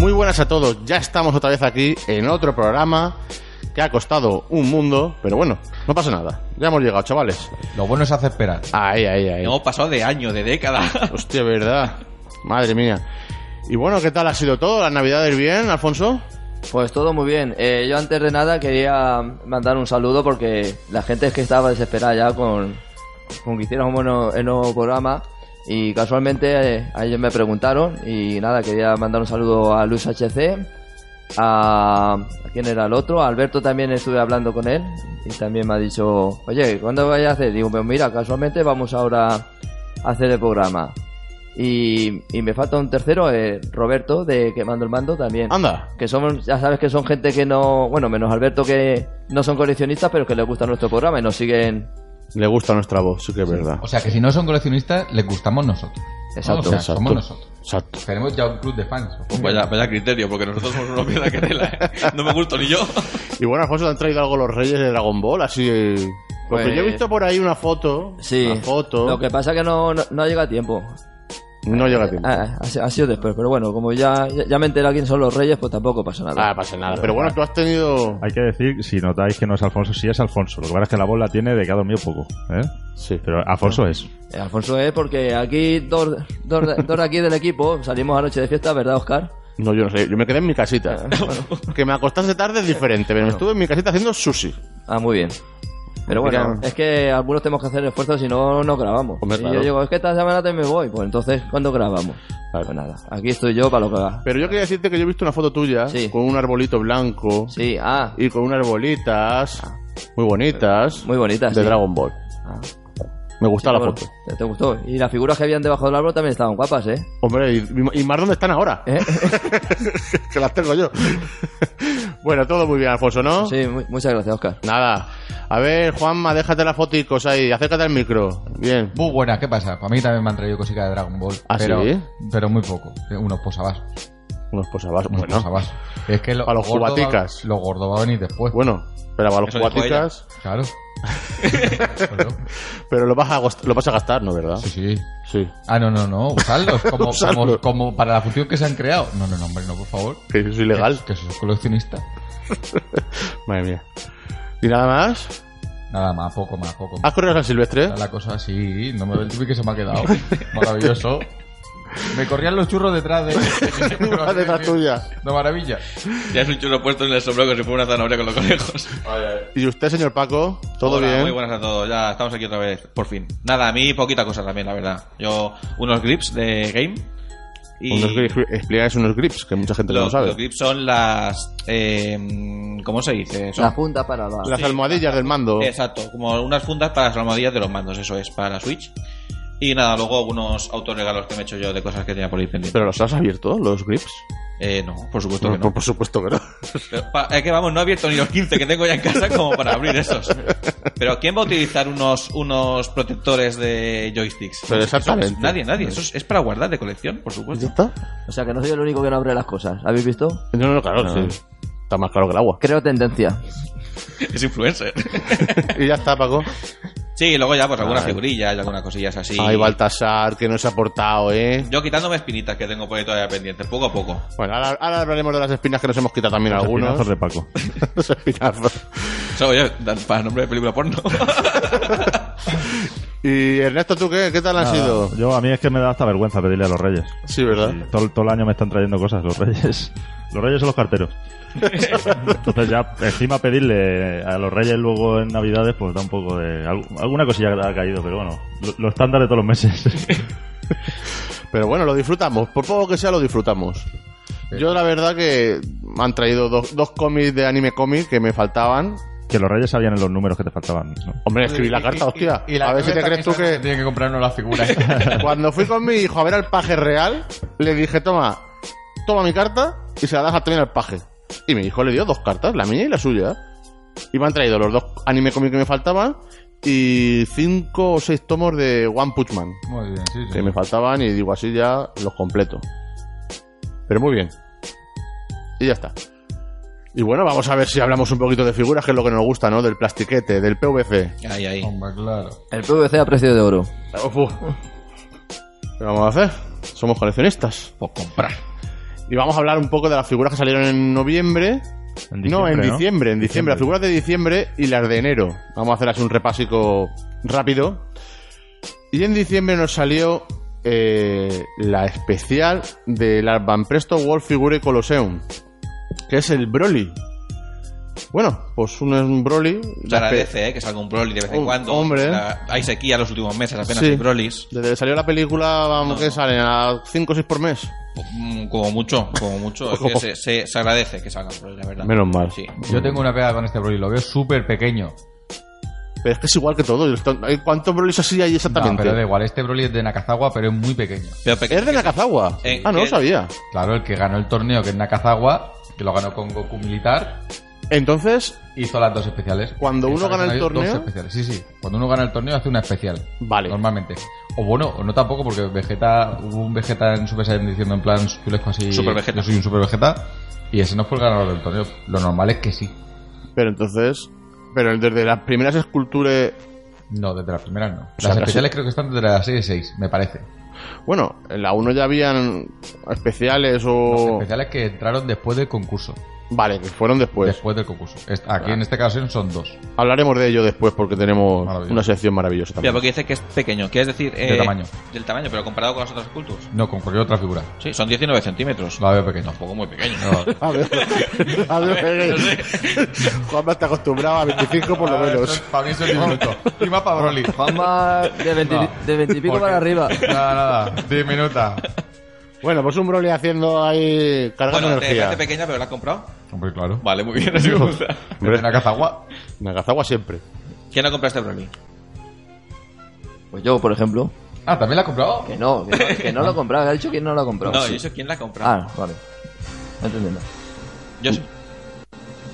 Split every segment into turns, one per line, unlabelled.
Muy buenas a todos, ya estamos otra vez aquí en otro programa que ha costado un mundo, pero bueno, no pasa nada, ya hemos llegado, chavales.
Lo bueno es hacer esperar.
Ahí, ahí, ahí.
Hemos pasado de años, de décadas.
Hostia, verdad. Madre mía. Y bueno, ¿qué tal ha sido todo? ¿Las navidades bien, Alfonso?
Pues todo muy bien. Eh, yo antes de nada quería mandar un saludo porque la gente es que estaba desesperada ya con, con que hiciéramos un nuevo- el nuevo programa y casualmente eh, a ellos me preguntaron y nada, quería mandar un saludo a Luis HC, a... ¿a ¿Quién era el otro? A Alberto también estuve hablando con él y también me ha dicho, oye, ¿cuándo vais a hacer? Digo, pues mira, casualmente vamos ahora a hacer el programa. Y, y me falta un tercero, eh, Roberto, de que mando el mando también
Anda.
que son, ya sabes que son gente que no, bueno, menos Alberto que no son coleccionistas, pero que les gusta nuestro programa y nos siguen.
Le gusta nuestra voz, sí que es verdad.
O sea, que si no son coleccionistas, les gustamos nosotros.
Exacto.
O sea,
Exacto.
somos nosotros.
Exacto.
Tenemos ya un club de fans.
Pues vaya, vaya criterio, porque nosotros somos unos piedra querela. ¿eh? No me gusto ni yo.
Y bueno, Alfonso, ¿te han traído algo los reyes de Dragon Ball? Así... Porque
Pues-
yo he visto por ahí una foto.
Sí.
Una foto.
Lo que pasa que no, no, no llega a tiempo.
No llega a tiempo.
Ah, ha, sido- ha sido después, pero bueno, como ya, ya, ya me entera quién son los reyes, pues tampoco pasa nada.
Ah, pasa nada. Pero bueno, tú has tenido...
Hay que decir, si notáis que no es Alfonso, sí es Alfonso. Lo que pasa es que la voz la tiene de que ha dormido poco. ¿eh?
Sí.
Pero Alfonso es.
Eh, Alfonso es porque aquí, dos, dos, de- dos de aquí del equipo, salimos anoche de fiesta, ¿verdad, Oscar?
No, yo no sé. Yo me quedé en mi casita. Que me acostase tarde es diferente, pero me estuve en mi casita haciendo sushi.
Ah, muy bien. Pero bueno,
Mira.
es que algunos tenemos que hacer esfuerzo, si no, no grabamos.
Hombre,
si
claro.
yo digo, es que esta semana te me voy, pues entonces, ¿cuándo grabamos?
Claro.
Pues nada, aquí estoy yo para lo que va.
Pero yo quería decirte que yo he visto una foto tuya
Sí.
con un arbolito blanco
Sí, ah,
y con unas bolitas muy bonitas
muy bonitas.
de
sí.
Dragon Ball.
Ah,
Me gusta
sí,
la
bueno,
foto.
¿Te, te gustó? Y las figuras que habían debajo del árbol también estaban guapas, ¿eh?
Hombre, y, y más dónde están ahora,
¿Eh?
que las tengo yo. bueno, todo muy bien, Alfonso, ¿no?
Sí, mu- muchas gracias, Oscar.
Nada. A ver, Juanma, déjate las foticos ahí, acércate al micro. Bien.
Muy buenas, ¿qué pasa? Para mí también me han traído cositas de Dragon Ball.
¿Ah,
pero,
sí?
pero muy poco. Eh, Unos posavasos.
Unos posavasos.
Unos
pues
Bueno, pues
posavasos. Es que lo,
Para los
gordo va-
cubaticas.
Lo gordo va a venir después.
bueno, pero para los
Eso dijo
cuaticas,
Claro. Pues no.
pero lo vas, a, gost- lo vas a gastar, ¿no? ¿Verdad?
Sí, sí.
Sí.
Ah, no, no, no. Usarlos como,
Usadlos.
como, como para la función que se han creado. No, no, no, hombre, no, por favor.
Que eso es ilegal.
Que sos coleccionista.
Madre mía. ¿Y nada más?
Nada más, poco más, poco más.
¿Has corrido a San Silvestre?
La cosa así, no me ve el típico que se me ha quedado. Maravilloso. Me corrían los churros detrás de... de mi
Detrás
de mi-
tuya.
No, maravilla.
Ya es un chulo puesto en el sombrero que se fue una zanahoria con los conejos.
¿Y usted, señor Paco? ¿Todo
Hola,
bien?
Muy buenas a todos, ya estamos aquí otra vez, por fin. Nada, a mí poquita cosa también, la verdad. Yo, unos grips de game. Y
Unos grips, explicáis unos grips, que mucha gente
los,
no lo sabe.
los grips son las. eh, ¿Cómo se dice? Son-
Ah.
La junta para la...
Las almohadillas del mando.
Exacto, como unas fundas para las almohadillas de los mandos, eso es, para la Switch. Y nada, luego algunos autorregalos que me he hecho yo de cosas que tenía por ahí pendiente.
¿Pero los has abierto, los grips?
Eh, no, por supuesto
Por,
que no.
por supuesto que no.
Pero pa- Es que vamos, no he abierto ni los 15 que tengo ya en casa como para abrir esos. Pero ¿quién va a utilizar unos, unos protectores de joysticks?
Pero
Eso es-
exactamente. Pues
Nadie, nadie. Eso es, es para guardar de colección, por supuesto.
¿Ya está?
O sea que no soy el único que no abre las cosas. ¿Habéis visto?
No, no, claro, sí. Está más claro que el agua.
Creo tendencia.
Es influencer.
Y ya está, Paco.
Sí, y luego ya, pues algunas
Ah.
figurillas, algunas cosillas así.
Ay, Baltasar, que no se ha portado, ¿eh?
Yo quitándome espinitas que tengo por ahí todavía pendientes, poco a poco.
Bueno, ahora, ahora hablaremos de las espinas que nos hemos quitado también algunos.
Espinazos de Paco.
Los espinazos.
Eso, oye, dan para nombre de película porno.
Y Ernesto, ¿tú qué? ¿Qué tal han sido? ¿Ah?
Yo a mí es que me da hasta vergüenza pedirle a los reyes.
Sí, ¿verdad?
Y Todo, todo el año me están trayendo cosas los reyes. Los reyes son los carteros. Entonces ya encima pedirle a los reyes luego en navidades pues da un poco de... algu- Alguna cosilla que ha caído, pero bueno. lo- Lo estándar de todos los meses.
Pero bueno, lo disfrutamos. Por poco que sea, lo disfrutamos. Yo la verdad que me han traído dos, dos cómics de anime cómic que me faltaban.
que los reyes sabían los números que te faltaban. ¿no?
Hombre, escribí la carta, hostia. a ver si te crees tú que...
Tiene que comprarnos las figuras.
Cuando fui con mi hijo a ver al paje real, le dije, toma, toma mi carta y se la das también al paje. Y mi hijo le dio dos cartas, la mía y la suya. Y me han traído los dos anime cómics que me faltaban y cinco o seis tomos de One Punch Man
Muy bien, sí, sí.
que me faltaban y digo así ya los completo. Pero muy bien. Y ya está. Y bueno, vamos a ver si hablamos un poquito de figuras, que es lo que nos gusta, ¿no? Del plastiquete, del PVC.
Ahí, ahí.
Hombre, claro.
El PVC a precio de oro.
¿Qué vamos a hacer? Somos coleccionistas.
Por comprar.
Y vamos a hablar un poco de las figuras que salieron en noviembre.
En
no, en
diciembre, ¿no?
diciembre, en diciembre. Las figuras de diciembre y las de enero. Vamos a hacer así un repásico rápido. Y en diciembre nos salió eh, la especial del Van Presto World Figure Colosseum. Que es el Broly. Bueno, pues un, un Broly.
Se
la espe-
agradece, ¿eh? Que salga un Broly de vez en
Hom-
cuando.
hombre.
La- hay sequía los últimos meses, apenas
Sí.
hay Brolis.
Desde que salió la película, vamos, que salen a 5 o 6 por mes.
Mm, Como mucho, como mucho. Es que se, se- se agradece que salgan Brolis, la verdad.
Oh. Menos mal.
Sí.
Yo tengo una pega con este Broly, lo veo súper pequeño.
Pero es que es igual que todo. ¿Cuántos Brolys así hay
No,
exactamente?
pero da igual, este Broly es de Nakazawa, pero es muy pequeño.
Pero peque-
Es de Nakazawa.
Eh,
ah, no lo
que-
sabía.
Claro, el que ganó el torneo, que es Nakazawa, que lo ganó con Goku Militar,
Entonces,
hizo las dos especiales.
Cuando
Que
uno
sabes,
gana el
hay dos
torneo-
especiales. Sí, sí. Cuando uno gana el torneo hace una especial.
Vale.
Normalmente. O bueno, o no tampoco, porque Vegeta, hubo un Vegeta en Super Saiyan diciendo en plan chulesco así.
Super Vegeta.
Yo soy un Super Vegeta. Y ese no fue el ganador del torneo. Lo normal es que sí.
pero entonces, pero desde las primeras esculturas,
No, desde la primera no. Las
sea, casi-
especiales creo que están desde la serie 6, me parece.
bueno, en la 1 ya habían especiales
Las
o
especiales que entraron después del concurso.
vale, que fueron después.
después del concurso. Est- Aquí en esta ocasión son dos.
Hablaremos de ello después porque tenemos
Maravilloso.
una sección maravillosa
Mira,
también.
porque dice que es pequeño. Quieres decir. eh,
De tamaño.
Del tamaño, pero comparado con las otras cultures.
No, con cualquier otra figura.
Sí, son 19 centímetros.
La veo pequeña.
Tampoco muy pequeño.
A ver, a ver, Juanma está acostumbrado a 25 por lo menos.
Para mí eso Ah, es diminuto. Y más para Broly.
Juanma de 20, de 20 y pico
Porque-
para arriba.
Nada, nada. Diminuta.
Bueno, pues un Broly haciendo ahí cargando
Bueno, te
energía.
parece pequeña, pero la has comprado.
Hombre, claro.
Vale, muy bien, así me gusta.
Hombre.
Una cazagua.
Nakazawa siempre.
¿Quién ha comprado este Broly?
Pues yo, por ejemplo.
Ah, ¿también la has comprado?
Que no, que no, que no lo he comprado. Ha dicho que no lo ha comprado.
No, yo sé quién la ha comprado.
Ah, vale. No entendiendo.
Yo sé.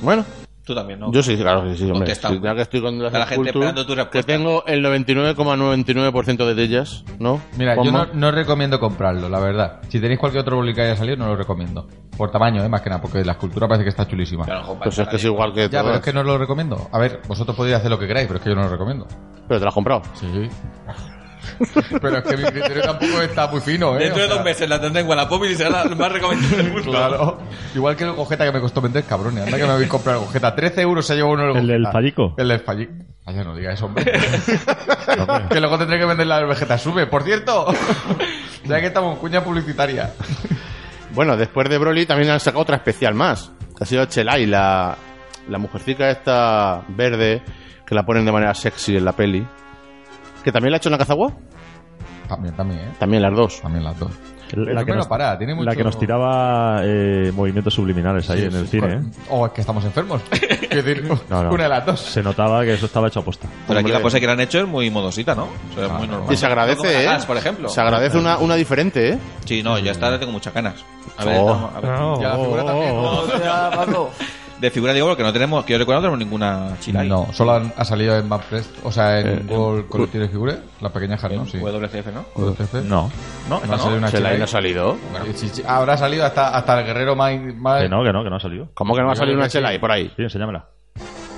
Bueno,
Tú también, ¿no?
yo sí, claro que sí, hombre.
Contesta.
Sí, ya que estoy con las
A la gente
esculturas,
esperando tu
que
respuesta.
tengo el 99,99% de ellas, ¿no?
Mira, yo
Juanma.
no, no recomiendo comprarlo, la verdad. Si tenéis cualquier otro Broly que haya salido, no lo recomiendo. Por tamaño, eh, más que nada, porque la escultura parece que está chulísima.
Claro, jo,
Pues es
vale,
que es igual que
Ya,
todas.
pero es que no lo recomiendo. A ver, vosotros podéis hacer lo que queráis, pero es que yo no lo recomiendo.
Pero te la has comprado.
Sí, sí. pero es que mi criterio tampoco está muy fino, ¿eh?
Dentro de
O sea,
dos meses la tendré en Wallapop y será la más recomendada del mundo.
Claro. Igual que el gojeta que me costó vender, cabrones. Anda que me habéis comprado el gojeta. 13 euros se llevó uno el
¿El del
Gogeta.
fallico?
El del fallico. Vaya, no diga eso, hombre. que luego tendré que vender la vegeta. Sube, por cierto. ya que estamos en cuña publicitaria.
Bueno, después de Broly también han sacado otra especial más. Que ha sido Chelai, la, la mujercica esta verde que la ponen de manera sexy en la peli. Que también la ha hecho Nakazawa.
También, también, ¿eh?
También las dos.
También las dos.
La que,
Primero,
nos,
para, tiene
la
mucho-
que nos tiraba eh, movimientos subliminales ahí
Sí,
en el
sí,
cine,
con-
¿eh?
O es que estamos enfermos. Quiero decir,
No, no.
una de las dos.
Se notaba que eso estaba hecho a posta.
Pero aquí
Hombre.
la pose que le han hecho es muy modosita, ¿no? O sea, es
Ah,
muy normal.
Y se agradece,
No como las
¿eh?
Hans, por ejemplo.
Se agradece una, una diferente, ¿eh?
Sí, no, ya está, le tengo muchas ganas. A ver,
Oh.
vamos, a ver.
Y a la figura también.
oh,
O sea, Paco,
De figura digo, porque no tenemos, que yo recuerdo, no tenemos ninguna chila ahí.
No, solo han- ha salido en Manfred, o sea, en
Eh,
Gold Collective de Figure, la pequeña Hard, ¿no? Sí.
WCF, ¿no?
WCF.
No. No,
No ha salido una
Se la
chila
ahí no ha
ahí.
salido.
Sí, sí, sí. Habrá salido hasta, hasta el guerrero más... más-
que no, que no, que no ha salido.
¿Cómo que no va a
Yo
salir
creo
una
que
chela
sí.
ahí por ahí?
Sí, enséñamela.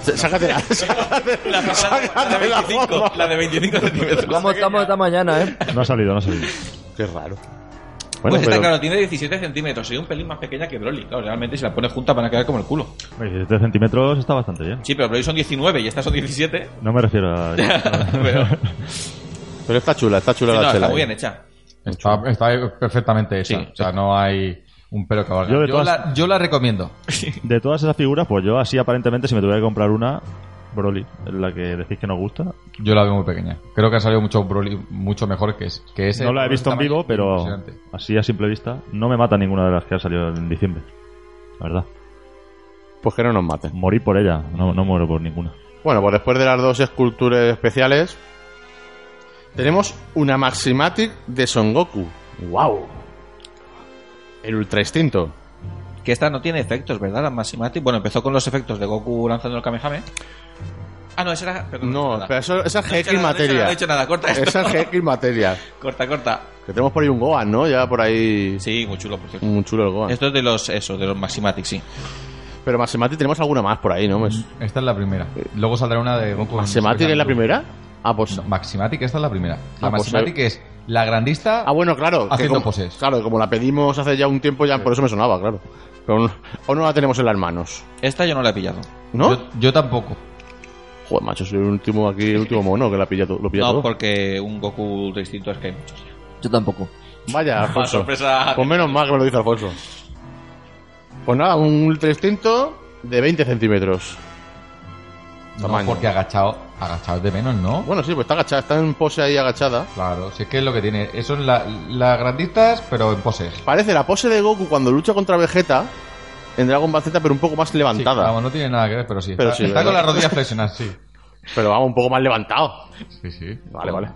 S- Sácatela.
La,
Sácate la foto.
la de 25 centímetros.
¿Cómo estamos esta mañana, eh?
No ha salido, no ha salido.
Qué raro.
Bueno,
pues
pero
está claro, tiene 17 centímetros y un pelín más pequeña que Broly. Claro, realmente si la pones junta van a quedar como el culo.
17 este centímetros está bastante bien.
Sí, pero Broly son 19 y estas son 17.
No me refiero a...
Pero- sí,
Pero está chula, está chula
no,
la chela.
está
ahí.
muy bien hecha.
Está, está perfectamente hecha.
Sí.
o sea, no hay un pelo que valga.
Yo
Yo,
de todas-
la, yo la recomiendo.
De todas esas figuras, pues yo así aparentemente si me tuviera que comprar una, Broly, la que decís que nos gusta,
Yo la veo muy pequeña. Creo que han salido muchos Broly mucho mejor que, es, que ese.
no la he
Broly
visto en
tamaño
vivo,
es
pero
impresionante.
así a simple vista, no me mata ninguna de las que ha salido en diciembre. La verdad.
Pues que no nos maten.
Morí por ella, no, no muero por ninguna.
Bueno, pues después de las dos esculturas especiales, tenemos una Maximatic de Son Goku. ¡Wow! El Ultra Instinto.
Que esta no tiene efectos, ¿verdad? La Maximati. Bueno, empezó con los efectos de Goku lanzando el Kamehame. Ah, no, esa era. perdón,
No,
nada.
pero eso, esa es
No he
GX
hecho nada, no he hecho nada,
Materia.
No he hecho nada, corta esto.
Esa es GX Materia.
Corta, corta.
Que tenemos por ahí un Gohan, ¿no? Ya por ahí.
Sí, muy chulo, por cierto.
Muy chulo el Gohan.
Esto es de los, eso, de los Maximatic, sí.
Pero Maximatic tenemos alguna más por ahí, ¿no? Pues-
Mm,
Esta es la primera. Luego saldrá una de Goku. en
¿Maximatic es la
Super
primera? Ah, pues.
No, Maximatic, esta es la primera. La
Ah, pues,
Maximatic es la grandista.
Ah, bueno, claro. que
Haciendo
como-
poses.
Claro, como la pedimos hace ya un tiempo, ya por eso me sonaba, claro. Pero aún, aún no la tenemos en las manos.
Esta yo no la he pillado.
¿No?
Yo, yo tampoco.
Joder, macho, soy el último aquí, el último mono que la pilla to- lo pilla
No,
todo.
porque un Goku distinto es que hay muchos.
Yo tampoco.
Vaya, Alfonso.
sorpresa.
Pues menos mal que me lo dice Alfonso. Pues nada, un ultra instinto de 20 centímetros.
No,
Tamaño.
porque agachado. Agachado es de menos, ¿no?
Bueno, sí, pues está agachada, está en pose ahí agachada.
Claro, si es que es lo que tiene. Eso es la, las grandistas, pero en pose.
Parece la pose de Goku cuando lucha contra Vegeta en Dragon Ball Z, pero un poco más
Sí,
levantada.
vamos, no tiene nada que ver, pero sí.
Pero
está
sí,
está con
¿verdad?
las rodillas flexionadas, sí.
Pero vamos, un poco más levantado.
Sí, sí.
Vale, vale.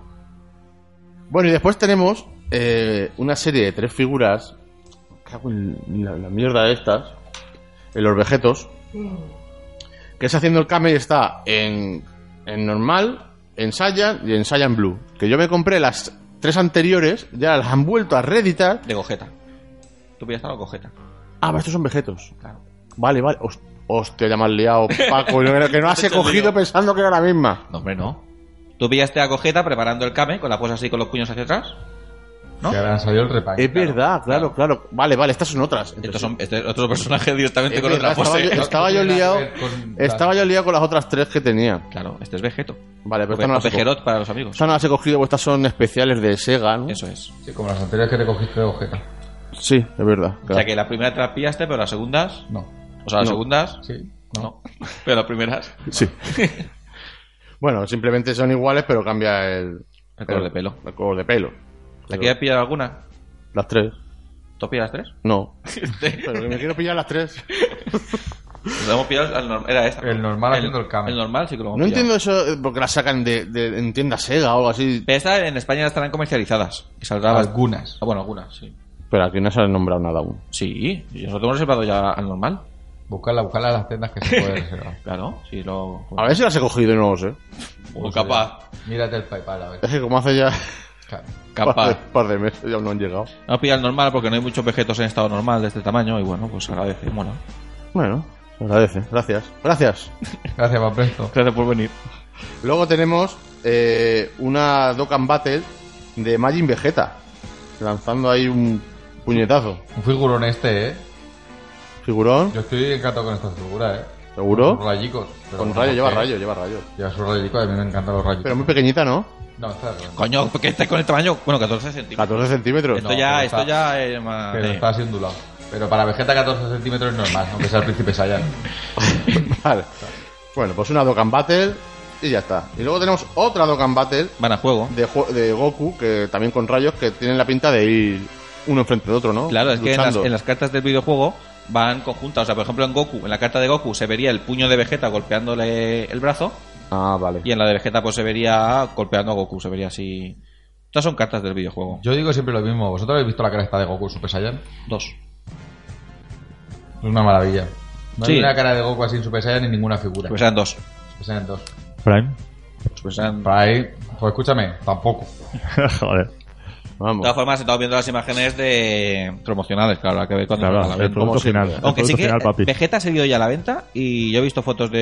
Bueno, y después tenemos eh, una serie de tres figuras. Cago en la, la mierda de estas. En los vegetos.
Mm.
Que es haciendo el cambio y está en, en normal, en Saiyan y en Saiyan Blue. Que yo me compré las tres anteriores, ya las han vuelto a reeditar.
De Gogeta. ¿Tú pillas algo Gogeta?
Ah, pero estos son vegetos.
Claro.
Vale, vale. Hos- Hostia, ya me has liado, Paco. no, Que no has
Te he hecho
cogido
lío.
pensando que era la misma.
No, hombre, no. Tú pillaste a Gogeta preparando el Kame con la pose así con los puños hacia atrás.
¿No? Que habrán salido el repack.
Es verdad, claro, claro. Vale, vale, estas son otras.
Estos
Entonces,
son este es otro personaje directamente
Es
con
verdad,
otra
estaba,
pose.
yo, estaba yo
No tiene nada
liado.
que ver con las-
Estaba yo liado con las otras tres que tenía.
Claro, este es Vegeto.
Vale, pero
O
estas no,
Ve- o
las he cogido.
Vegerot para los amigos.
Estas no las he cogido, pues estas son especiales de Sega, ¿no?
Eso es.
Sí, como las anteriores que te cogiste de Gogeta.
Sí, es verdad.
O sea
claro.
que la primera te la pillaste, pero las segundas.
No.
O sea, las
No.
segundas.
Sí.
No. Pero las primeras.
Sí. bueno, simplemente son iguales, pero cambia el.
El color de pelo.
El color de pelo.
¿Aquí has pillado alguna?
Las tres.
¿Tú pillas tres?
No. pero que me quiero pillar las tres.
Nos hemos pillado al norm- Era esta.
El normal haciendo el cambio.
El normal sí que lo hemos
No
pillado.
entiendo eso eh, porque las sacan de, de en tienda Sega o algo así.
Pero esta en España estarán comercializadas. Y saldrá bast-
Algunas.
Ah, bueno, algunas, sí.
Pero aquí no se han nombrado nada aún.
Sí, y nosotros hemos reservado ya al normal.
Buscarla, buscarla en las tiendas que se puede reservar.
Claro, sí, lo. pues,
A ver si las he cogido y no lo sé.
O capaz.
Mírate el PayPal, a ver.
Es que como hace ya
Claro.
un
Capaz.
par de meses ya aún no han llegado.
No pilla el normal porque no hay muchos vegetos en estado normal de este tamaño y bueno, pues agradece, mola.
Bueno, se agradece. Gracias. Gracias.
Gracias, Juan Presto.
Gracias por venir.
Luego tenemos eh, una Dokkan Battle de Majin Vegeta. Lanzando ahí un puñetazo.
Un figurón este, ¿eh?
Figurón,
Yo estoy encantado con esta figura, ¿eh?
seguro.
Con rayicos. pero
Con
no
rayo,
sé.
lleva rayo, lleva rayo.
Lleva su rayico, a mí me encantan los rayicos.
Pero muy pequeñita, ¿no?
No, está bien.
Coño, porque estáis con el tamaño, bueno, 14 centímetros.
14 centímetros.
Esto
No,
ya,
pero
esto
está-
ya es más.
Pero
eh,
está así ondulado. Pero para Vegeta 14 centímetros es normal, aunque sea el príncipe Saiyan.
Vale. Bueno, pues una Dokkan Battle y ya está. Y luego tenemos otra Dokkan Battle
Van a juego.
de, jue- de Goku, que también con rayos, que tienen la pinta de ir uno enfrente de otro, ¿no?
Claro, es que en las,
Luchando.
en las cartas del videojuego van conjuntas. O sea, por ejemplo, en Goku, en la carta de Goku se vería el puño de Vegeta golpeándole el brazo.
Ah, vale.
Y en la de Vegeta, pues se vería golpeando a Goku. Se vería así. Estas son cartas del videojuego.
Yo digo siempre lo mismo. ¿Vosotros habéis visto la cara esta de Goku Super Saiyan?
Dos.
Es una maravilla. No
Sí.
hay una cara de Goku así en Super Saiyan ni ninguna figura.
Pues eran dos.
Super Saiyan 2.
Prime.
Pues eran-
Para ahí, pues escúchame, tampoco.
Joder.
De
Vamos.
todas formas, he estado viendo las imágenes de promocionales, claro, la que ver cuando
Claro,
la
el
venta.
producto final.
siempre.
El
Aunque sí
producto final,
que
papi.
eh, Vegeta ha seguido ya a la venta y yo he visto fotos de,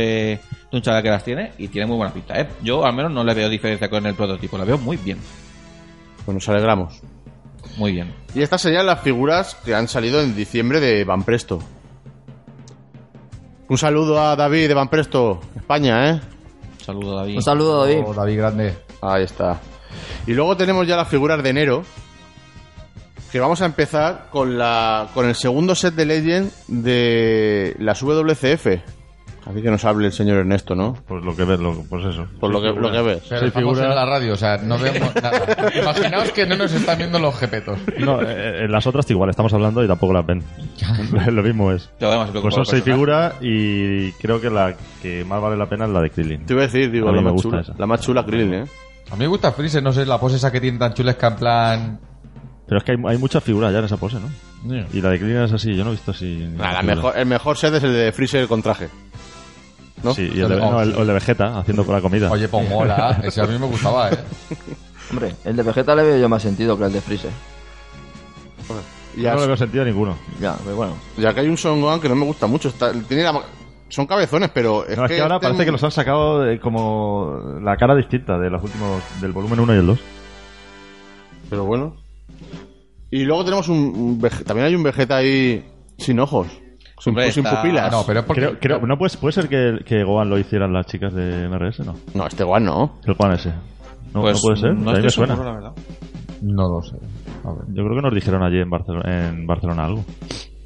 de un chaval que las tiene y tiene muy buena pinta. ¿eh? Yo al menos no le veo diferencia con el prototipo, la veo muy bien,
Pues nos alegramos.
muy bien.
Y estas serían las figuras que han salido en diciembre de Van Presto. Un saludo a David de Van Presto, España, ¿eh?
Un saludo David.
Un saludo, David.
Oh, David Grande.
Ahí está. Y luego tenemos ya las figuras de enero. Que vamos a empezar con la con el segundo set de Legend de las WCF. Así que nos hable el señor Ernesto, ¿no?
Pues lo que ves, lo, pues eso.
Por lo que, lo que ves.
Pero estamos
figura.
en la radio, o sea, no vemos nada. Imaginaos que no nos están viendo los jepetos.
No, eh, eh, las otras igual, estamos hablando y tampoco las ven. lo mismo es.
Pero además,
Pues son seis figuras y creo que la que más vale la pena es la de Krillin.
Te iba a decir, digo,
A mí
la
me
más,
gusta
chula,
esa.
la más chula Krillin, ¿eh?
A mí me gusta Freezer, no sé, la pose esa que tiene tan chulesca en plan...
Pero es que hay, hay muchas figuras ya en esa pose, ¿no? Y la de Krillin es así, yo no he visto así.
Nah, la
ninguna
mejor- el mejor set es el de Freezer con traje. ¿no?
Sí, y el de, no, el- o el de Vegeta haciendo con la comida.
Oye, pues mola, ese a mí me gustaba, ¿eh?
Hombre, el de Vegeta le veo yo más sentido que el de Freezer.
Ya,
no le veo sentido a ninguno.
Ya, pero bueno.
ya que hay un Son Gohan que no me gusta mucho. está- tiene la- son cabezones, pero es
No, es que ahora
este-
parece que los han sacado eh, como la cara distinta de los últimos, del volumen 1 y el 2.
Pero bueno. Y luego tenemos un, un Vege- también hay un Vegeta ahí sin ojos, sin,
Hombre,
sin
está-
Ah,
pupilas.
No, pero es porque...
Creo, creo, no puede, puede ser que, que Gohan lo hicieran las chicas de MRS, ¿no?
No, este Gohan no.
El Gohan ese. No,
Pues
no puede ser, a mí me suena.
la verdad.
No lo sé. A ver.
Yo creo que nos dijeron allí en Barcelona, en Barcelona algo.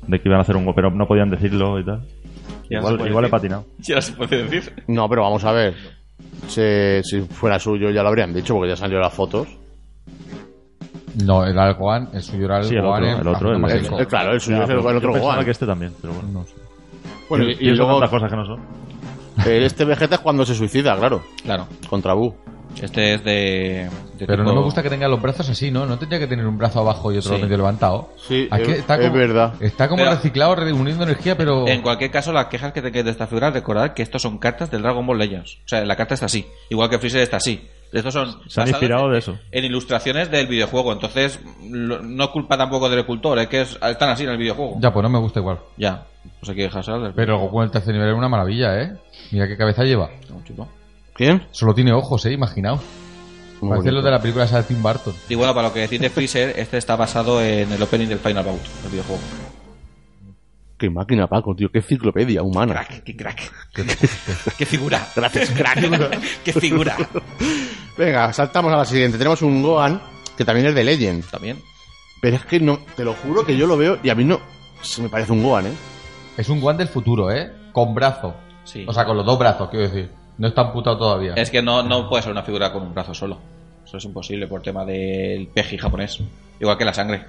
De que iban a hacer un go- pero no podían decirlo y tal.
Ya se
Igual,
puede
igual he
decir.
patinado.
Ya se puede decir.
No, pero vamos a ver. Se- si fuera suyo ya lo habrían dicho porque ya salió las fotos.
No, el Alcoan, el suyo era el
Sí, el
Gohan,
otro,
¿eh?
el otro,
Ah,
el-
no me
el-
dijo.
Eh, claro, el suyo
Ya,
es el,
pero
el
yo
otro
pensaba
Gohan.
que este también, pero bueno.
No sé.
Bueno,
y,
y, y luego
otras cosas que no son.
eh, este Vegeta es cuando se suicida, claro,
Claro.
contra Bu.
Este es de. de
Pero
tipo-
no me gusta que tenga los brazos así, ¿no? No tendría que tener un brazo abajo y otro
Sí.
medio levantado.
Sí,
Aquí
es- es verdad.
Está como
Pero-
reciclado, reuniendo energía, pero...
En cualquier caso, las quejas que tengáis de esta figura, recordad que estos son cartas del Dragon Ball Legends. O sea, la carta está así. Igual que Freezer está así. Estos son
Se han
basados
inspirado
en-
de eso.
En ilustraciones del videojuego. Entonces, lo- no es culpa tampoco del escultor, es que es- están así en el videojuego.
Ya, pues no me gusta igual.
Ya. Pues hay que dejarse al-
Pero el Goku en el tercer nivel es una maravilla, ¿eh? Mira qué cabeza lleva.
Un chulo.
¿Quién?
Solo tiene ojos, ¿eh? Imaginaos.
Muy
Parece
bonito.
lo de la película esa de Tim Burton.
Y bueno, para lo que decís de Freezer, este está basado en el opening del Final Bout, el videojuego.
Qué máquina, Paco, tío, qué enciclopedia humana.
Crack, qué crack. qué figura.
Gracias, crack.
qué figura.
Venga, saltamos a la siguiente. Tenemos un Gohan que también es de Legend.
También.
Pero es que no, te lo juro que yo lo veo y a mí no se me parece un Gohan, ¿eh?
Es un guan del futuro, ¿eh? Con brazo.
Sí.
O sea, con los dos brazos, quiero decir. No está amputado todavía.
Es que no, no puede ser una figura con un brazo solo. Eso es imposible por tema del peji japonés. Igual que la sangre.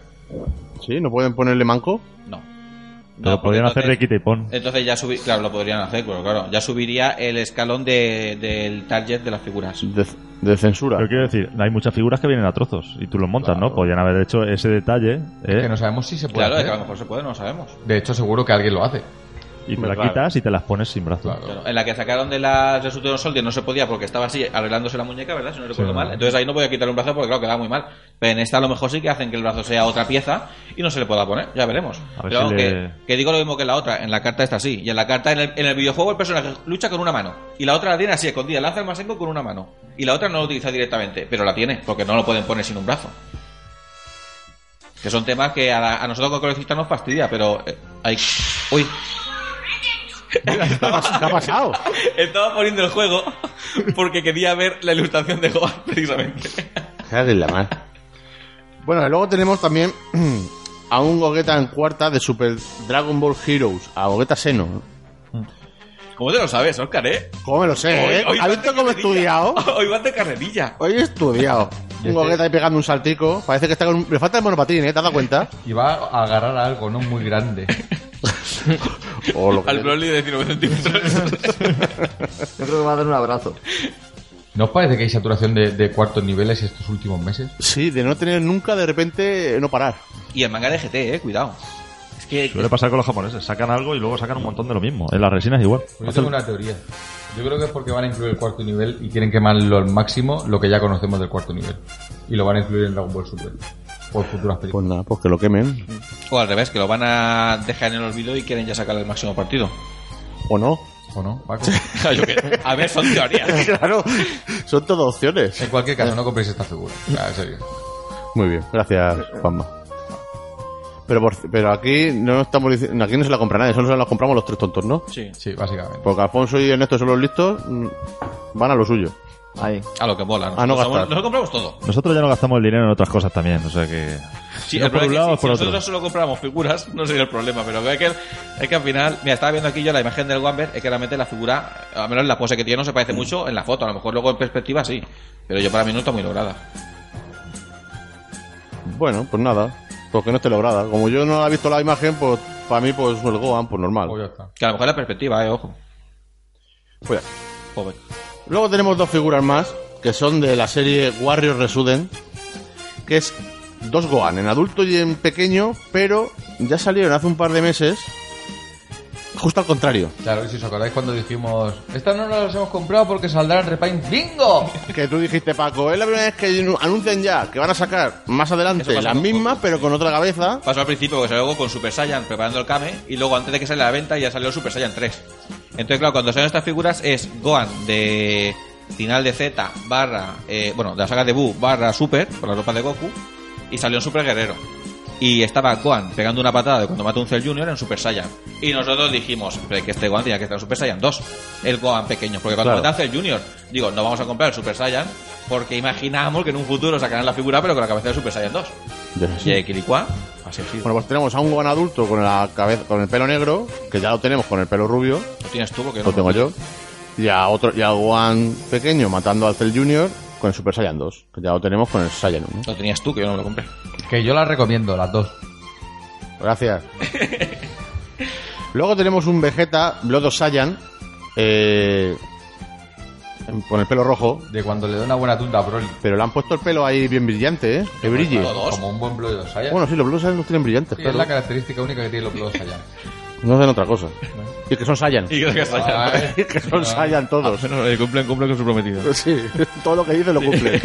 Sí, no pueden ponerle manco.
Pero
No. No, Eh, porque
podrían hacer de
entonces-
quita y pon.
Entonces ya subir, claro, lo podrían hacer, pero claro, ya subiría el escalón de- del target de las figuras.
De, de censura.
Pero quiero decir, hay muchas figuras que vienen a trozos y tú los montas, ¿no? Podrían haber hecho ese detalle ¿eh?
Que no sabemos si se puede
Claro, es
hacer.
que a lo mejor se puede, no lo sabemos.
De hecho, seguro que alguien lo hace.
y te
Hombre,
las
claro.
quitas y te las pones sin brazo.
Claro.
Claro, en la que sacaron de las Resurrección Soldier no se podía porque estaba así arreglándose la muñeca, ¿verdad? Si no recuerdo mal. Entonces ahí no podía quitar un brazo porque, claro, quedaba muy mal. Pero en esta a lo mejor sí que hacen que el brazo sea otra pieza y no se le pueda poner. Ya veremos.
A ver
Pero
si
vamos,
le-
que, que digo lo mismo que en la otra. En la carta está así. Y en la carta, en el, en el videojuego, el personaje lucha con una mano. Y la otra la tiene así, escondida. Lanza el masengo con una mano. Y la otra no la utiliza directamente, pero la tiene porque no lo pueden poner sin un brazo. Que son temas que a, la- a nosotros como coleccionistas nos fastidia, pero... eh, hay... Uy,
¿Qué ha pas- qué ha pasado?
estaba poniendo el juego porque quería ver la ilustración de Gohan, precisamente.
Joder, la mar. Bueno, y luego tenemos también a un Gogeta en cuarta de Super Dragon Ball Heroes, a Gogeta Seno.
¿Cómo te lo sabes, Oscar, eh?
¿Cómo me lo sé, eh? ¿Has
vas de
visto cómo he
carrerilla.
estudiado?
Hoy vas de carrerilla.
Hoy he estudiado. Un gogueta ahí pegando un saltico. Parece que está con. un- Le falta el monopatín, ¿eh? ¿Te has dado cuenta?
Y va a agarrar algo, ¿no? Muy grande.
O lo que-
Al Broly de 19 centímetros.
Yo creo que va a dar un abrazo.
¿No os parece que hay saturación de, de cuartos niveles estos últimos meses?
Sí, de no tener nunca de repente eh, no parar.
y el manga de GT, eh, cuidado. Es que.
Suele pasar con los japoneses. Sacan algo y luego sacan un montón de lo mismo. En las resinas igual.
Pues yo tengo una teoría. Yo creo que es porque van a incluir el cuarto nivel y quieren quemarlo al máximo lo que ya conocemos del cuarto nivel. Y lo van a incluir en Dragon Ball Super. Por futuras películas.
Pues nada, pues que lo quemen.
O al revés, que lo van a dejar en el olvido y quieren ya sacar el máximo partido.
¿O no?
¿O no, Paco?
Yo qué- a ver, son teorías.
Claro, son todas opciones.
En cualquier caso, no compréis esta figura. O sea, en serio.
Muy bien, gracias, Juanma. Pero, por- pero aquí no estamos dici- aquí no se la compra nadie, solo se la compramos los tres tontos, ¿no?
Sí.
Sí, básicamente.
Porque Alfonso y Ernesto son los listos, mm, van a lo suyo.
Ahí.
A lo que mola.
A no
Nos-
gastar.
nos compramos todo.
Nosotros ya no gastamos el dinero en otras cosas también. O sea que.
Sí,
No
el
por un
problema
lado,
es que si-
por
si
otro.
nosotros solo compramos figuras, no sería el problema, pero es que, es que al final, mira, estaba viendo aquí yo la imagen del Wamber, es que realmente la figura, al menos la pose que tiene, no se parece mucho en la foto, a lo mejor luego en perspectiva sí, pero yo para mí no está muy lograda.
Bueno, pues nada, porque no esté lograda. Como yo no he visto la imagen, pues para mí pues el Gohan, pues normal.
Pues ya está.
Que a lo mejor la perspectiva, eh, ojo.
Pues ya.
Joder.
Luego tenemos dos figuras más, que son de la serie Warrior Resuden, que es dos Gohan, en adulto y en pequeño, pero ya salieron hace un par de meses, justo al contrario.
Claro, y si os acordáis cuando dijimos, estas no las hemos comprado porque saldrá en Repaint Bingo.
Que tú dijiste, Paco, es la primera vez que anuncian ya que van a sacar más adelante
Eso pasa
las
con
mismas, pero con otra cabeza.
Pasó al principio que salió con Super Saiyan preparando el Kame y luego antes de que saliera a la venta ya salió Super Saiyan 3. Entonces, claro, cuando salen estas figuras es Gohan de final de Z barra, eh, bueno, de la saga de Buu barra Super, con la ropa de Goku, y salió en Super Guerrero. Y estaba Gohan pegando una patada de cuando mató a un Cell Junior en Super Saiyan. Y nosotros dijimos "Pero es que este Gohan tenía que estar en Super Saiyan 2, el Gohan pequeño. Porque cuando
Claro.
mata a Cell Junior, digo, no vamos a comprar el Super Saiyan porque imaginamos que en un futuro sacarán la figura pero con la cabeza de Super Saiyan 2. Y eh, Kilicua, así ha sido.
Bueno, pues tenemos a un Gohan adulto con la cabeza, con el pelo negro, que ya lo tenemos con el pelo rubio,
Lo tienes tú porque
lo tengo yo. Y a otro, y a Gohan pequeño matando al Cell Junior con el Super Saiyan 2, que ya lo tenemos con el Saiyan 1.
Lo tenías tú que yo no me lo compré.
Que yo las recomiendo, las dos.
Gracias. Luego tenemos un Vegeta, Blood of Saiyan, eh, con el pelo rojo,
De cuando le doy una buena tunda a Broly.
pero le han puesto el pelo ahí bien brillante, ¿eh? Que brille.
Los dos.
Como un buen Broly de los Saiyans.
Bueno, sí, los Blood Saiyan no tienen brillantes,
Sí,
pero
es la característica única que tienen los Blood Saiyans.
no hacen otra cosa. Y que son Saiyan.
Y que
Ah,
Saiyan.
eh.
que son Saiyan todos.
eh, cumplen, cumplen con su prometido.
Sí, todo lo que dice lo cumple.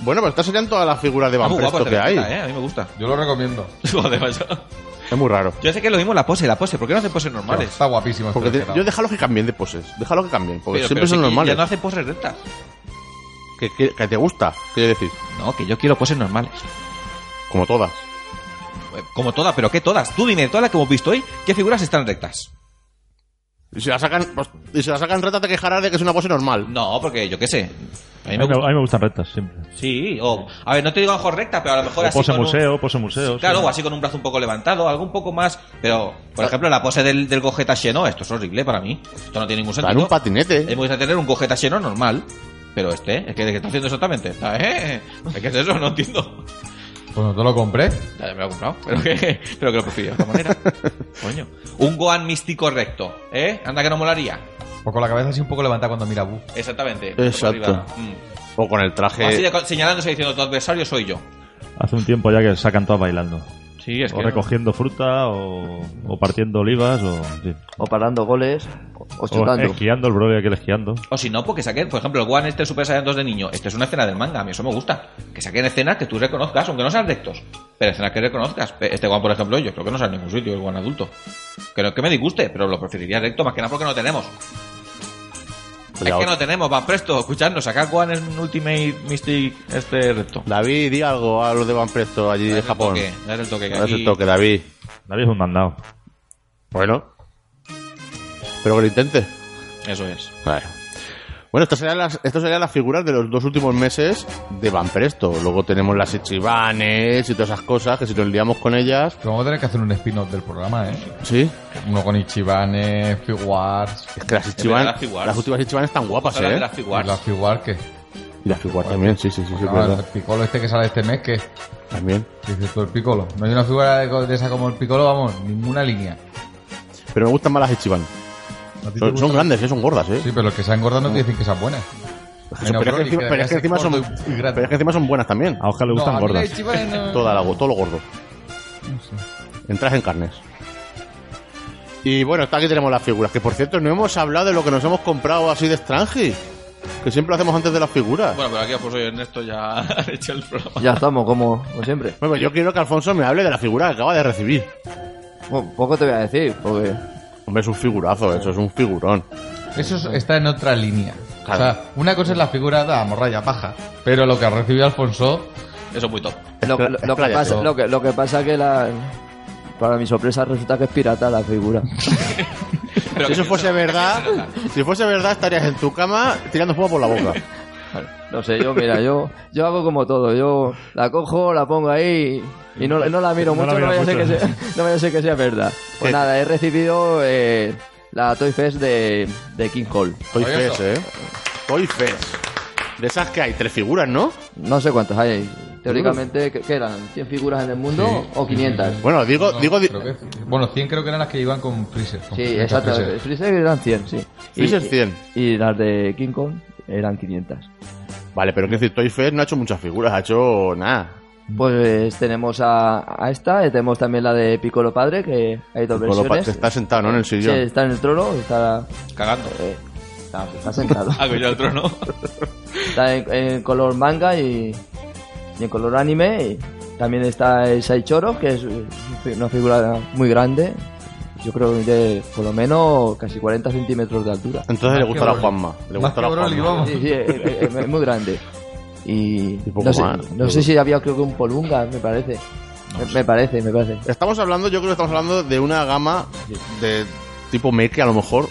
bueno, pero estas serían todas las figuras de Van
muy guapo
Presto
este
que hay.
Vegeta, eh, A mí me gusta.
Yo lo recomiendo.
Joder, macho.
Es muy raro.
Yo sé que lo mismo la pose, la pose. ¿Por qué no hacen poses normales?
Está guapísimo. este
Porque te-
Vegeta.
yo déjalo que cambien de poses. Déjalo que cambien, porque Pues
Pero-
siempre
pero
son
sí que
normales.
Ya no hacen poses rectas.
que, que- que te gusta, quiero decir.
No, que yo quiero poses normales.
Como todas.
Eh, Como todas, pero ¿qué todas? Tú dime, todas las que hemos visto hoy, ¿qué figuras están rectas?
Y si la sacan, pues, y si la sacan rata, te quejarás de que es una pose normal.
No, porque yo qué sé. A
A
mí
mí,
me gusta.
me gustan rectas siempre.
Sí, o. A ver, no te digo a lo mejor recta, pero a lo mejor
O
así.
pose
con un-
museo, pose museo.
Claro,
sí.
o así con un brazo un poco levantado, algo un poco más. Pero, por
Ah.
ejemplo, la pose del, del Gogeta Xeno, esto es horrible para mí. Esto no tiene ningún
Está
sentido.
en un patinete.
Es muy Eh, tener un Gogeta Xeno normal. Pero este, es que, ¿qué está haciendo exactamente? Ah, ¿Eh? ¿Qué es eso? No entiendo.
Cuando Pues te lo compré,
Ya me lo he comprado, pero que, pero que lo prefiero de otra manera. Coño. Un Gohan místico recto, ¿eh? Anda que no molaría.
o con la cabeza así un poco levantada cuando mira a Bu.
Exactamente.
Exacto.
Arriba. Mm.
O con el
Así
traje.
de co- señalándose y diciendo tu adversario soy yo.
Hace un tiempo ya que sacan todas bailando.
Sí, es
o recogiendo fruta, o, o partiendo olivas, o, sí.
O parando goles, o, o
O
chutando.
esquiando, el brother aquel esquiando.
O si no, porque saquen, por ejemplo, el One este Super Saiyan 2 de niño. Esto es una escena del manga, a mí eso me gusta. Que saquen escenas que tú reconozcas, aunque no sean rectos. Pero escenas que reconozcas. Este One, por ejemplo, yo creo que no sale en ningún sitio, el One adulto. Que no es que me disguste, pero lo preferiría recto más que nada porque no tenemos.
Cuidado.
Es que no tenemos, va presto, escuchadnos, sacar One es un Ultimate Mystic este recto.
David, di algo a los de Van Presto allí
Dale
de
el
Japón.
toque, dale el toque, que
No es
aquí-
el toque, David.
Nadie es un mandado.
Bueno. Pero que lo intente.
Eso es.
Vale. Bueno, estas serían, las, estas serían las figuras de los dos últimos meses de Van Presto. Luego tenemos las Ichibanes y todas esas cosas, que si nos liamos con ellas...
Pero vamos a tener que hacer un spin-off del programa, ¿eh?
Sí,
Uno con eh, Ichibanes, Figuarts.
es que las
verdad,
Ichiban...
las figuras.
Las últimas Ichibanes están guapas,
Habla de
¿eh?
las figuras.
La Figuar que.
Y las figuras también, sí, sí, sí, sí, es
Ah, el
verdad.
picolo este que sale este mes, que
También.
dices tú el picolo. No hay una figura de, de esa como el picolo, vamos, ninguna línea.
Pero me gustan más las Ichiban.
¿A ti te
Son,
gusta?
son grandes, ¿eh? son gordas, ¿eh?
Sí, pero los que se han engordado no te dicen que sean buenas.
pero, es que encima, pero es que encima son, pero es que encima son buenas también.
A Oscar le gustan gordas.
Toda la, go- todo lo gordo. Entras en carnes. Y bueno, hasta aquí tenemos las figuras. Que por cierto, no hemos hablado de lo que nos hemos comprado así de Strange. Que siempre lo hacemos antes de las figuras. Bueno,
Bueno, pero aquí pues soy Ernesto ya ha hecho el programa.
Ya estamos, como, como siempre.
pues yo quiero que Alfonso me hable de la figura que acaba de recibir.
Po- poco te voy a decir, porque
Hombre, es un figurazo, eso es un figurón.
Eso es- está en otra línea.
Claro.
O sea, una cosa es la figura de la morralla paja, pero lo que ha recibido Alfonso,
Eso es muy top.
lo,
Espera-
lo- lo que
espera,
pasa,
yo-
lo, que, lo que pasa que la... Para mi sorpresa resulta que es pirata la figura.
Pero
Si eso fuese verdad, si fuese verdad estarías en tu cama tirando fuego por la boca.
No sé, yo, mira, yo, yo hago como todo. Yo la cojo, la pongo ahí y no, no la miro
No la
mucho, no vaya
miras
a ser que
mucho.
sea, no vaya a ser que sea verdad. Pues
¿Qué?
nada, he recibido eh, la Toy Fest de, de King Cole.
Toy
Oye,
Fest,
eso.
eh. Toy Fest. De esas que hay tres figuras, ¿no?
No sé cuántas hay. Teóricamente, ¿qué, qué eran? ¿100 figuras en el mundo
Sí.
o 500?
Bueno, digo,
no,
digo, di-
creo que- bueno, 100 creo que eran las que iban con Freezer. con
Sí,
Freezer,
exacto.
Freezer.
Freezer eran 100, sí. Y-
Freezer 100.
Y las de King Kong eran 500.
Vale, pero quiero decir, Toy Fest no ha hecho muchas figuras, ha hecho nada.
Pues tenemos a, a esta, eh, tenemos también la de Piccolo Padre, que hay dos
Con lo pa-
versiones.
se está sentado, ¿no? En el
Sí,
sillón.
está en el trono, está,
Cagando.
eh, está, está sentado.
Hago yo el trono.
está en, en color manga y, y en color anime. y también está el Saichoro, que es una figura muy grande. Yo creo de por lo menos casi 40 centímetros de altura.
Entonces
Más
le
que
gustará a
Broly.
Juanma. Le
Más que
gustará a
Broly,
Juanma.
vamos.
Sí, sí, es, es- es muy grande. Y
Y poco
no sé,
más.
no sé si había creo que un Polunga, me parece. Me, me parece, me parece.
Estamos hablando, yo creo que estamos hablando de una gama de tipo make, a lo mejor,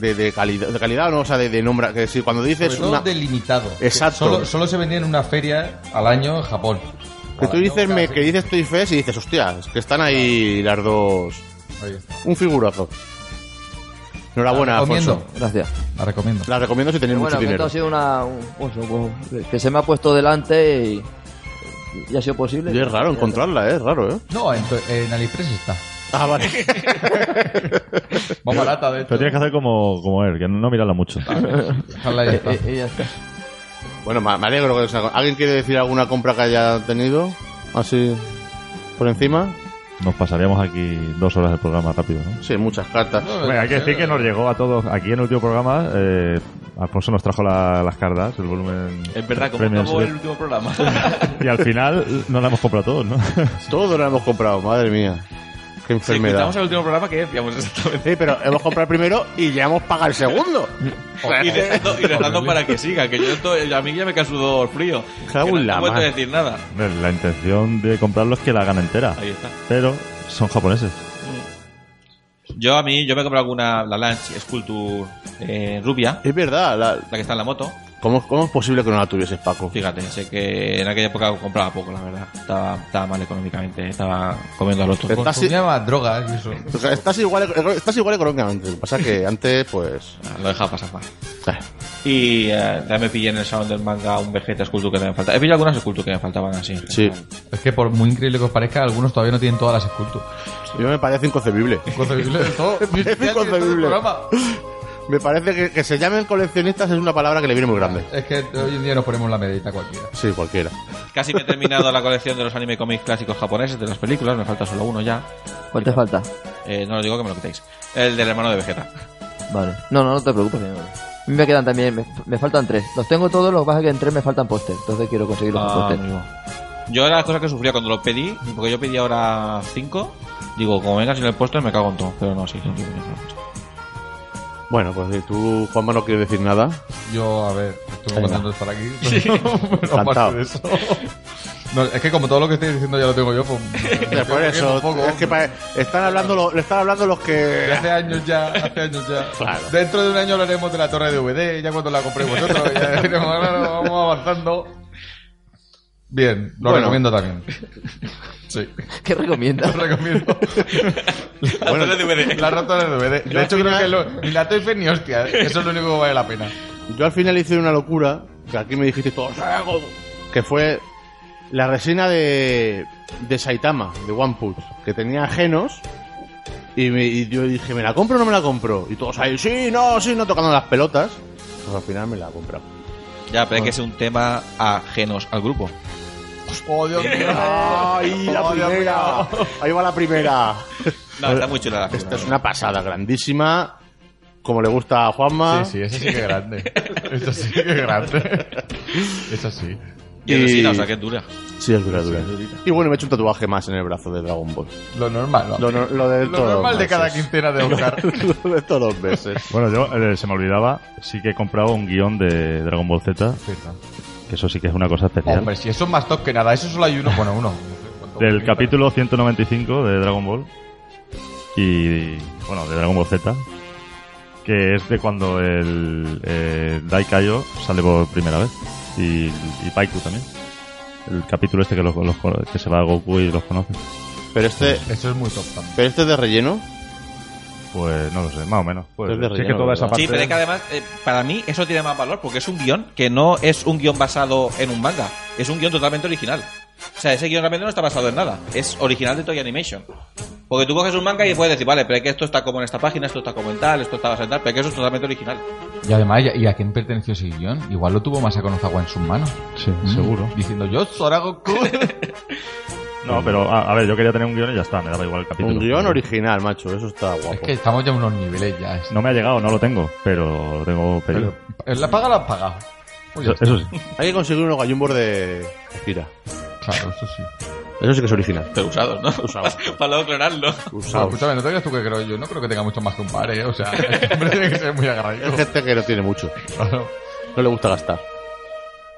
de, de calidad, de calidad, ¿no? O sea, de, de nombre. Que si cuando dices
Sobre todo
una...
delimitado. que
Exacto.
Solo, solo se vendía en una feria al año en Japón.
Que tú
Al año
dices me,
casi.
que dices Toy Fest y dices, hostia, es que están ahí las dos...
Ahí está.
Un figurazo. Enhorabuena,
La recomiendo.
Alfonso.
Gracias.
La recomiendo.
La recomiendo si tenéis
Pero
mucho
bueno, que esto
dinero.
ha sido una. un- pues, un- un- que se me ha puesto delante y. y ha sido posible.
Y es raro encontrarla, ¿eh? Es raro, ¿eh?
No, en, to- en AliExpress está.
Ah, vale.
Más barata, de hecho.
Pero tienes que hacer como, como él, que no mirarla mucho.
Ojalá
Y-
ya está.
y- y Eh, ya está.
Bueno, ma- me alegro que os haga- ¿Alguien quiere decir alguna compra que haya tenido? Así por encima.
Nos pasaríamos aquí dos horas del programa rápido, ¿no?
Sí, muchas cartas.
Bueno, hay que decir que nos llegó a todos. Aquí en el último programa, eh, Alfonso nos trajo la- las cartas, el volumen.
Es verdad, como
premium
acabó el
select.
último programa.
Y al final no la hemos comprado todos, ¿no?
Todo lo hemos comprado, madre mía. Qué
Si
enfermedad.
escuchamos el último programa, que decíamos exactamente?
Sí, pero hemos comprado el primero y ya hemos pagado el segundo.
Y dejando, y dejando para que siga, que yo estoy, a mí ya me cansó el frío. Que
Cago
no
en la
he vuelto a
mar.
decir nada.
La intención de comprarlo es que la gana entera.
Ahí está.
Pero son japoneses.
Yo a mí, yo me he comprado alguna, la Lunch Sculpture eh, rubia,
Es verdad, la-
la que está en la moto.
¿cómo, cómo es posible que no la tuvieses, Paco?
Fíjate, sé que en aquella época compraba poco, la verdad. Estaba, estaba mal económicamente, estaba comiendo al otro.
Pero-
Consumía drogas y eso.
O sea, Estás igual, estás igual económicamente. Lo que pasa es que antes, pues.
Lo dejaba pasar mal.
eh,
Y eh, también me pillé en el salón del manga un Vegeta Sculpture que me faltaba. He pillado algunas Sculpture que me faltaban así. en
Sí.
general.
Es que por muy increíble que os parezca, algunos todavía no tienen todas las esculturas.
Yo me parece inconcebible.
Inconcebible de todo.
Es inconcebible. Me parece que, que se llamen coleccionistas es una palabra que le viene muy grande.
Es que hoy en día nos ponemos la medita cualquiera.
Sí, cualquiera.
Casi me he terminado la colección de los anime cómics clásicos japoneses, de las películas. Me falta solo uno ya.
¿Cuál te falta?
Eh, no lo digo que me lo quitéis. El del hermano de Vegeta.
Vale. No, no, no te preocupes. no, no. A mí me quedan también, me, me faltan tres. Los tengo todos, lo que pasa es que en tres me faltan póster. Entonces quiero conseguirlos con
Ah,
póster.
amigo. Yo era la cosa que sufría cuando lo pedí, porque yo pedí ahora 5. Digo, como venga sin el póster me cago en todo. Pero no, sí, sí, sí, sí.
Bueno, pues si tú, Juanma, no quieres decir nada.
Yo, a ver, estoy muy
Venga.
contento de estar aquí. Pero, pero aparte
Encantado.
de eso. No, es que como todo lo que estoy diciendo ya lo tengo yo, pues.
Ya, por eso,
tampoco.
es que pa- están hablando, lo- le están hablando los
Que
que...
Hace años ya, hace años ya.
Claro.
Dentro de un año hablaremos de la torre de DVD, ya cuando la compréis vosotros, ya diremos, "Bueno, vamos avanzando. Bien, lo
Bueno.
recomiendo también. Sí,
¿Qué
lo
recomiendas?
recomiendo.
Bueno, DVD.
La rata de DVD.
Yo
De
al
hecho,
final-
creo que lo- ni la Toyfer ni hostia. ¿eh? Eso es lo único que vale la pena.
Yo al final hice una locura, que aquí me dijiste todo, que fue la resina de, de Saitama, de One Punch, que tenía genos. Y, me- y yo dije, ¿me la compro o no me la compro? Y todos ahí, sí, no, sí, no tocando las pelotas. Pues al final me la he comprado.
Ya, pero es que es un tema ajenos al grupo.
¡Oh, Dios mío!
¡Ay, la
¡Oh, Dios
primera!
mío!
Ahí va la primera.
No, está muy chula la
Esta
figura.
es una pasada, grandísima. Como le gusta a Juanma.
Sí, sí, eso sí que es grande. Eso sí que es grande. Eso sí.
Y
Y-
resina, o sea, que es dura.
Sí, es dura, dura. Y bueno, me he hecho un tatuaje más en el brazo de Dragon Ball.
Lo normal. ¿no?
Lo, no- lo de
Lo
todos los
normal de cada
meses.
quincena de Oscar.
Lo de todos los meses.
Bueno, yo eh, se me olvidaba, sí que he comprado un guión de Dragon Ball Z, que eso sí que es una cosa especial.
Hombre, si eso es más top que nada, eso solo hay uno. Bueno, uno. No sé cuánto-
del capítulo 195 de Dragon Ball y bueno de Dragon Ball Z que es de cuando el eh, Daikaio sale por primera vez y, y Paiku también el capítulo este que, los, los- que se va a Goku y los conoce
Pero este,
Eso es muy top también.
pero este es de relleno.
pues no lo sé más o menos pues,
Es de
si es que
relleno,
toda esa
¿verdad?
parte
Sí, pero es que además, eh, para mí eso tiene más valor porque es un guión que no es un guión basado en un manga, es un guión totalmente original. O sea, ese guión realmente no está basado en nada, es original de Toy Animation. Porque tú coges un manga y puedes decir, vale, pero es que esto está como en esta página, esto está como en tal, esto está basado en tal, pero es que eso es totalmente original.
Y además, ¿y a- ¿y a quién perteneció ese guión? Igual lo tuvo Masako Nozawa en sus manos.
sí, seguro
Mm, Diciendo yo, Sora Goku.
no pero a, a ver yo quería tener un guión y ya está me daba igual el capítulo
Un guión original, macho. Eso está guapo.
es que estamos ya a unos niveles ya. es-
no me ha llegado no lo tengo pero lo tengo pedido
Pero, la paga la paga. Pues ya
eso, eso sí
Hay que conseguir unos gallumbos de Akira.
está. Claro, eso sí.
Eso sí que es original.
Pero usados, ¿no?
Usados.
para luego clonarlo.
Pero,
Usado.
escúchame, no te creas tú que creo yo. No creo que tenga mucho más que un par, ¿eh? O sea, este hombre tiene que ser muy
Es
agradecido.
gente que no tiene mucho.
Claro.
No le gusta gastar.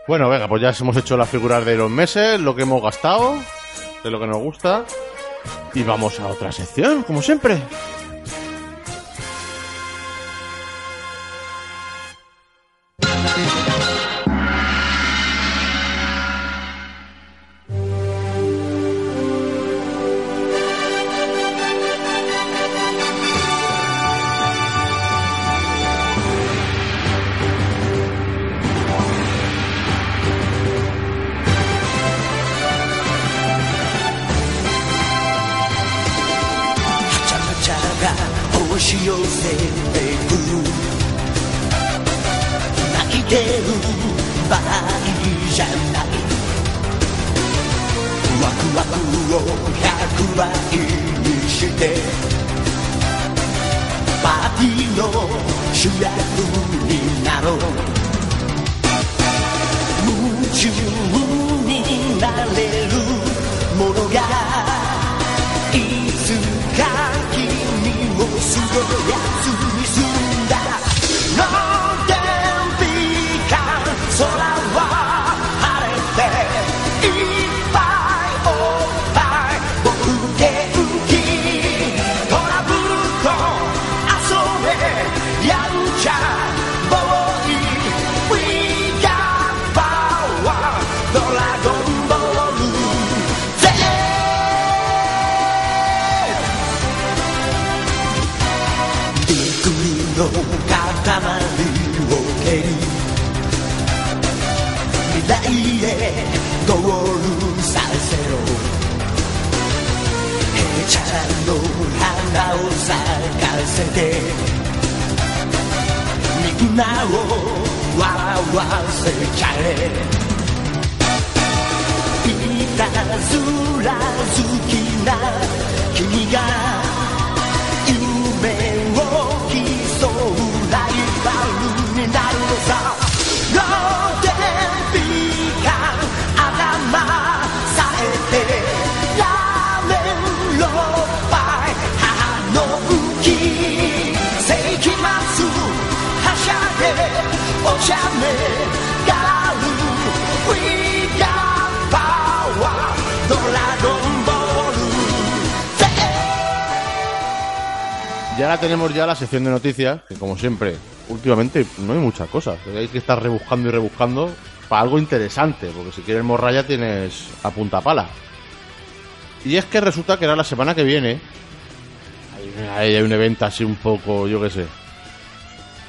Bueno, venga, pues ya hemos hecho las figuras de los meses, lo que hemos gastado, de lo que nos gusta. Y vamos a otra sección, como siempre.
「おし寄せてく」「泣きてる場合じゃない」「ワクワクを100倍にして」「パーティーの主役になろう」「夢中になれるものが」「いつか君をすごいやつにすんだ」「なんて美化空は晴れて」「いっぱいおっぱい僕元気」「トラブルと遊べやんちゃボーイ」「We got power ドラゴンボール」「ゼびっくりの塊を蹴り未来へゴールさせろ平ちゃんの花を咲かせてみんなを笑わせちゃえいたずら好きな君が夢を競うライバルになるのさローテンピーカー頭さえてラーメン六杯母の浮き世紀末はしゃげおしゃれガール We got power
Y ahora tenemos ya la sección de noticias, que como siempre, últimamente no hay muchas cosas. Hay que estar rebuscando y rebuscando para algo interesante, porque si quieres morralla tienes a punta pala. Y es que resulta que ahora la semana que viene hay, hay un evento así un poco, yo qué sé,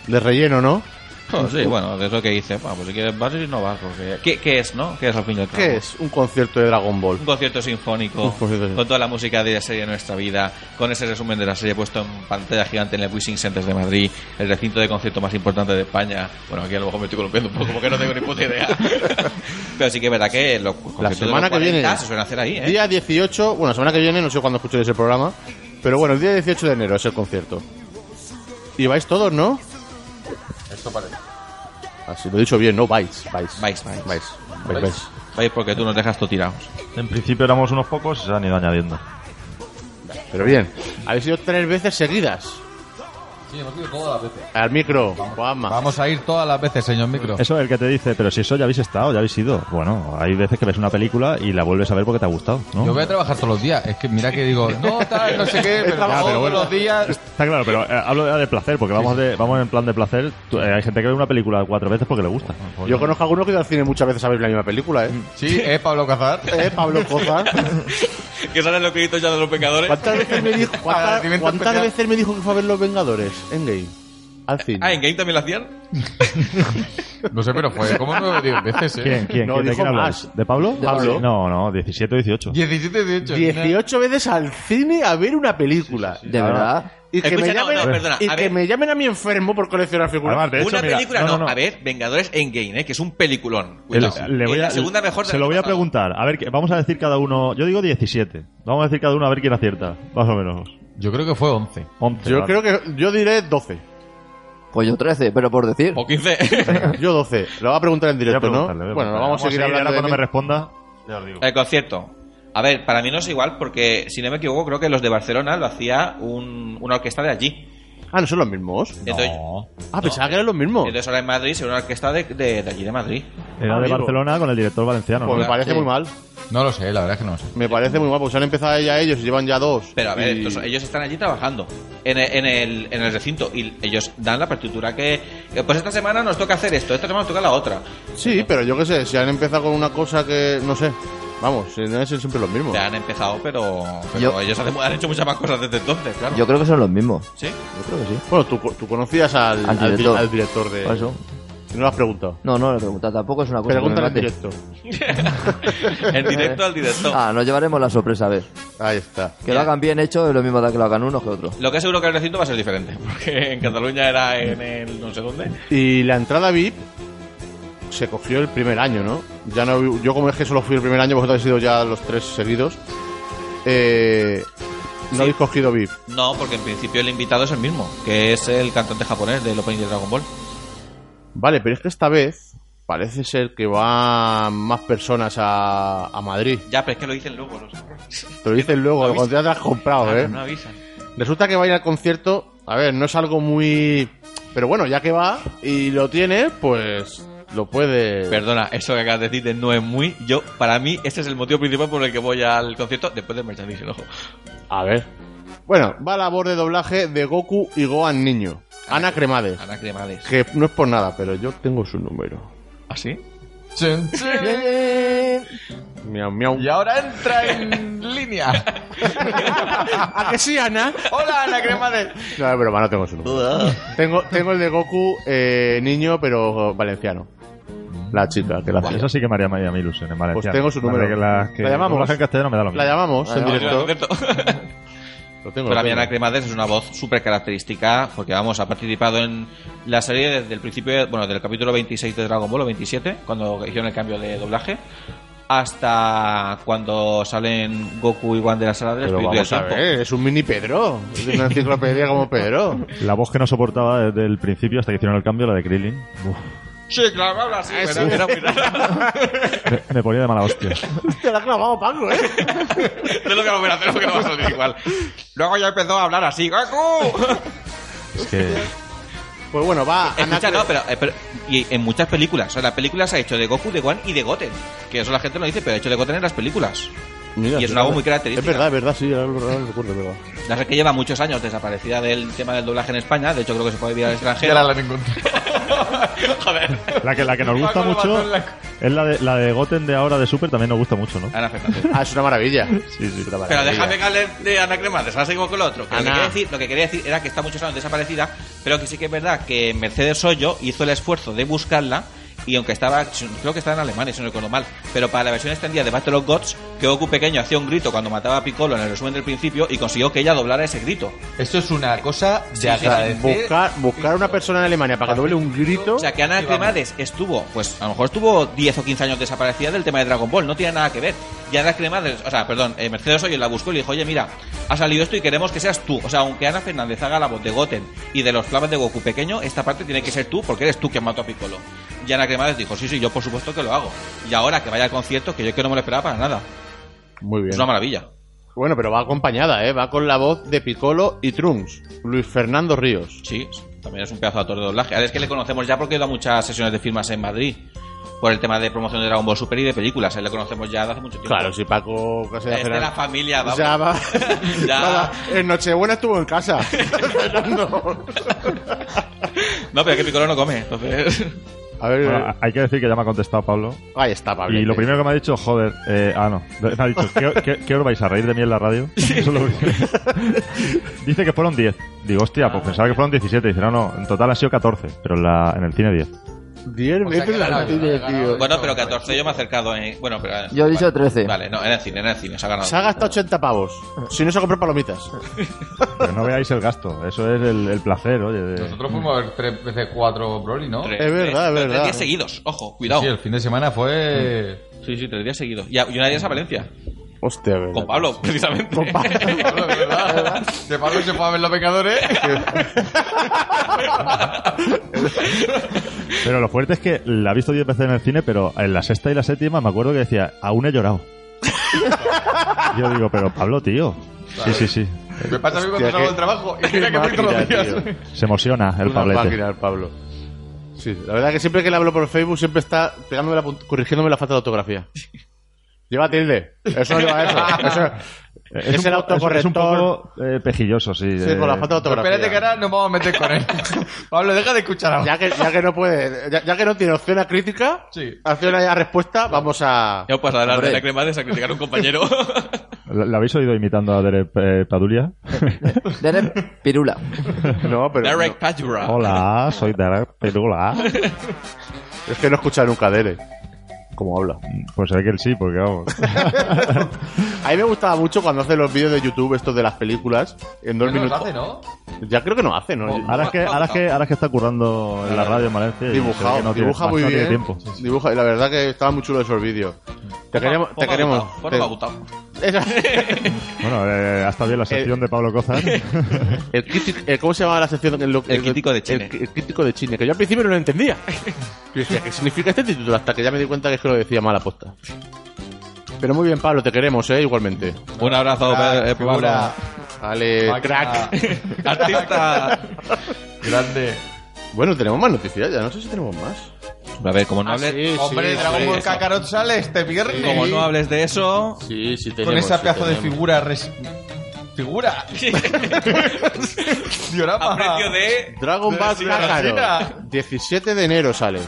de relleno, ¿no?
Oh, sí, bueno, de eso que dice, bueno, pues si quieres vas y si no vas. Porque... ¿Qué, qué es, no? ¿Qué es al fin y al cabo?
¿Qué es un concierto de Dragon Ball?
Un concierto sinfónico,
Un concierto sinfónico.
con toda la música de la serie de nuestra vida, con ese resumen de la serie puesto en pantalla gigante en el Wishing Center de Madrid, el recinto de concierto más importante de España. Bueno, aquí a lo mejor me estoy columpiando un poco porque no tengo ni puta idea. Pero sí que es verdad que los
La
conciertos de
semana
los
que
40
viene.
se suelen hacer ahí, ¿eh?
Día 18, bueno, la semana que viene, no sé cuándo escuchéis el programa, pero bueno, el día 18 de enero es el concierto. Y vais todos, ¿no?
Esto parece.
Así lo he dicho bien, ¿no? Vais, vais.
Vais, vais.
Vais, vais, vais.
Oye, porque tú nos dejas todo tirados.
En principio éramos unos pocos y se han ido añadiendo.
Pero bien, habéis ido tres veces seguidas.
Sí, hemos ido todas las veces.
Al micro, Juanma.
Vamos a ir todas las veces, señor micro.
Eso es el que te dice, pero si eso ya habéis estado, ya habéis ido. Bueno, hay veces que ves una película y la vuelves a ver porque te ha gustado,
Yo
¿no?
voy a trabajar todos los días. Es que mira que digo, no, tal, no sé qué, pero
Ya, pero
todos
bueno.
los días.
Está claro, pero eh, hablo de, de placer, porque vamos, de, vamos en plan de placer. Tú- eh, hay gente que ve una película cuatro veces porque le gusta.
Yo conozco a algunos que ido al cine muchas veces a ver la misma película, ¿eh?
Sí, eh, Pablo Cazar.
¿Eh, Pablo Coza?
Que salen los créditos ya de los pecadores.
¿Cuántas veces me dijo, cuántas-
Agradecimiento
cuántas
especial.
veces me dijo que fue a ver Los Vengadores? Endgame. Al cine.
Ah, ¿en Game también lo hacían?
No sé, pero fue como nueve o diez veces, eh.
¿Quién? ¿Quién?
No,
¿Quién- ¿De
dijo
quién habláis?
más.
¿De Pablo?
De Pablo.
No, no, 17 o 18.
17, 18.
18 veces al cine a ver una película.
¿De verdad?
Y que,
Escucha,
me
no,
llamen,
no, perdona,
y
a
que
ver.
me llamen a mi enfermo por coleccionar figuras.
Además, de hecho,
Una
mira,
película, no, A ver, Vengadores Endgame, ¿eh? Que es un peliculón. Cuidado.
El- le voy
Es la
a-
segunda mejor de
se
la
lo voy a
pasada.
preguntar. A ver, que- vamos a decir cada uno. Yo digo 17. Vamos a decir cada uno a ver quién acierta. Más o menos.
Yo creo que fue 11.
11.
Yo creo
vale.
que yo diré 12.
Pues yo 13, pero por decir.
O 15.
Yo 12. Lo va a preguntar en
Voy a
directo, ¿no?
preguntarle, voy a
Bueno,
preguntarle.
lo vamos a seguir
ahora
hablando de
cuando
mí.
me responda. Ya os digo.
El concierto. A ver, para mí no es igual porque, si no me equivoco, creo que los de Barcelona lo hacía un- una orquesta de allí.
Ah, ¿no son los mismos?
Entonces,
Ah, pensaba que eran los mismos.
entonces ahora en Madrid sería una orquesta de, de- de allí de Madrid.
Era de
Amigo.
Barcelona con el director valenciano.
Pues me
¿no?
parece
Sí.
muy mal.
No lo sé, la verdad es que no lo sé.
Me parece muy mal, porque se han empezado ya ellos y llevan ya dos.
Pero a ver,
Y-
entonces, ellos están allí trabajando en el, en, el, en el recinto y ellos dan la partitura que, que, Pues esta semana nos toca hacer esto, esta semana nos toca la otra.
Sí, pero yo qué sé, si han empezado con una cosa que, no sé, vamos, si no es siempre los mismos.
Ya han empezado, pero, pero
Yo-
ellos hacen- han hecho muchas más cosas desde entonces, claro.
Yo creo que son los mismos.
Sí.
Yo creo que sí.
Bueno, tú, tú conocías al,
Al
al di-
director.
al director de...
Por eso.
No lo has preguntado.
No, no le pregunta, tampoco es una cosa. que me
Pregúntale en
mate.
directo.
En directo al directo.
Ah, nos llevaremos la sorpresa a ver.
Ahí está.
Que lo hagan bien hecho es lo mismo da que lo hagan unos que otros.
Lo que seguro que el recinto va a ser diferente, porque en Cataluña era en el no sé dónde.
Y la entrada VIP se cogió el primer año, ¿no? Ya no yo como es que solo fui el primer año, vosotros habéis sido ya los tres seguidos. Eh, no
Sí.
habéis cogido VIP.
No, porque en principio el invitado es el mismo, que es el cantante japonés del opening de Dragon Ball.
Vale, pero es que esta vez parece ser que van más personas a, a Madrid.
Ya, pero es que lo dicen luego los cabrones.
Te lo dicen luego,
¿Lo
cuando ya te has comprado,
Claro,
¿eh?
No avisan.
Resulta que va a ir al concierto. A ver, no es algo muy. Pero bueno, ya que va y lo tiene, pues lo puede.
Perdona, eso que acabas de decir de no es muy. Yo, para mí, este es el motivo principal por el que voy al concierto después del merchandising, ojo.
A ver. Bueno, va a labor de doblaje de Goku y Gohan Niño.
Ah.
Ana Cremades.
Ana Cremades.
Que no es por nada, pero yo tengo su número.
¿Ah, sí?
Chun, chun.
Miau, miau.
Y ahora entra en línea.
Ah.
¿A que sí, Ana?
Hola, Ana Cremades.
No, es broma, no tengo su número. Tengo, tengo el de Goku eh, niño, pero valenciano. La chica que la hacía.
Eso sí que me haría, me haría mi ilusión en Valencia.
Pues tengo su número.
La, la, que
La llamamos.
doblaje en castellano me da lo mismo.
La llamamos en
La
Vamos al
directo.
concierto.
Lo tengo,
Para
lo
mí
tengo.
Ana Cremades es una voz súper característica porque, vamos, ha participado en la serie desde el principio, bueno, del capítulo 26 de Dragon Ball o 27, cuando hicieron el cambio de doblaje, hasta cuando salen Goku y Gohan de la sala del
Pero
espíritu
vamos
del
Pues a
tiempo.
ver, es un mini Pedro. Es una enciclopedia como Pedro.
La voz que no soportaba desde el principio hasta que hicieron el cambio, la de Krillin. Uf,
Sí, claro, habla así, pero era muy raro.
me, me ponía de mala hostia.
Te la ha clavado, Paco, ¿eh?
No es lo que vamos a hacer, porque no va a salir igual. Luego ya empezó a hablar así, ¡Goku!
Es que
Pues bueno, va. Ana
Escucha,
Cre-
no, pero, eh, pero- y en muchas películas. O sea, la película se ha hecho de Goku, de Gohan y de Goten. Que eso la gente no dice, pero ha hecho de Goten en las películas.
Mira,
y es
sí,
una voz
verdad.
muy característica.
Es verdad, es verdad, sí, ahora lo ahora lo recuerdo, es verdad.
La verdad es que lleva muchos años desaparecida del tema del doblaje en España. De hecho, creo que se puede vivir al
Ya la
extranjero.
han encontrado.
Joder.
La que, la que nos gusta
Paco
mucho
levantó la-
es la de, la de Goten de ahora de Super, también nos gusta mucho, ¿no?
Ana Fernández.
Ah, es una maravilla.
Sí, sí.
Pero déjame que hable de Ana Cremades, ahora seguimos con lo otro. Que Lo, que quería decir, lo que quería decir era que está muchos años desaparecida, pero que sí que es verdad que Mercedes Hoyo hizo el esfuerzo de buscarla y aunque estaba, creo que estaba en Alemania, si no recuerdo mal, pero para la versión extendida de Battle of Gods, que Goku pequeño hacía un grito cuando mataba a Piccolo en el resumen del principio y consiguió que ella doblara ese grito.
Esto es una cosa de
sí,
agradecer.
Buscar, buscar una persona en Alemania para que doble un grito.
O sea, que Ana
Sí, vamos.
Cremades estuvo, pues a lo mejor estuvo 10 o 15 años desaparecida del tema de Dragon Ball, no tiene nada que ver. Y Ana Cremades, o sea, perdón, eh, Mercedes Hoyos la buscó y le dijo, oye, mira, ha salido esto y queremos que seas tú. O sea, aunque Ana Fernández haga la voz de Goten y de los planes de Goku pequeño, esta parte tiene que ser tú porque eres tú quien mató a Piccolo. Y Ana Cremades dijo, sí, sí, yo por supuesto que lo hago. Y ahora que vaya al concierto, que yo es que no me lo esperaba para nada.
Muy bien.
Es una maravilla.
Bueno, pero va acompañada, ¿eh? Va con la voz de Piccolo y Trunks. Luis Fernando Ríos.
Sí, también es un pedazo de actor de doblaje. Ahora es que le conocemos ya porque ha ido a muchas sesiones de firmas en Madrid por el tema de promoción de Dragon Ball Super y de películas. A él le conocemos ya de hace mucho tiempo.
Claro, si Paco casi
Es de la familia, vamos.
Ya va.
Ya.
Nada, en Nochebuena estuvo en casa. Fernando.
No, pero es que Piccolo no come, entonces...
A ver,
Bueno, hay que decir que ya me ha contestado Pablo.
ahí está, Pablo.
Ah. Y lo primero que me ha dicho, joder, eh, ah, no. Me ha dicho, ¿qué, qué, qué os vais a reír de mí en la radio? Eso es lo primero. Dice que fueron 10. Digo, hostia, pues pensaba que fueron 17. Dice, no, no, en total han sido 14, pero en, la, en el cine 10.
10
O sea,
metros
que
la
ganado,
latilla,
ganado,
tío.
Bueno, pero 14 yo me he acercado en... Bueno, pero...
Yo he dicho
vale.
13.
Vale, no, en el cine, en el cine, se ha ganado.
Se ha gastado 80 pavos. Si no, se compró palomitas.
Pero no veáis el gasto, eso es el, el placer, oye. de-
Nosotros fuimos a ver tres veces cuatro Broly, ¿no?
Tres-
Es verdad, es
tres-
verdad.
Tres días seguidos, ojo, cuidado.
Sí, el fin de semana fue.
Sí, sí, tres días seguidos. Y, a- y una de ellas a Valencia,
Hostia, verdad.
con Pablo, precisamente.
Con Pablo.
Pablo, de verdad. De Pablo se fue a ver Los Vengadores.
Pero lo fuerte es que la he visto 10 veces en el cine, pero en la sexta y la séptima me acuerdo que decía, aún he llorado. Yo digo, pero Pablo, tío. Sí, sí, sí.
Me pasa a mí
Hostia,
cuando salgo
qué-
del trabajo. Y
qué
mira que voy todos los
máquina,
días.
tío.
Se emociona el
Una
Pablete.
máquina, el Pablo. Sí, la verdad que siempre que le hablo por Facebook siempre está pegándome la punt- corrigiéndome la falta de autografía. Lleva tilde. Eso no lleva eso. eso es,
un
el
po- es un
autocorrector.
poco eh, pejilloso, sí.
Sí,
eh.
con la falta de
Pero
autografía.
espérate que ahora nos vamos a meter con él. Pablo, deja de escuchar ahora.
ya que, ya que no puede, ya, ya que no tiene opción a crítica,
Sí.
opción a respuesta, vamos a.
Ya puedes hablar de
Hombre.
la crema de sacrificar a un compañero.
¿La, la habéis oído imitando a Derek eh, Padulia?
Derek Pirula.
No, pero
Derek Pajura.
Hola, soy Derek Padulia.
no, es que no escucha nunca de él. Como habla.
Pues se ve que él sí, porque vamos.
A mí me gustaba mucho cuando hace los vídeos de YouTube estos de las películas en dos
Ya nos
minutos.
hace, ¿no?
Ya creo que no hace, ¿no?
Ahora es que, ahora es que, ahora es que está currando en la radio en Valencia. y se ve
Dibujado,
que no tiene-
dibuja
más
muy
no tiene
bien.
tiempo.
Dibuja, y la verdad que estaba muy chulo esos vídeos. Te queremos, te
Forma
queremos.
Gutau,
te-
forma Gutau.
Esa-
Bueno, eh, ha estado bien la sección de Pablo Cozar.
el crítico- eh, ¿Cómo se llamaba la sección? El, lo-
El crítico de Chile.
El, el crítico de Chile, que yo al principio no lo entendía. Yo decía, ¿qué significa este título? Hasta que ya me di cuenta que es que lo decía mal aposta. Pero muy bien, Pablo, te queremos, ¿eh? Igualmente.
Un abrazo, eh,
figura.
Vale,
Máquina.
crack.
Artista.
Grande.
Bueno, tenemos más noticias ya, no sé si tenemos más.
A ver,
Ah,
como no hables,
Hombre, Dragon Ball
eso.
Kakarot sale este viernes.
como no hables de eso,
Sí, sí, tenemos.
Con esa
sí,
pedazo de
tenemos.
figura. res- Figura. Diorama.
a precio de
Dragon Ball
Sí,
Kakarot.
China.
17 de enero sale.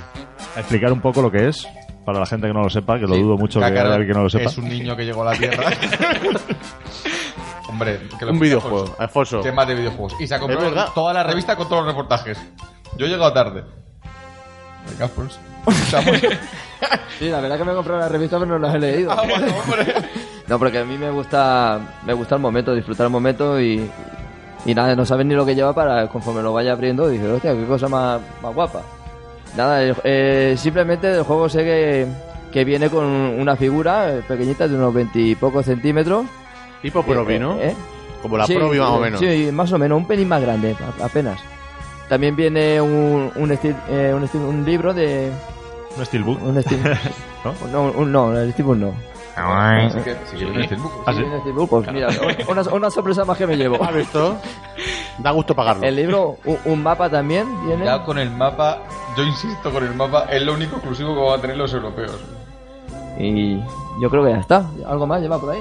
A explicar un poco lo que es, para la gente que no lo sepa, que lo dudo mucho que haya
Kakarot
alguien que no lo sepa.
Es un niño que llegó a la Tierra. Hombre, que lo
Un
explica
videojuego,
Fox.
Alfonso.
Temas de videojuegos. Y se ha
Es verdad.
comprado toda la revista con todos los reportajes. Yo he llegado tarde. Venga, pues, Fox. Estamos-
Sí, la verdad que me he comprado la revista, pero no las he leído.
Ah, bueno, hombre.
No, porque a mí me gusta, me gusta el momento, disfrutar el momento y, y nada, no sabes ni lo que lleva para conforme lo vaya abriendo, dices, hostia, qué cosa más, más guapa. Nada, el- eh, simplemente del juego sé que, que viene con una figura eh, pequeñita de unos veintipocos centímetros.
Tipo Probi, Pues ¿no?
Eh, eh.
Como la
Sí,
Probi, más o
eh,
menos.
Sí, más o menos, un pelín más grande, a- apenas. También viene un, un, estil- eh, un, estil- un libro de...
Un steelbook.
Un Steelbook. ¿No? un- no, el Steelbook no.
Así que, sí que viene el Facebook.
Ah, sí.
Un Steelbook, pues mira, una, una sorpresa más que me llevo.
¿Has visto? Da gusto pagarlo.
El libro, un, un mapa también viene.
Ya con el mapa, yo insisto, con el mapa es lo único exclusivo que van a tener los europeos.
Y yo creo que ya está. ¿Algo más lleva por ahí?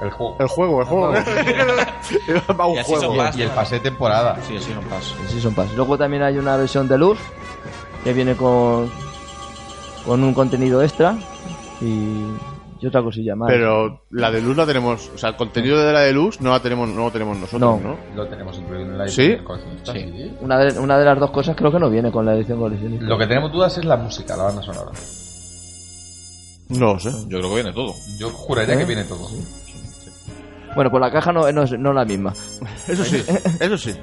El juego.
El juego, el juego. Va a un
Y así
juego.
son más.
Y el pase de temporada.
Sí, el Season Pass.
El Season Pass. Luego también hay una versión de luz que viene con, con un contenido extra y, y otra cosilla más.
Pero la de luz la tenemos, o sea, el contenido de la de luz no la tenemos, no lo tenemos nosotros, ¿no?
No.
Lo tenemos incluido en la
¿Sí?
edición del coleccionista,
Sí.
sí.
Una de, una de las dos cosas creo que no viene con la edición coleccionista.
Lo que tenemos dudas es la música, la banda sonora.
No lo sé.
Yo creo que viene todo.
Yo juraría
¿Eh?
que viene todo.
Bueno, pues la caja no, no es no es la misma.
Eso sí, eso sí.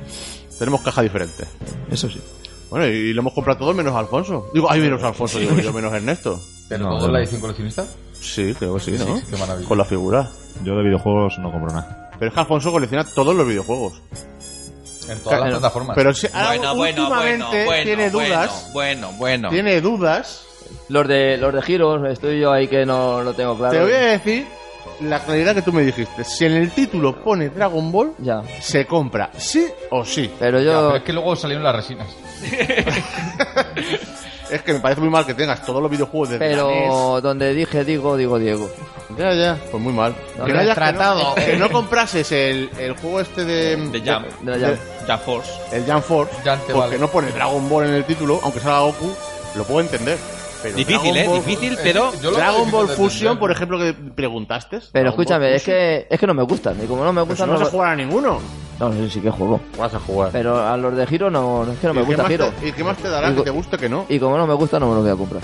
Tenemos caja diferente.
Eso sí.
Bueno, y lo hemos comprado todo menos Alfonso. Digo, ay, menos Alfonso, digo yo, menos Ernesto.
¿Pero
No,
todo
no.
en la edición coleccionista?
Sí, creo que sí,
Sí,
¿no?
sí, qué maravilla.
Con la figura.
Yo de videojuegos no compro nada.
Pero es que Alfonso colecciona todos los videojuegos.
En todas las
Claro.
plataformas.
Pero si ahora últimamente tiene dudas,
Bueno, bueno.
tiene dudas.
Los de los de giros, estoy yo ahí que no lo tengo claro.
Te voy a decir la claridad que tú me dijiste. Si en el título pone Dragon Ball,
Ya.
se compra, sí o sí.
Pero
Ya,
yo
pero es que luego salieron las resinas.
Es que me parece muy mal que tengas todos los videojuegos de
pero donde dije digo, digo Diego.
E Ya, ya, pues muy mal.
No
que
te
no
has
hayas
tratado.
Que no, que no comprases el, el juego este de.
De Jam.
De la llave.
Jam Force.
El Jam Force.
Jam te
porque
vale.
no pone Dragon Ball en el título, aunque salga Goku, lo puedo entender. Pero
Difícil,
Dragon
¿eh?
Ball-
Difícil, pero...
Yo lo
Dragon
veo
Ball
difícil de
Fusion,
entender.
por ejemplo, que preguntaste.
Pero
Dragon Ball
escúchame, es
Fusion.
que es que no me gustan y como no me
Pues no
gustan
vas a
no,
jugar a ninguno.
no, no sé si que juego.
Vas a jugar.
Pero a los de giro no, no es que no me
¿Y qué
gusta
más
giro.
te- ¿Y qué más te dará
Y-
que te guste que no?
Y como no me gusta no me lo voy a comprar.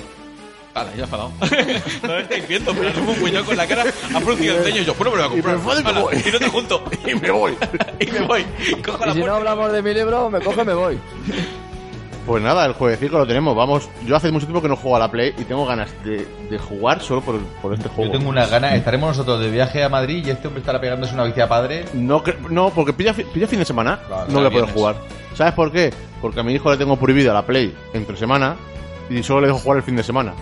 Vale, ya enfadado. no lo estáis viendo, pero tengo un puñado con la cara. Ha producido el teño y yo, bueno, me lo voy a
Y me
comprar.
enfado y me
Hala,
voy.
Y no te junto.
Y me voy.
y me voy. Cojo
Y
la
si no
puerta.
hablamos de mi libro, me cojo y me voy.
Pues nada, el jueguecito lo tenemos. Vamos, yo hace mucho tiempo que no juego a la Play y tengo ganas de, de jugar solo por, por este
Yo
juego.
tengo unas ganas. Estaremos nosotros de viaje a Madrid y este hombre estará pegándose una bici a padre.
No, cre- no, porque pilla, fi- pilla fin de semana,
Claro,
no voy a poder
viernes.
jugar. ¿Sabes por qué? Porque a mi hijo le tengo prohibida la Play entre semana y solo le dejo jugar el fin de semana.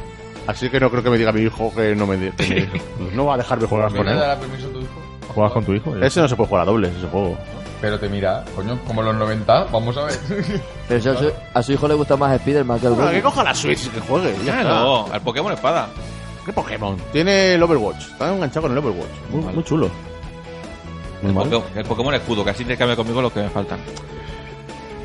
Así que no creo que me diga mi hijo que no me, de- que me- no va a dejarme jugar
¿Me
con
le
él.
dará permiso a tu hijo?
¿Juegas con tu hijo?
Ese no se puede jugar a dobles, ese juego.
Pero te mira, coño, como los 90, vamos a ver.
Pero si a, su, a su hijo le gusta más Spider-Man que el
Bueno, que
Goku.
coja la Switch y que juegue. ya está.
Claro, al Pokémon Espada.
¿Qué Pokémon? Ah, Tiene el Overwatch. Está enganchado con el Overwatch. Muy,
Vale.
muy chulo. Muy
El
mal.
Poké- El Pokémon Escudo, que así te cambia conmigo los que me faltan.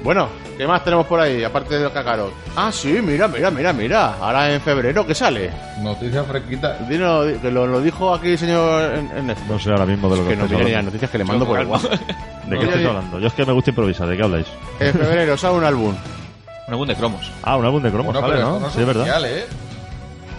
Bueno, ¿qué más tenemos por ahí? Aparte del Kakarot. Ah, sí, mira, mira, mira, mira. Ahora en febrero, ¿qué sale?
Noticias fresquitas.
Dino, di- que lo, lo dijo aquí el señor en, en Netflix.
No sé ahora mismo de lo que,
que no
estáis
mira ni las
hablando.
noticias que le mando por el WhatsApp.
¿De qué
No.
estáis hablando? Yo es que me gusta improvisar. ¿De qué habláis?
En febrero sale un álbum.
Un álbum de cromos.
Ah, un álbum de cromos,
Bueno,
¿vale?
pero
¿no?
esto no es
sí, es verdad.
oficial, ¿eh?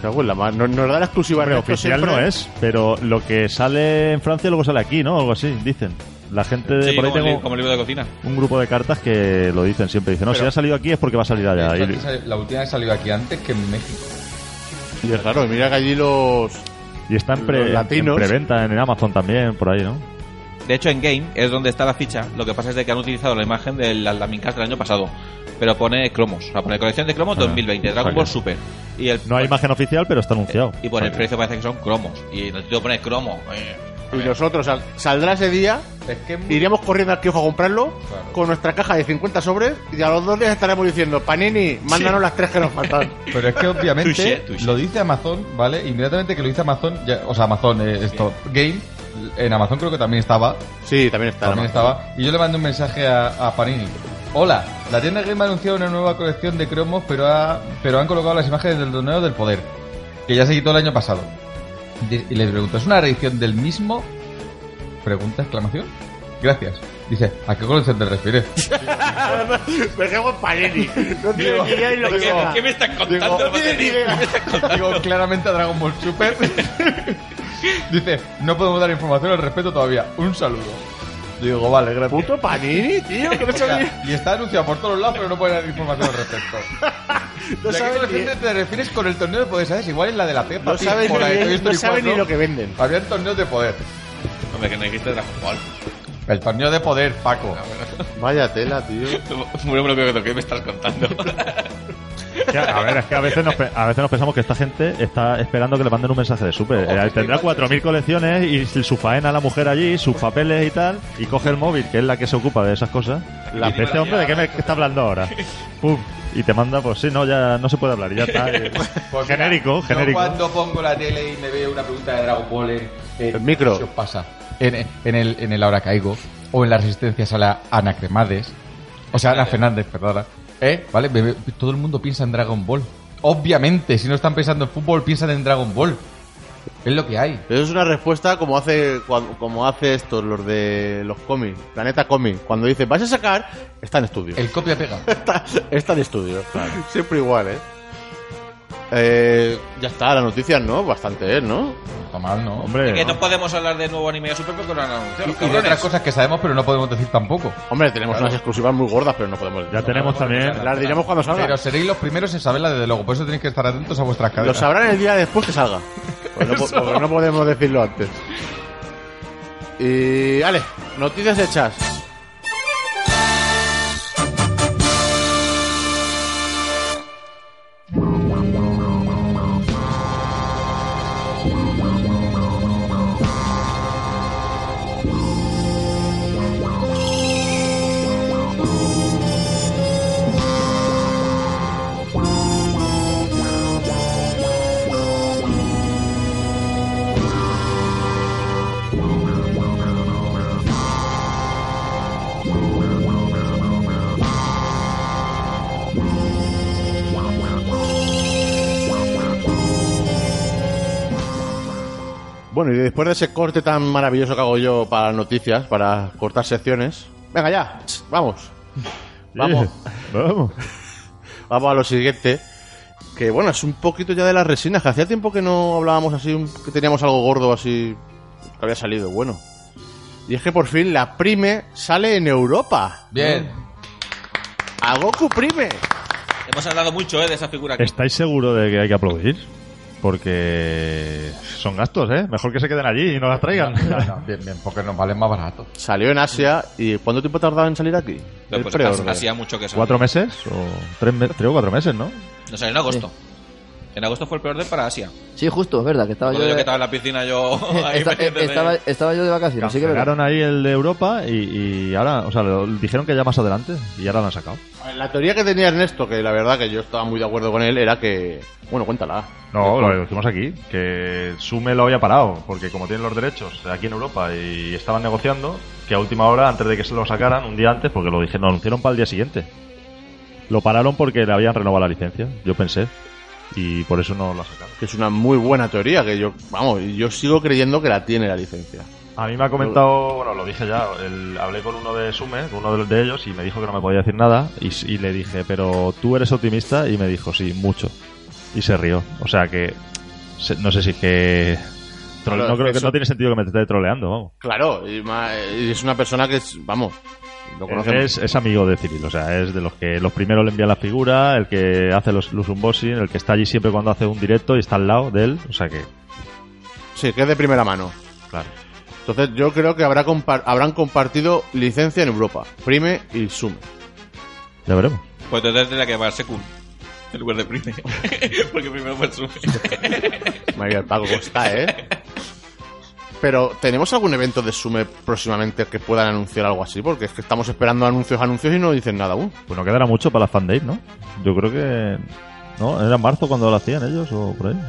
Cago en la mar. Nos, nos da la exclusiva.
Hombre,
Ernesto
oficial
siempre.
no es, pero lo que sale en Francia luego sale aquí, ¿no? Algo así, dicen. La gente de
Sí,
Eh, por
como,
ahí
el,
tengo
li- como el libro de cocina.
un grupo de cartas que lo dicen siempre. Dicen, no, si ha salido aquí es porque va a salir allá.
Esto
Y-
antes salió- la última que salió aquí antes que en México.
Y es raro, mira que allí los.
Y está en, pre-
Los latinos.
en preventa en Amazon también, por ahí, ¿no?
De hecho, en Game es donde está la ficha. Lo que pasa es de que han utilizado la imagen del Aldamincast del año pasado. Pero pone cromos. O sea, pone colección de cromos
Ah,
2020, Dragon
o sea
Ball
que-
Super. Y el,
No hay imagen oficial, pero está anunciado.
Eh,
Y por el precio parece que son cromos. Y el título pone cromo. eh.
Y nosotros sal- saldrá ese día.
Es que es muy-
Iremos corriendo al kiosco a comprarlo
Claro.
con nuestra caja de 50 sobres y a los dos días estaremos diciendo, Panini, mándanos las tres que nos faltan.
Pero es que obviamente
Touché, touché.
lo dice Amazon, ¿vale? Inmediatamente que lo dice Amazon, ya- o sea, Amazon, eh, esto, Game, en Amazon creo que también estaba,
Sí, también está.
también estaba, y yo le mandé un mensaje a, a Panini. Hola, la tienda Game ha anunciado una nueva colección de cromos, pero, ha- pero han colocado las imágenes del torneo del poder, que ya se quitó el año pasado. Di- Y les pregunto, ¿es una reedición del mismo? Pregunta, exclamación. Gracias. Dice, ¿a qué colección te refieres?
Me quedo en Panini. No tiene ni idea ni lo que
¿Qué,
sea.
qué me estás
Digo,
contando?
no tiene ni idea.
Digo, claramente a Dragon Ball Super. Dice, no podemos dar información al respecto todavía. Un saludo. Digo, vale, gracias.
Puto Panini, tío, que no
O sea,
sabe ni-
y está anunciado por todos lados, pero no pueden dar información al respecto.
no
¿Y a qué
sabe ni-
colección te refieres con el torneo de poder? ¿Sabes? Igual es la de la E Pepa.
no
Pig,
sabe
o la de Toy
ni- no
Story
sabe ni
4.
lo que venden.
Habían torneos de poder.
Hombre, que no dijiste Dragon Ball.
El torneo de poder, Paco.
Vaya tela, tío.
Bueno, bueno, creo que ¿qué me estás contando?
Que a a ver, es que a veces, nos, pe- a veces nos pensamos que esta gente está esperando que le manden un mensaje de súper.
Ojo,
Eh,
que
tendrá
igual-
4.000 colecciones y si- su faena la mujer allí, sus papeles y tal, y coge el móvil, que es la que se ocupa de esas cosas.
La-
Y dice, este hombre, ¿de qué me qué está hablando ahora? Pum, y te manda, pues sí, no, ya no se puede hablar, y ya está. eh.
Pues mira,
genérico,
yo
genérico.
cuando pongo la tele y me veo una pregunta de Dragon Ball en... en-
El micro.
¿Qué os pasa? en, en el, en el Ahora Caigo, o en las resistencias a la Ana Cremades, o sea, Ana Fernández, perdona. ¿Eh? ¿Vale? Bebé, todo el mundo piensa en Dragon Ball. Obviamente, si no están pensando en fútbol, piensan en Dragon Ball. Es lo que hay.
Pero es una respuesta como hace cuando- como hace esto, los de los cómics, Planeta Cómic. Cuando dice, vas a sacar, está en estudio.
El copia pega.
Está, está en estudio. Siempre igual, ¿eh? Eh, Ya está, las noticias, ¿no? Bastante, ¿eh? ¿No?
Está mal, ¿no?
Hombre,
Que no podemos hablar de nuevo anime de Super porque lo han anunciado.
Y,
los
y de otras
cabrones.
cosas que sabemos, pero no podemos decir tampoco.
Hombre, tenemos unas exclusivas muy gordas, pero no podemos.
ya tenemos también...
Las diremos cuando salga.
Pero seréis los primeros en saberla, desde luego. Por eso tenéis que estar atentos a vuestras
Lo
cadenas.
sabrán el día después que salga. Porque no, po- porque no podemos decirlo antes. Y. Ale, noticias hechas. Bueno, y después de ese corte tan maravilloso que hago yo para las noticias, para cortar secciones. Venga, ya, vamos. Vamos.
Vamos.
Vamos a lo siguiente. Que bueno, es un poquito ya de las resinas. Que hacía tiempo que no hablábamos así, un- que teníamos algo gordo así que había salido. Bueno. Y es que por fin la Prime sale en Europa.
Bien.
A Goku Prime.
Hemos hablado mucho eh, de esa figura. aquí.
¿Estáis seguros de que hay que aplaudir? Porque son gastos, ¿eh? Mejor que se queden allí y nos las traigan.
No, no, bien, bien, porque nos valen más barato.
Salió en Asia. ¿Y cuánto tiempo tardaba en salir aquí?
Pero,
El
pues,
pre-order.
ha- hacía mucho que eso.
¿Cuatro meses? ¿O tres, me- tres o cuatro meses, no?
No salió en agosto. En agosto fue el peor de para Asia.
Sí, justo, es verdad, que estaba yo.
Cuando yo que
de-
estaba en la piscina, yo. ahí
Esta-
metiéndome.
estaba, estaba yo de vacaciones, sí que es verdad.
Cancelaron ahí el de Europa y, y ahora, o sea, lo- dijeron que ya más adelante y ahora lo han sacado.
A ver, La teoría que tenía Ernesto, que la verdad que yo estaba muy de acuerdo con él, era que. Bueno, cuéntala.
No, lo decimos aquí, que Sume lo había parado, porque como tienen los derechos aquí en Europa y estaban negociando, que a última hora, antes de que se lo sacaran, un día antes, porque lo dijeron, lo anunciaron para el día siguiente. Lo pararon porque le habían renovado la licencia, yo pensé, y por eso no lo sacaron.
Que es una muy buena teoría, que yo. Vamos, yo sigo creyendo que la tiene la licencia.
A mí me ha comentado, bueno, lo dije ya, el- hablé con uno de Sume, con uno de, de ellos, y me dijo que no me podía decir nada, y, s- y le dije, pero tú eres optimista, y me dijo, sí, mucho. Y se rió. O sea que, se- no sé si es que... trole-
Claro,
no creo que
eso-
no tiene sentido que me esté troleando, vamos.
Claro, y, ma- y es una persona que es, vamos, lo conocemos.
Es, es amigo de Civil, o sea, es de los que los primeros le envían la figura, el que hace los, los unboxing, el que está allí siempre cuando hace un directo y está al lado de él, o sea que,
Sí, que es de primera mano.
claro.
Entonces yo creo que habrá compar- habrán compartido licencia en Europa, Prime y Zoom.
Ya veremos.
Pues entonces tendría que llevarse Kun. En lugar de Prime. porque primero fue el Zoom.
María del Paco, ¿cómo está, eh? Pero, ¿tenemos algún evento de Sume próximamente que puedan anunciar algo así? Porque es que estamos esperando anuncios, anuncios y no dicen nada aún.
Pues no quedará mucho para la Fan Day, ¿no? Yo creo que... ¿No? ¿Era en marzo cuando lo hacían ellos o por ahí?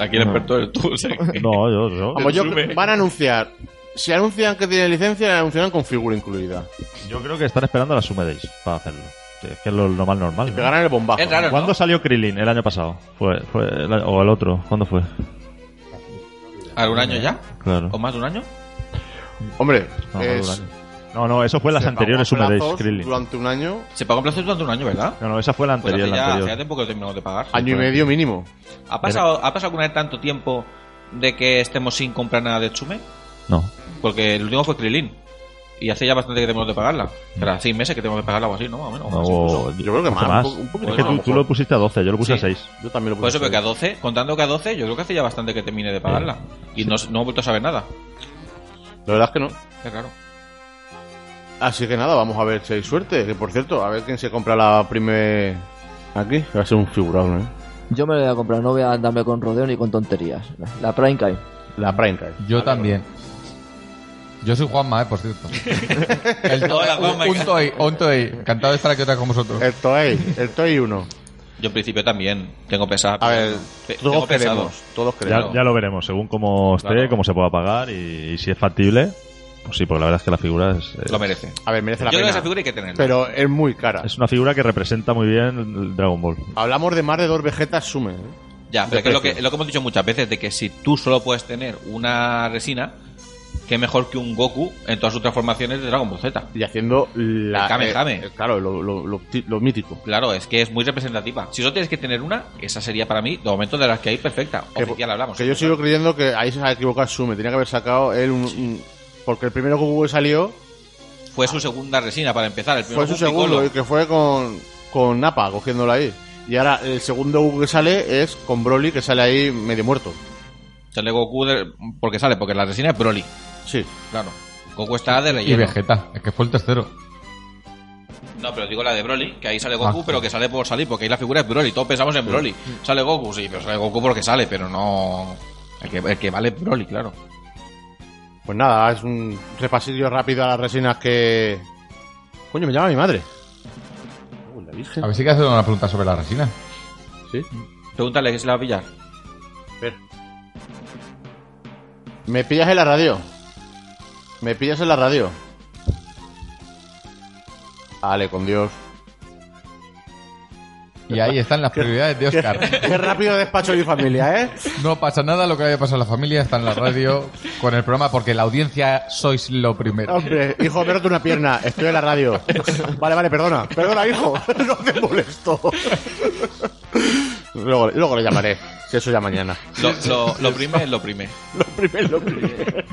Aquí el
No.
experto eres tú. o sea que-
No, yo... yo,
Vamos, yo
Sume.
van a anunciar. Si anuncian que tienen licencia, la anunciarán con figura incluida.
yo creo que están esperando a la Sume Days para hacerlo. Es que es lo, lo más normal. ¿no?
Pegarán el bombazo.
Es raro,
¿Cuándo
¿no?
salió Krillin? ¿El año pasado? Fue, fue el año- ¿O el otro? ¿Cuándo fue?
¿Algún año ya?
Claro.
¿O más de un año?
Hombre,
No,
es-
fue el año. no, no, eso fue las
se
anteriores
pagó a
Sume Days,
plazos
Krillin.
Durante un año,
Se pagó en plazos durante un año, ¿verdad?
No, no, esa fue la
Pues
anterior,
hace,
la
ya, hace
anterior.
ya tiempo que lo terminamos de pagar.
año y medio mínimo.
¿Ha pasado, ¿Ha pasado alguna vez tanto tiempo de que estemos sin comprar nada de Chume?
No.
Porque el último fue Krilin. Y hace ya bastante que tenemos de pagarla. Era seis meses que tenemos de pagarla o así, ¿no? Más o menos.
Mm. No,
Sí, incluso.
yo
pues, creo que más, un po- un poquito
es que
más, a lo
tú, tú
mejor.
lo pusiste a 12, yo lo puse
Sí.
a 6.
Yo también lo
Por eso,
puse.
pero que a 12, contando que a 12, yo creo que hace ya bastante que termine de pagarla. Y no, no he vuelto a saber nada.
La verdad es que no.
Qué raro.
Así que nada, vamos a ver si hay suerte. Que por cierto, a ver quién se compra la prime aquí. que Va a ser un figurado, ¿eh?
Yo me lo voy a comprar, no voy a andarme con rodeo ni con tonterías. La Prime Time.
La prime card.
Yo también. Yo soy Juanma, eh, por cierto. El toy,
Hola,
un,
Juanma.
un toy, un toy. Encantado de estar aquí otra vez con vosotros.
El Toei, el Toei 1.
Yo en principio también tengo pensado.
A ver,
Te- tengo
todos
pensado.
queremos. Todos
Ya,
queremos.
ya lo veremos, según cómo esté,
Claro.
cómo se pueda pagar y, y si es factible. Pues sí, porque la verdad es que la figura es, es-
Lo merece.
A ver, merece
Yo
la
creo que
pena.
esa figura hay que tenerla.
Pero es muy cara.
es una figura que representa muy bien el Dragon Ball.
Hablamos de más de dos vegetas sume. ¿eh?
Ya, pero
de
que es lo que,
precio.
lo que hemos dicho muchas veces, de que si tú solo puedes tener una resina, que mejor que un Goku en todas sus transformaciones de Dragon Ball Z.
Y haciendo la.
El Kame Kame.
eh, eh, claro, lo, lo- lo ti- lo mítico.
Claro, es que es muy representativa. Si solo tienes que tener una, esa sería para mí, de momento, de las que hay perfecta.
Que-
Oficial hablamos. ¿eh?
Que yo sigo creyendo que ahí se ha equivocado Sume. Tenía que haber sacado él un. un- porque el primero Goku que salió
Fue su segunda resina para empezar. El primero
fue su
Goku Piccolo.
segundo, y que fue con, con Napa cogiéndolo ahí. Y ahora el segundo Goku que sale es con Broly, que sale ahí medio muerto.
Sale Goku de- porque sale, porque la resina es Broly.
Sí.
Claro. Goku está de
Y
relleno.
Vegeta, es que fue el tercero.
No, pero digo la de Broly, que ahí sale Goku,
Ah.
pero que sale por salir, porque ahí la figura es Broly. Todos pensamos en Broly. Sale Goku, sí, pero sale Goku porque sale, pero no. El que, el que vale es Broly, claro.
Pues nada, es un repasillo rápido a las resinas que. Coño, me llama mi madre. Uy, la virgen.
A ver si hay que hacer una pregunta sobre la resina.
Sí.
Pregúntale que se la va a pillar.
Me pillas en la radio. Me pillas en la radio. Vale, con Dios.
Y ahí están las prioridades de Oscar.
Qué rápido despacho mi familia, ¿eh?
No pasa nada, lo que haya pasado a la familia está en la radio con el programa porque la audiencia sois lo primero.
Hombre, hijo, pérate una pierna. Estoy en la radio. Vale, vale, perdona. Perdona, hijo. No te molesto. Luego, luego le llamaré. Si eso ya mañana.
Lo, lo, lo prime es lo prime.
Lo primero, lo primero.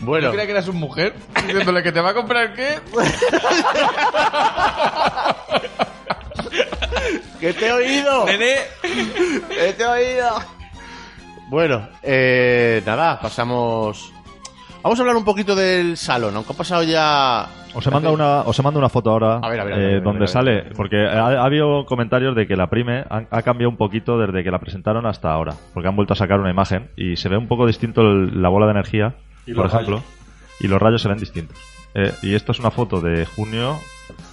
Bueno,
Yo creía que era su mujer diciéndole que te va a comprar qué.
que te he oído.
Nene,
Que te he oído. Bueno, eh, nada, pasamos. Vamos a hablar un poquito del salón, aunque ha pasado ya.
Os he mandado una, os he mandado una foto ahora
A ver, a ver, a
eh,
ver, a ver, a
donde
ver.
sale, porque ha, ha habido comentarios de que la Prime ha, ha cambiado un poquito desde que la presentaron hasta ahora, porque han vuelto a sacar una imagen y se ve un poco distinto el- la bola de energía, por ejemplo, y los rayos se ven distintos. Eh, y esta es una foto de junio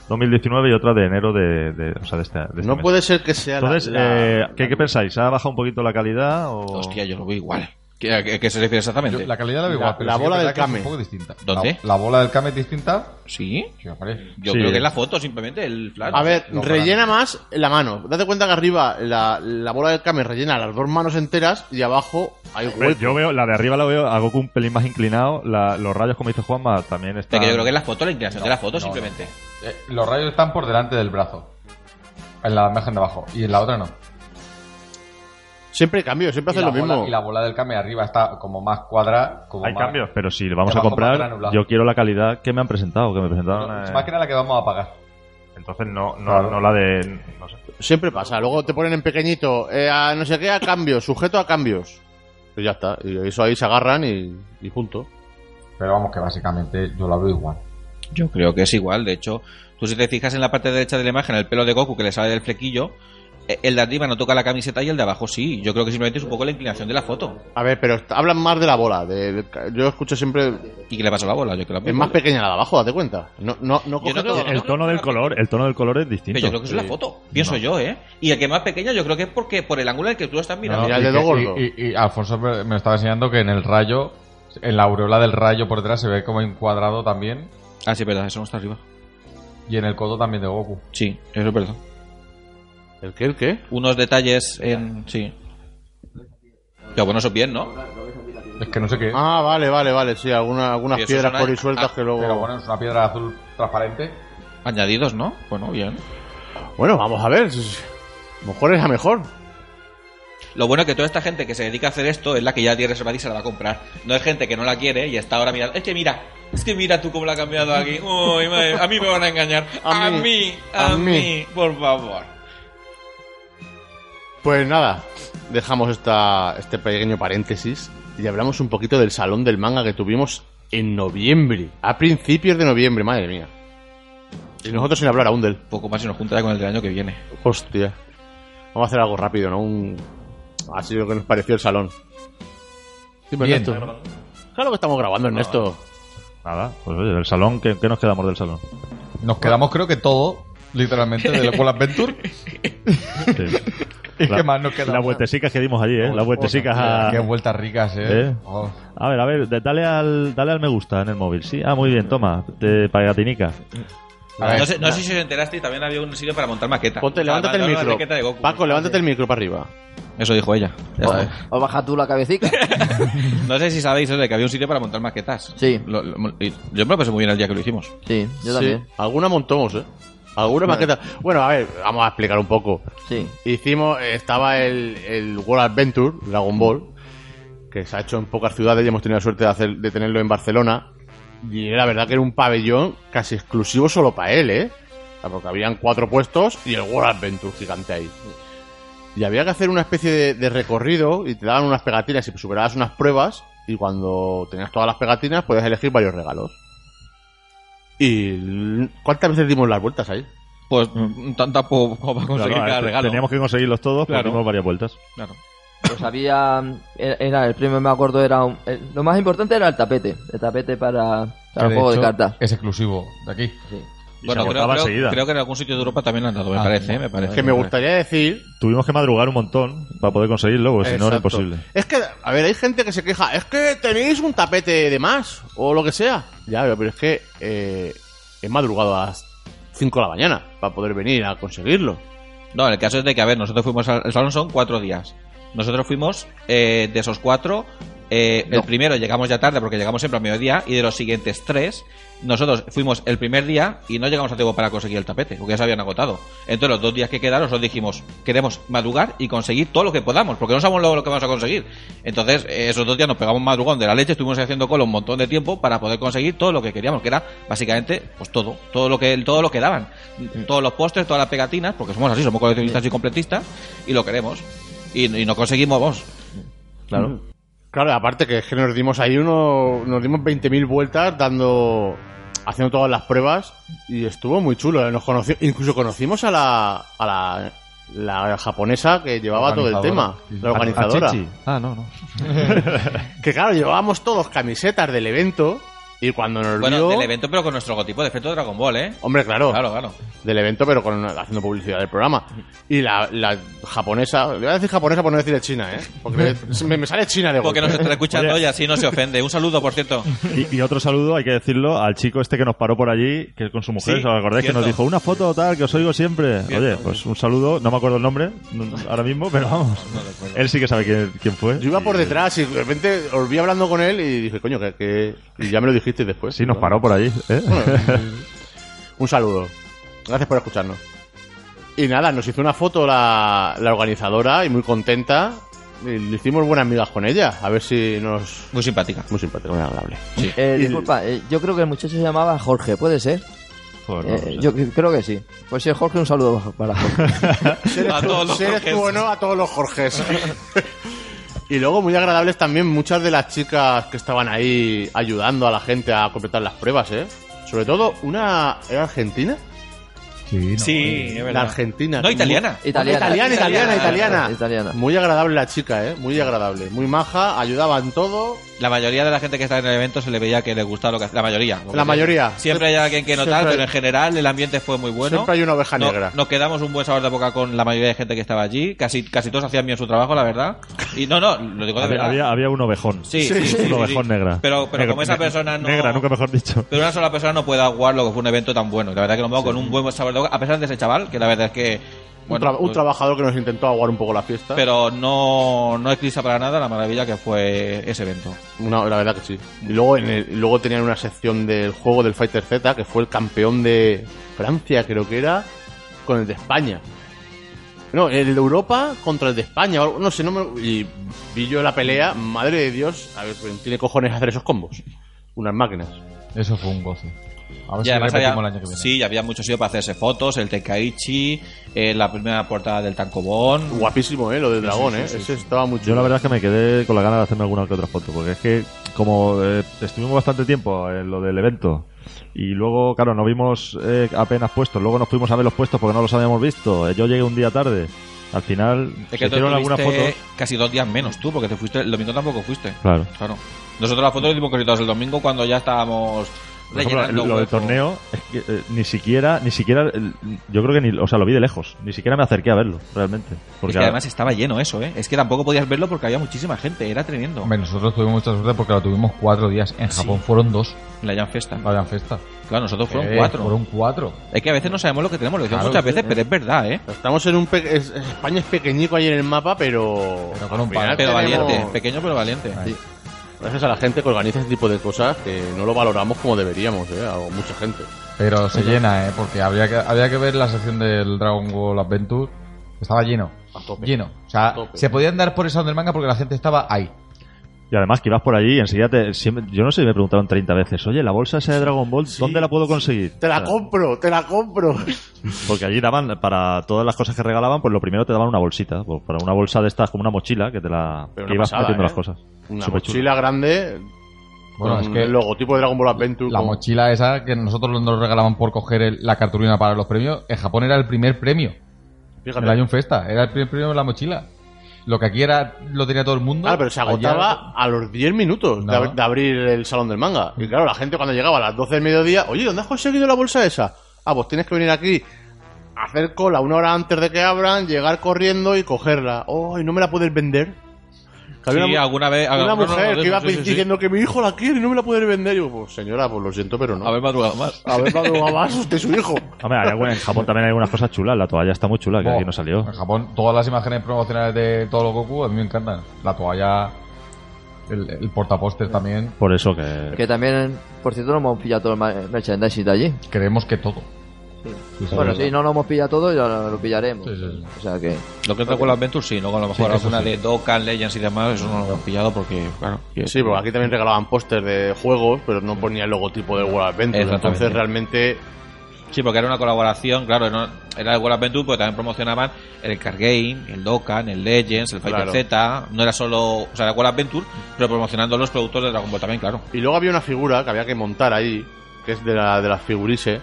2019 y otra de enero de, de- o sea, de este, de este
No
mes.
puede ser que sea. la-
Entonces,
la-
eh, ¿qué, qué pensáis? ¿Ha bajado un poquito la calidad o...?
Hostia, yo lo veo igual. ¿Qué, a qué- qué se refiere
Yo,
exactamente?
la calidad la veo
La-
igual, pero
la
sí que
bola
es
del
verdad que es
Kame.
un poco distinta.
¿Dónde?
La, la bola del Kame es distinta.
¿Sí?
Sí, me parece.
Yo
Sí.
creo que es la foto, simplemente, el flash.
A ver,
No,
rellena más la mano. Date cuenta que arriba la, la bola del Kame rellena las dos manos enteras y abajo hay
Hombre,
Pues-
hueco.
Yo veo, la de arriba la veo a Goku un pelín más inclinado, la- los rayos, como dice Juanma, también
O sea,
están...
que yo creo que es la foto, la inclinación de la foto,
no,
simplemente.
Eh, los rayos están por delante del brazo. En la imagen de abajo. Y en la otra no.
Siempre hay cambio, siempre
Y
hacen
la
lo
bola-
mismo.
y la bola del Kame arriba está como más cuadra. Como
Hay
más-
cambios, pero si lo vamos a
Debajo más
comprar,
granulado.
yo quiero la calidad que me han presentado, que me presentaron.
Es
eh,
más que nada la que vamos a pagar.
Entonces no, no,
Claro.
no la de. No sé.
Siempre pasa. Luego te ponen en pequeñito, eh, a no sé qué, a cambios, sujeto a cambios. Pues ya está. Y eso ahí se agarran y, y punto.
Pero vamos, que básicamente yo la veo igual.
Yo creo que es igual, de hecho, tú si te fijas en la parte derecha de la imagen, el pelo de Goku que le sale del flequillo, eh, el de arriba no toca la camiseta y el de abajo sí. Yo creo que simplemente es un poco la inclinación de la foto.
A ver, pero est- hablan más de la bola. de- de- yo escucho siempre.
¿Y qué le pasa a la bola? Yo creo que
Es más pequeña la de abajo, date cuenta. No, no, no coge
no
todo.
creo-
El tono del color, el tono del color es distinto.
Pero yo creo que es la foto, pienso yo, ¿eh? Y el que más pequeño yo creo que es porque por el ángulo en el que tú lo estás mirando.
mira el
y
dedo
que-
gordo.
Y, y- y Alfonso me me estaba enseñando que en el rayo, en la aureola del rayo por detrás se ve como encuadrado también.
Ah, sí, es verdad, eso no está arriba.
Y en el codo también de Goku.
Sí, eso es verdad.
¿El qué? ¿El qué?
Unos detalles en... Sí. Pero bueno, eso es bien, ¿no?
Es que no sé qué.
Ah, oh. vale, vale, vale. Sí, alguna- algunas
Y eso
piedras
son
por
ahí-
ahí sueltas
ah,
que luego.
Pero bueno, es una piedra azul transparente.
Añadidos, ¿no? Bueno, bien.
Bueno, vamos a ver. A lo Mejor es la mejor.
Lo bueno es que toda esta gente que se dedica a hacer esto es la que ya tiene reservada y se la va a comprar. No es gente que no la quiere y está ahora mirando. Es que mira, es que mira tú cómo la ha cambiado aquí. Uy, madre, a mí me van a engañar.
A
A,
mí,
mí,
a
a,
mí.
mí. por favor.
Pues nada, dejamos esta, este pequeño paréntesis y hablamos un poquito del salón del manga que tuvimos en noviembre, a principios de noviembre, madre mía. Y nosotros sin hablar aún del.
Poco más se nos juntará con el del año que viene.
Hostia. Vamos a hacer algo rápido, ¿no? Un... Así lo que nos pareció el salón. Sí, pero
Bien.
Ernesto, Claro que estamos grabando, Ernesto.
Nada, pues oye, del salón, ¿qué, qué nos quedamos del salón?
Nos quedamos creo que todo literalmente, de lo cual Adventure.
Sí.
¿Y qué más nos queda?
Las vueltecicas que dimos allí, ¿eh? Las vueltecicas a...
Qué vueltas ricas, eh.
¿Eh?
Oh.
A ver, a ver, de- dale al, dale al me gusta en el móvil, sí. Ah, muy bien, toma, de pagatinica.
A ver,
No sé, no sé si os enteraste y también había un sitio para montar maquetas.
Ponte, levántate el
Para montar una
micro.
maqueta de Goku.
Paco, levántate el micro para arriba.
Eso dijo ella. Ya sabes.
O, o baja tú la cabecita.
No sé si sabéis eso de que había un sitio para montar maquetas.
Sí.
Lo- lo- y yo me lo pasé muy bien el día que lo hicimos.
Sí, yo
Sí,
también.
Alguna montamos, ¿eh? Alguna maqueta. Bueno, a ver, vamos a explicar un poco.
Sí.
Hicimos, estaba el, el World Adventure, Dragon Ball, que se ha hecho en pocas ciudades y hemos tenido la suerte de, hacer- de tenerlo en Barcelona. Y la verdad que era un pabellón casi exclusivo solo para él, ¿eh? O sea, porque habían cuatro puestos y el World Adventure gigante ahí. Y había que hacer una especie de, de recorrido y te daban unas pegatinas y superabas unas pruebas y cuando tenías todas las pegatinas podías elegir varios regalos. ¿Y l- cuántas veces dimos las vueltas ahí?
Pues mm, tanta po- como para conseguir
Claro,
cada
eh,
regalo.
Teníamos que conseguirlos todos, pero
Claro.
dimos varias vueltas.
Claro.
Pues había. Era, era- el primer me acuerdo, era. un- el- lo más importante era el tapete. El tapete para, para el
que
juego
hecho,
de cartas.
Es exclusivo de aquí.
Sí.
Y
Bueno,
se
creo,
agotaba
creo-
enseguida.
creo que en algún sitio de Europa también lo han dado, me
Ah,
parece. ¿eh?
bueno.
Me parece.
Que me gustaría decir
Tuvimos que madrugar un montón para poder conseguirlo, porque Pues si no era
Exacto.
imposible.
Es que, a ver, hay gente que se queja, es que tenéis un tapete de más, o lo que sea. Ya, pero es que eh, he madrugado a las 5 de la mañana para poder venir a conseguirlo.
No, el caso es de que, a ver, nosotros fuimos al el salón son cuatro días. Nosotros fuimos eh, de esos cuatro. eh, El
No.
primero llegamos ya tarde porque llegamos siempre a mediodía y de los siguientes tres nosotros fuimos el primer día y no llegamos a tiempo para conseguir el tapete porque ya se habían agotado. Entonces los dos días que quedaron nosotros dijimos queremos madrugar y conseguir todo lo que podamos porque no sabemos luego lo que vamos a conseguir. Entonces eh, esos dos días nos pegamos un madrugón de la leche, estuvimos haciendo cola un montón de tiempo para poder conseguir todo lo que queríamos que era básicamente pues todo, todo lo que todo lo que daban, todos los postres, todas las pegatinas porque somos así, somos coleccionistas y completistas y lo queremos y, y no conseguimos vamos.
Claro. Mm. Claro, aparte que es que nos dimos ahí uno, nos dimos 20.000 vueltas dando, haciendo todas las pruebas y estuvo muy chulo. eh. Nos conoci- incluso conocimos a la, a la, la japonesa que llevaba todo el tema,
Organizadora, sí.
la organizadora.
Ah, Chichi. Ah, no, no.
Que claro, llevábamos todos camisetas del evento y cuando nos
Bueno,
vio-
del evento, pero con nuestro logotipo de efecto Dragon Ball, ¿eh?
Hombre, claro.
Claro, claro.
del evento, pero con haciendo publicidad del programa. Y la, la japonesa, le voy a decir japonesa por no decirle china, ¿eh? Porque me, me sale china de golpe.
Porque nos está escuchando
Oye.
y así no se ofende. Un saludo, por cierto.
Y, y otro saludo, hay que decirlo, al chico este que nos paró por allí, que con su mujer,
Sí,
¿os acordáis? Que
cierto.
nos dijo una foto tal, que os oigo siempre.
Cierto.
Oye, pues un saludo, no me acuerdo el nombre no- ahora mismo, pero vamos. Él sí que sabe quién, quién fue.
Yo iba por
Y-
detrás y de repente os vi hablando con él y dije, coño, que, que- y ya me lo dijiste después.
Sí, nos paró por allí. ¿eh?
Un saludo. Gracias por escucharnos. Y nada, nos hizo una foto la, la organizadora y muy contenta. Y le hicimos buenas amigas con ella. A ver si nos...
Muy simpática.
Muy simpático, muy agradable.
Sí.
Eh,
Y-
disculpa, eh, yo creo que el muchacho se llamaba Jorge, ¿puede ser?
Joder,
Eh,
no sé.
yo cre- creo que sí. Pues sí, Jorge, un saludo para Jorge.
A todos los
Si eres
Jorges.
tú o no, a todos los Jorges. y luego muy agradables también muchas de las chicas que estaban ahí ayudando a la gente a completar las pruebas, ¿eh? Sobre todo una... ¿Era argentina?
Sí,
Sí, es verdad.
La argentina.
No, italiana.
Italiana.
Italiana, italiana, italiana.
Italiana.
Muy agradable la chica, ¿eh? Muy agradable. Muy maja, ayudaba en todo.
La mayoría de la gente que está en el evento se le veía que le gustaba lo que hacía. La mayoría.
La mayoría.
Siempre hay alguien que notar,
Siempre-
pero en general el ambiente fue muy bueno.
Siempre hay una oveja
No-
negra.
Nos quedamos un buen sabor de boca con la mayoría de gente que estaba allí. Casi, casi todos hacían bien su trabajo, la verdad. Y no, no, lo digo de
había,
verdad.
había, había un ovejón.
Sí, sí, sí, sí,
un
sí.
ovejón negra.
Pero, pero
Negra-
como esa
ne-
persona no.
Negra, nunca mejor dicho.
Pero una sola persona no puede aguar lo que fue un evento tan bueno. La verdad que lo vamos con un buen sabor de boca, a pesar de ese chaval, que la verdad es que.
Un,
bueno,
tra- un
pues-
trabajador que nos intentó aguar un poco la fiesta.
pero no, no eclipsa para nada la maravilla que fue ese evento.
No, la verdad que sí. Y luego, en el- luego tenían una sección del juego del Fighter Z, que fue el campeón de Francia, creo que era, con el de España. No, el de Europa contra el de España. o algo- No sé, no me... Y vi yo la pelea, madre de Dios, a ver, ¿quién tiene cojones hacer esos combos? Unas máquinas.
Eso fue un goce. A ver
Y
si repetimos
además
el
había-
año que viene.
sí, y había muchos sitios para hacerse fotos, el Tenkaichi, eh, la primera portada del Tancobón.
Guapísimo, ¿eh? Lo del dragón, ¿eh? Ese estaba mucho.
Yo la verdad es que me quedé con la gana de hacerme alguna que otra foto, porque es que como eh, estuvimos bastante tiempo en lo del evento y luego, claro, no vimos eh, apenas puestos, luego nos fuimos a ver los puestos porque no los habíamos visto, eh, yo llegué un día tarde, al final
Es
se
que tú
hicieron algunas
estuviste
fotos.
casi dos días menos tú, porque te fuiste, el domingo tampoco fuiste.
Claro.
Claro. Nosotros las fotos las dimos casi todas el domingo cuando ya estábamos
Por ejemplo,
rellenando
lo del
hueco.
torneo es eh, ni siquiera, ni siquiera, el- yo creo que ni, o sea, lo vi de lejos, ni siquiera me acerqué a verlo, realmente.
es
Porque
que además estaba lleno eso, ¿eh? Es que tampoco podías verlo porque había muchísima gente, era tremendo.
Hombre, nosotros tuvimos mucha suerte porque lo tuvimos cuatro días. En
Sí.
Japón fueron dos
En la Jam Fiesta.
la gran fiesta.
Claro, nosotros fueron
Eh,
cuatro.
Fueron cuatro.
Es que a veces no sabemos lo que tenemos, lo decimos
Claro,
muchas
sí,
veces, pero es verdad, ¿eh?
Estamos en un... pe- es- España es pequeñico ahí en el mapa, pero...
Pero con un
al final
palo.
Pero
tenemos-
valiente, pequeño pero valiente.
Sí. Gracias a la gente que organiza este tipo de cosas que no lo valoramos como deberíamos, ¿eh? A mucha gente.
Pero se llena, ¿eh? Porque habría que, había que ver la sección del Dragon Ball Adventure. Estaba lleno.
A tope.
Lleno. O sea,
A tope.
se podían dar por esa del manga porque la gente estaba ahí.
Y además que ibas por allí y enseguida te, siempre- yo no sé, me preguntaron 30 veces, oye, la bolsa esa de Dragon Ball, ¿dónde la puedo conseguir?
Te
O
la
sea,
compro, te la compro.
Porque allí daban, para todas las cosas que regalaban, pues lo primero te daban una bolsita, pues para una bolsa de estas, como una mochila, que te la,
Pero
que
una
ibas
pasada,
metiendo
¿eh?
las cosas.
Una
Superchulo.
mochila grande con
Bueno,
Mm,
es que
el logotipo de Dragon Ball Adventure.
la
con-
mochila esa que nosotros nos regalaban por coger el- la cartulina para los premios, en Japón era el primer premio.
Fíjate.
El año Festa. Era el primer premio de la mochila. Lo que aquí era, lo tenía todo el mundo.
Claro, pero se
Allá-
agotaba a los 10 minutos de,
No.
ab- de abrir el salón del manga. Y claro, la gente cuando llegaba a las 12 del mediodía, oye, ¿dónde has conseguido la bolsa esa? Ah, pues tienes que venir aquí, hacer cola una hora antes de que abran, llegar corriendo y cogerla. Oh, y no me la puedes vender. Que había
Sí,
una, mu-
alguna vez.
una
alguna
mujer
vez-
que iba
sí, sí, sí.
diciendo que mi hijo la quiere y no me la puedes vender. Y yo, pues señora, pues lo siento, pero no.
Haber madrugado más.
A ver, Pablo Gabás, usted es su hijo.
Hombre, hay alguna- en Japón también hay algunas cosas chulas, la toalla está muy chula, que
Oh,
aquí no salió.
En Japón, todas las imágenes promocionales de todos los Goku a mí me encantan. La toalla, el, el portapóster también.
Por eso que...
Que también, por cierto, no hemos pillado todo el ma- merchandising de allí.
Creemos que todo. sí,
bueno,
sí.
sí, no lo hemos pillado todo y ahora lo pillaremos.
Sí, sí, sí.
O sea que.
Lo que entra con la Adventure, sí, luego a lo mejor
Sí, eso
alguna
sí.
de Dokkan, Legends y demás, eso no lo han pillado porque, claro. que-
Sí, porque aquí también regalaban pósters de juegos, pero no ponía el logotipo de World Adventure.
Exactamente.
Entonces realmente
Sí, porque era una colaboración, claro, no- era el World Adventure, pero también promocionaban el Card Game, el Dokkan, el Legends, el Fighter
Claro.
Z. No era solo, o sea, era World Adventure, pero promocionando los productos de Dragon Ball también, claro.
Y luego había una figura que había que montar ahí, que es de la de las figurise,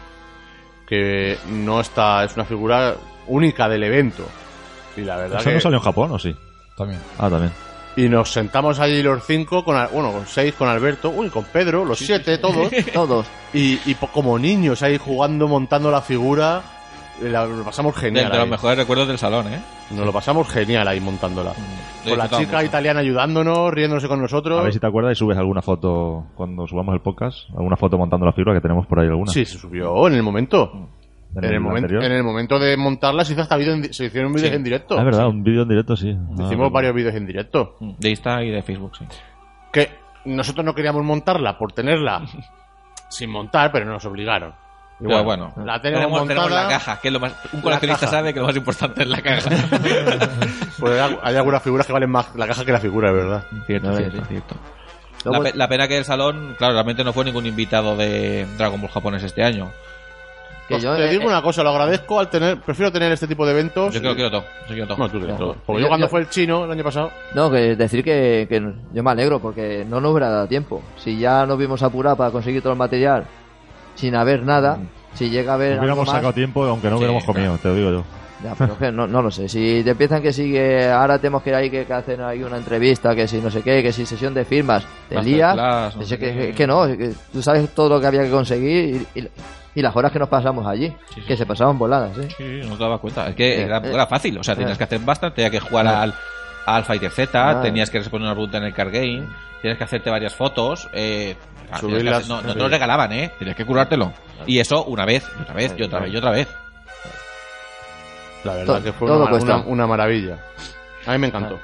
que no está, es una figura única del evento. Y la verdad
¿Eso
que-
no salió en Japón o sí?
También.
Ah, también.
y nos sentamos allí los cinco con Al- bueno, con seis con Alberto, uy, con Pedro, los siete todos
Todos.
y, y po- como niños ahí jugando montando la figura, eh, la, lo pasamos
De,
genial.
de los
ahí.
mejores recuerdos del salón, ¿eh?
Nos lo pasamos genial ahí montándola.
Lo
Con la
disfrutaba
chica
mucho.
italiana ayudándonos, riéndose con
A ver
nosotros.
si te acuerdas y subes alguna foto cuando subamos el podcast, alguna foto montando la figura que tenemos por ahí alguna.
Sí, se subió en el momento. En el, momento,
anterior.
en el momento de montarla se hizo hasta vídeo en- se hicieron vídeos
Sí.
en directo.
Ah, es verdad, un vídeo en directo sí. Ah,
Hicimos
verdad.
varios vídeos en directo.
Mm, De Insta y de Facebook, sí.
Que nosotros no queríamos montarla por tenerla sin montar, pero nos obligaron. Y
Pero bueno,
la tenemos, montada.
tenemos la caja, que es lo más. Un coleccionista
caja.
sabe que lo más importante es la caja.
Pues hay- hay algunas figuras que valen más la caja que la figura, es verdad.
cierto,
No,
cierto,
sí.
cierto. La,
Luego-
pe- la pena que el salón, claro, realmente no fue ningún invitado de Dragon Ball japonés este año.
Que
Os-
yo,
Pues te
eh,
digo
eh,
una cosa, lo agradezco al tener, prefiero tener este tipo de eventos.
Yo creo que todo. Yo quiero todo.
No, tú de todo. Porque
Yo-
yo cuando
yo-
fue el chino el año pasado,
No, que decir que, que yo me alegro porque no nos hubiera dado tiempo. Si ya nos vimos apurados para conseguir todo el material sin haber
Mm.
nada, si llega a haber.
No hubiéramos
algo más-
sacado tiempo aunque no
Sí,
hubiéramos comido, te lo digo yo.
Ya, pero es que no, no lo sé. Si te empiezan que sí, que ahora tenemos que ir ahí, que, que hacer ahí una entrevista, que si no sé qué, que si sesión de firmas, te lías.
Masterclass, no
Es
sé
que,
qué.
es que no, es que tú sabes todo lo que había que conseguir y, y- y las horas que nos pasamos allí,
Sí, sí.
que se pasaban voladas, ¿eh?
Sí, no te dabas cuenta. Es que
Eh,
era,
eh.
era fácil. O sea, tenías
Eh.
que hacer basta, tenías que jugar
Eh.
al, al Fighter Z,
Ah.
tenías que responder una pregunta en el card game, tenías que hacerte varias fotos. Eh, ah, tenías que
Subirlas.
hacer- no, no te lo regalaban, ¿eh? Tenías que currártelo. Y eso una vez, y otra vez, y otra vez, y otra vez.
la verdad
To-
que fue
todo
una,
cuesta.
una- una maravilla. A mí me encantó.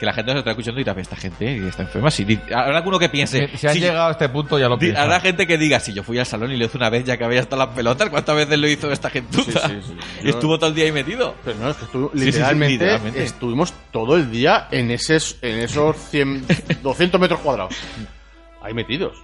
Que la gente nos está escuchando y dirá, esta gente eh, está enferma. Si, di- habrá alguno que piense.
Si, si han
"Sí,
llegado a este punto ya lo
Di- Habrá
piensan.
gente que diga, si yo fui al salón y lo hice una vez ya que había hasta las pelotas, ¿cuántas veces lo hizo esta gentuza?
Sí, sí, sí.
Y estuvo todo el día ahí metido.
Pero no, es que estuvo-
Sí, sí, sí,
literalmente,
literalmente.
estuvimos todo el día en, ese, en esos 100, 200 metros cuadrados. Ahí metidos.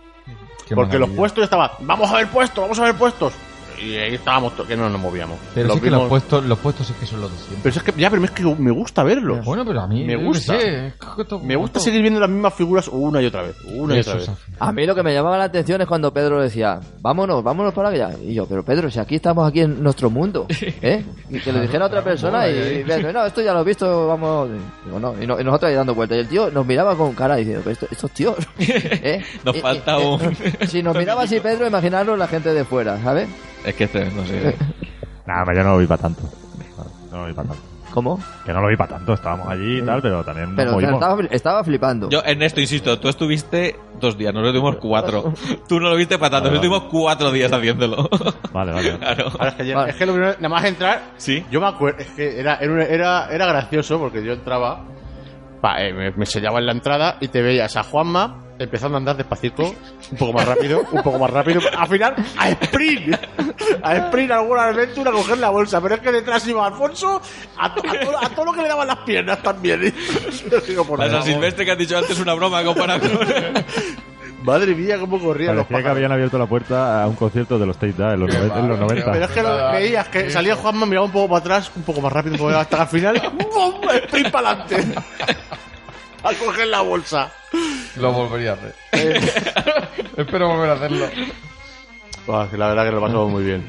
Qué
Porque los
maravilla.
puestos ya estaban, vamos a ver puestos, vamos a ver puestos. Y ahí estábamos, to- que no nos movíamos.
Pero
Los
sí que los
vimos-
puestos, los puestos sí que son los de siempre.
Pero es que, ya, pero es que me gusta verlos.
Bueno, pero a mí
Me
yo qué
gusta.
sé, es que esto-
Me gusta
esto-
seguir viendo las mismas figuras una y otra vez. Una y
Eso
otra
es
vez.
así.
A mí lo que me llamaba la atención es cuando Pedro decía, vámonos, vámonos para allá. Y yo, pero Pedro, si aquí estamos aquí en nuestro mundo, ¿eh? Y que le dijera a otra persona y, y no, esto ya lo he visto, vamos. Digo, no, y, no- y nosotros ahí dando vueltas. Y el tío nos miraba con cara diciendo, pero esto- estos tíos, ¿eh?
Nos
Y- y-
falta
eh,
un-
Si nos miraba así Pedro, imaginaros la gente de fuera, ¿sabes?
Es que este, no sé.
Nada, yo no lo vi para tanto. No lo vi para tanto.
¿Cómo?
Que no lo vi para tanto, estábamos allí y tal, pero también nos
Pero
movimos.
estaba, estaba flipando.
Yo, Ernesto, insisto, tú estuviste dos días, nosotros tuvimos cuatro. Tú no lo viste para tanto, nosotros tuvimos cuatro días haciéndolo.
Vale, vale.
Claro.
Ahora es que yo-
Vale.
es que lo primero, nada más entrar,
Sí.
yo me acuerdo, es que era, era, una- era, era gracioso porque yo entraba, pa- eh, me, me sellaba en la entrada y te veías a Juanma empezando a andar despacito, un poco más rápido, un poco más rápido, al final a sprint, a sprint a alguna aventura a coger la bolsa, pero es que detrás iba Alfonso a, to- a to- a todo lo que le daban las piernas también. ¿eh? Yo digo, por
Para San
favor.
Silvestre que has dicho antes una broma comparado con...
Madre mía, cómo corrían los
Parecía que
pájaros.
habían abierto la puerta a un concierto de los Take That en los,
Qué
noven- en los
malo,
90.
Pero es que lo veías que salía Juanma, miraba un poco para atrás, un poco más rápido, un poco hasta la final, ¡bum! sprint para adelante. A coger la bolsa.
Lo volvería a hacer. Espero volver a hacerlo.
Buah, que la verdad que lo pasamos muy bien.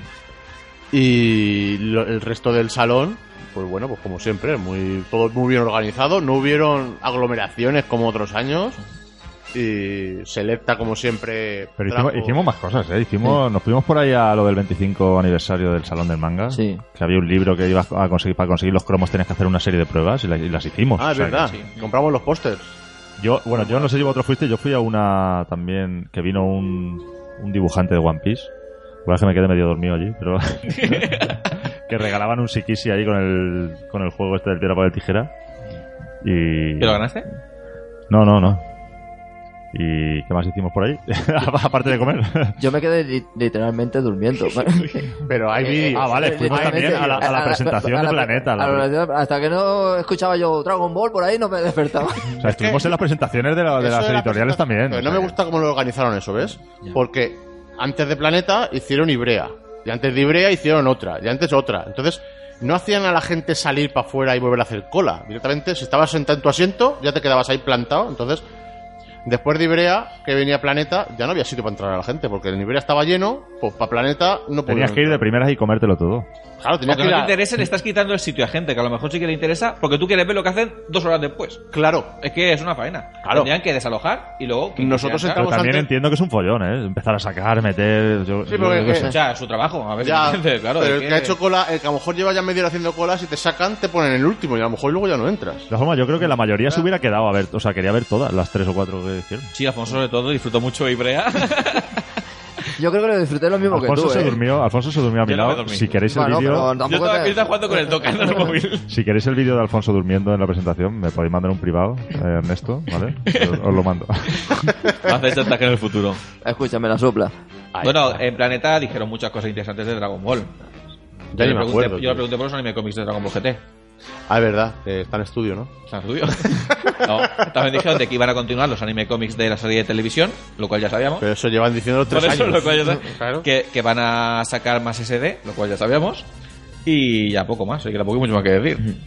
Y lo- el resto del salón, pues bueno, pues como siempre, muy todo muy bien organizado. No hubieron aglomeraciones como otros años. Y selecta como siempre.
Pero hicimos,
trajo-
hicimos más cosas, ¿eh? Hicimos, Nos fuimos por ahí a lo del 25 aniversario del Salón del Manga.
Sí.
Que había un libro que ibas a conseguir, para conseguir los cromos tenías que hacer una serie de pruebas y las, y las hicimos.
Ah,
O
es
sea que
verdad. Compramos los pósters.
Yo, bueno, yo no sé si vosotros fuiste, yo fui a una también que vino un, un dibujante de One Piece. La verdad es que me quedé medio dormido allí, pero. que regalaban un Sikisi allí con el, con el juego este del piedra, papel, tijera. Y.
¿Y lo ganaste?
No, no, no. ¿Y qué más hicimos por ahí? Aparte de comer.
Yo me quedé li- literalmente durmiendo.
Pero hay vídeos.
ah, vale, fuimos
literalmente,
también a la, a la presentación
a
de
la-
Planeta.
a
la-
la presentación- hasta que no escuchaba yo Dragon Ball por ahí no me despertaba.
o sea, estuvimos en las presentaciones de, la- de
Eso
las
de la
editoriales
presentación.
también.
Pero no
o sea
me
que-
gusta cómo lo organizaron eso, ¿ves?
Ya.
Porque antes de Planeta hicieron Ibrea. Y antes de Ibrea hicieron otra. Y antes otra. Entonces, no hacían a la gente salir para afuera y volver a hacer cola. Directamente, si estabas sentado en tu asiento, ya te quedabas ahí plantado. Entonces, después de Ibrea, que venía Planeta, ya no había sitio para entrar a la gente. Porque en Ibrea estaba lleno, pues para Planeta no podías.
Tenías que ir de primeras y comértelo todo.
Claro, tenías
Porque
que
no
ir
te
a-
interesa, le estás quitando el sitio a gente que a lo mejor sí que le interesa porque tú quieres ver lo que hacen dos horas después.
Claro.
Es que es una faena.
Claro.
Tendrían que desalojar y luego... que
Nosotros
quisieran-
Pero
Vamos
también
antes-
entiendo que es un follón, ¿eh? Empezar a sacar, meter. Yo,
Sí, porque
yo qué
es
sé.
que-
O sea, su trabajo. A ver si
Ya,
me entiendes, Pues claro.
pero
es
el que ha hecho cola, el que a lo mejor lleva ya medio hora haciendo cola, si te sacan, te ponen el último y a lo mejor luego ya no entras.
De todas formas, yo creo que la mayoría se hubiera quedado a ver, o sea, quería ver todas, las tres o cuatro que hicieron.
Sí, Alfonso sobre todo disfrutó mucho Ibrea.
Yo creo que lo disfruté lo mismo
Alfonso
que tú.
se
¿eh?
durmió, Alfonso se durmió a mi
Yo no me
lado.
dormí.
Si queréis el
Bueno,
vídeo,
pero
Yo
tampoco
estaba
te-
estaba jugando con el tocando en el móvil.
si queréis el vídeo de Alfonso durmiendo en la presentación, me podéis mandar un privado, eh, Ernesto, ¿vale? Os, os lo mando.
Hace este ataque en el futuro.
Escúchame la sopla.
bueno, en Planeta dijeron muchas cosas interesantes de Dragon Ball.
Ya
yo,
ni
le
me
pregunté,
acuerdo,
yo le
tío.
pregunté por los anime cómics de Dragon Ball GT.
Ah, es verdad, que está en estudio, ¿no?
¿Están estudio? no, también dijeron de que iban a continuar los anime cómics de la serie de televisión, lo cual ya sabíamos.
Pero eso llevan diciéndolo tres
Por eso,
años.
lo cual ya sab-
Claro.
que, que van a sacar más SD, lo cual ya sabíamos. Y ya poco más, así que tampoco hay mucho más que decir.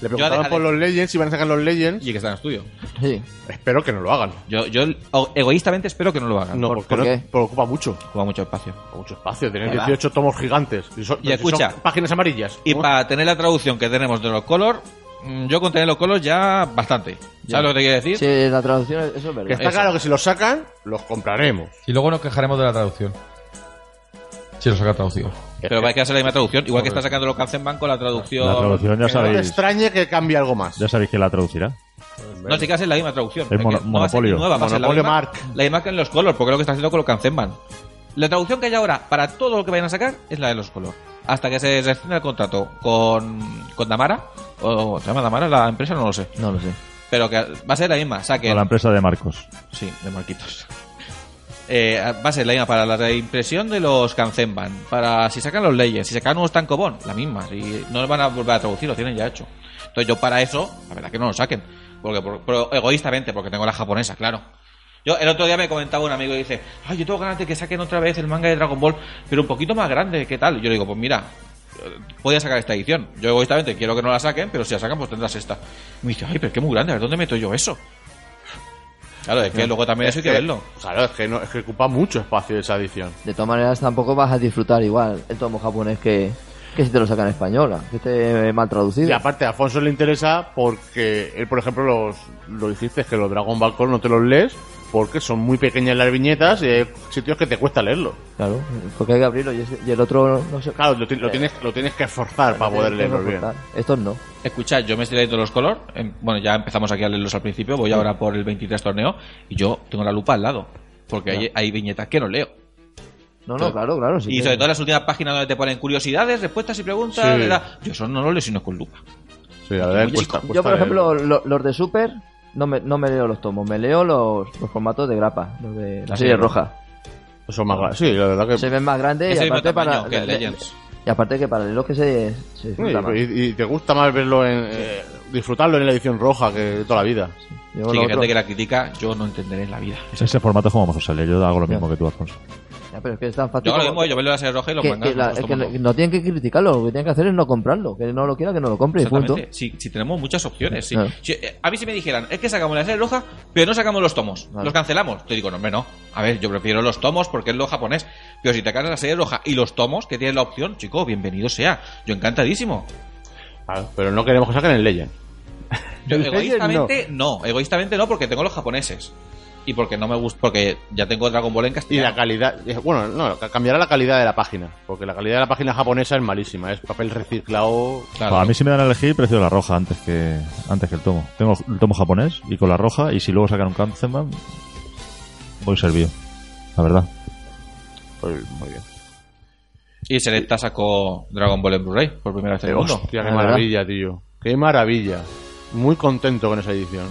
Le preguntaban
dejaré-
por los Legends, si van a sacar los Legends.
Y que están en estudio.
Sí.
Espero que no lo hagan.
Yo, yo o- egoístamente espero que no lo hagan.
No,
¿Por-
porque
por
no-
qué?
porque ocupa mucho.
Ocupa mucho espacio.
ocupa mucho espacio. Tener
¿Verdad?
18 tomos gigantes. Y, son-
Y
pero si son
escucha.
páginas amarillas.
Y
¿no?
para tener la traducción que tenemos de los color, mm, yo con tener los color ya bastante. ¿Sabes
Ya.
lo que te quiero decir?
Sí, la traducción, eso es verdad.
Que está
Eso.
claro que si los sacan, los compraremos.
Y luego nos quejaremos de la traducción. Si lo saca traducido.
Pero va a quedarse la misma traducción. Igual que está sacando los Kanzenban con la traducción.
La traducción ya
Que no te
sabéis,
extrañe que cambie algo más.
ya sabéis quién la traducirá.
No, si casi es la misma traducción.
Es mono-
que no va a ser
monopolio.
nueva, va a ser
Monopolio
la misma,
Mark.
La misma que en los color, porque es lo que está haciendo con los Kanzenban. La traducción que hay ahora para todo lo que vayan a sacar es la de los color. Hasta que se rescinde el contrato con, con Damara. O se llama Damara la empresa, no lo sé.
No lo sé.
Pero que va a ser la misma. Saquen.
Con la empresa de Marcos.
Sí, de Marquitos. Eh, va a ser la misma para la reimpresión de los Kanzenban. Para si sacan los leyes, si sacan unos Tankobon, la misma. Si no van a volver a traducir, lo tienen ya hecho. Entonces yo para eso, la verdad que no lo saquen. Porque, por- pero egoístamente, porque tengo la japonesa, claro. Yo el otro día me comentaba un amigo y dice, ay, yo tengo ganas de que saquen otra vez el manga de Dragon Ball, pero un poquito más grande, ¿qué tal? Y yo le digo, pues mira, podía sacar esta edición. Yo egoístamente quiero que no la saquen, pero si la sacan, pues tendrás esta. Y me dice, ay, pero es que es muy grande, ¿a ver dónde meto yo eso? Claro, es que luego también eso hay que verlo.
Eh, Claro, es que, no, es que ocupa mucho espacio esa edición.
Eh, De todas maneras, tampoco vas a disfrutar igual el tomo japonés que, que si te lo sacan en española, que esté mal traducido.
Y aparte, a Alfonso le interesa porque él, por ejemplo, los, lo dijiste, es que los Dragon Ball Core no te los lees porque son muy pequeñas las viñetas y hay sitios que te cuesta leerlo.
Claro, porque hay que abrirlo y, ese- y el otro no se...
Claro, lo, ti- lo
Eh,
tienes, lo tienes que esforzar para poder
tiene que
leerlo bien.
soportar. Estos no.
Escuchad, yo me estoy leyendo los color. em, Bueno, ya empezamos aquí a leerlos al principio. Voy ahora por el 23 torneo y yo tengo la lupa al lado. Porque hay, hay viñetas que no leo.
No, no, claro, claro. sí
y
que-
sobre todo las últimas páginas donde te ponen curiosidades, respuestas y preguntas.
Sí.
¿verdad? Yo eso no lo leo sino con lupa.
Sí, la verdad,
Yo,
cuesta-
Yo,
cuesta
por ejemplo,
leerlo.
lo- los de Super no me, no me leo los tomos, me leo los, los formatos de grapa, los de la serie
serie
roja.
Son más gra- Sí, la verdad que.
Se ven más grandes
Es
y
el
aparte
mismo tamaño
para...
que el
le-
Legends.
Y aparte que para los que se, se
Sí,
disfruta más.
y, y te gusta más verlo en. eh, disfrutarlo en la edición roja que toda la vida.
Yo
Sí,
lo
que
otro-
gente que la critica, yo no entenderé en la vida.
Ese formato es como más sale. Yo hago lo mismo que tú, Alfonso.
Ya, pero es que es tan fácil
Yo lo
como-
mismo, yo veo la serie roja y lo
que-
mandan
que la-
los
es que
tomando.
no tienen que criticarlo, lo que tienen que hacer es no comprarlo, que no lo quiera, que no lo compre y punto.
Exactamente. Si, si tenemos muchas opciones. sí.
Claro.
Si, eh, a mí si me dijeran, es que sacamos la serie roja, pero no sacamos los tomos.
Claro.
Los cancelamos. Te digo, no, hombre, no. A ver, yo prefiero los tomos porque es lo japonés. Pero si te cargas la serie roja y los tomos, que tienes la opción, chico, bienvenido sea. Yo encantadísimo.
Pero no queremos que saquen el Legend.
Yo,
El Legend,
egoístamente no. Egoístamente no, porque tengo los japoneses. Y porque no me gusta, porque ya tengo Dragon Ball en
Y
castellano.
la calidad. eh, Bueno, no, ca- cambiará la calidad de la página. Porque la calidad de la página japonesa es malísima. Es papel reciclado.
Claro.
a mí si me dan a elegir, prefiero la roja antes que antes que el tomo. Tengo el tomo japonés y con la roja y si luego sacan un Kanzenban, voy servido. La verdad.
pues, muy bien.
Y Selecta sacó Dragon Ball en Blu-ray por primera vez en el mundo.
Eh, Hostia, qué
La verdad.
maravilla, tío. Qué maravilla. Muy contento con esa edición.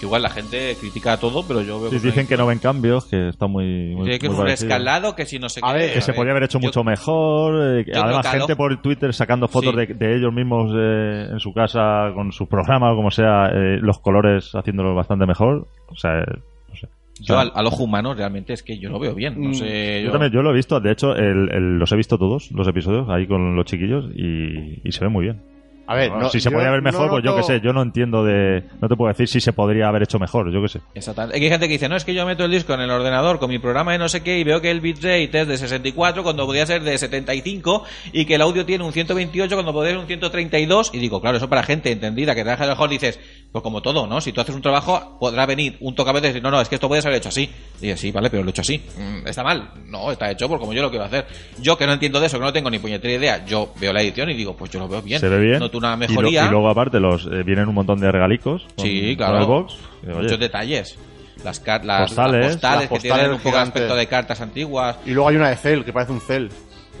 Que igual la gente critica todo, pero yo veo
Sí, dicen que no ven cambios, que está muy... muy,
Dice que
muy
es un
parecido.
escalado que si no sé
A
qué,
ver,
que se podía haber hecho
yo-
mucho mejor. eh, que
yo creo
además,
que a lo-
gente por Twitter sacando fotos de,
Sí.
de ellos mismos eh, en su casa con su programa o como sea, eh, los colores haciéndolo bastante mejor. O sea, eh, no sé. O
Yo
sea,
al, al ojo humano realmente es que yo lo veo bien. No
Mm,
sé.
yo
yo-
también yo lo he visto, de hecho, el- el- los he visto todos, los episodios, ahí con los chiquillos y, y se ve muy bien.
A
Eh,
ver,
si se podía ver mejor, pues yo qué sé, yo no entiendo de... No te puedo decir si se podría haber hecho mejor, yo qué sé.
Exactamente. Es que Hay gente que dice, no, es que yo meto el disco en el ordenador con mi programa de no sé qué y veo que el bitrate es de 64 cuando podría ser de 75 y que el audio tiene un 128 cuando podría ser un 132. Y digo, claro, eso para gente entendida que trabaja mejor dices, pues como todo, ¿no? Si tú haces un trabajo, podrá venir un tocabete y decir, no, no, es que esto podías haber hecho así. Y yo, sí, vale, pero lo he hecho así. Mm, ¿Está mal? No, está hecho por como yo lo quiero hacer. Yo que no entiendo de eso, que no tengo ni puñetera idea, yo veo la edición y digo, pues yo lo veo bien.
Se ve bien.
Noto una
Y lo-
mejoría.
Y, luego, aparte, los eh, vienen un montón de regalicos. con- Con
Sí, claro.
el box. Y, oye,
Muchos detalles. Las, car- las- las
Postales.
postales,
Las
que
postales
tienen un poco de
gigantes.
aspecto de cartas antiguas.
Y luego hay una de Cell, que parece un Cell.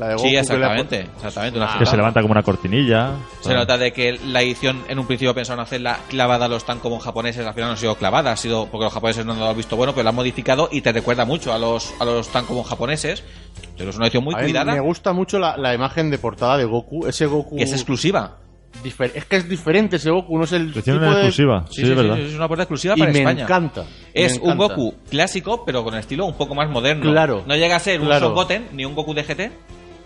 La de Goku
Sí,
que le ha-
exactamente. exactamente una
Ah, que se
chulada.
levanta Ah. como una cortinilla.
Se nota de que la edición en un principio pensaron hacerla clavada a los tan como japoneses, al final no ha sido clavada, ha sido porque los japoneses no lo han visto bueno, pero la han modificado y te recuerda mucho a los a los tan como japoneses. Pero es una edición muy
A mí
cuidada
Me gusta mucho la, la imagen de portada de Goku. Ese Goku.
que es exclusiva.
difer- es que es diferente ese Goku, no es el.
Lo tienen
tipo
en
de-
exclusiva. Sí,
Sí, sí,
es
sí,
verdad.
sí, es una puerta exclusiva
Y
para
me
España.
encanta. me
Es un
encanta.
Goku clásico, pero con estilo un poco más moderno.
Claro,
No llega a ser
claro.
un Son Goten ni un Goku de GT,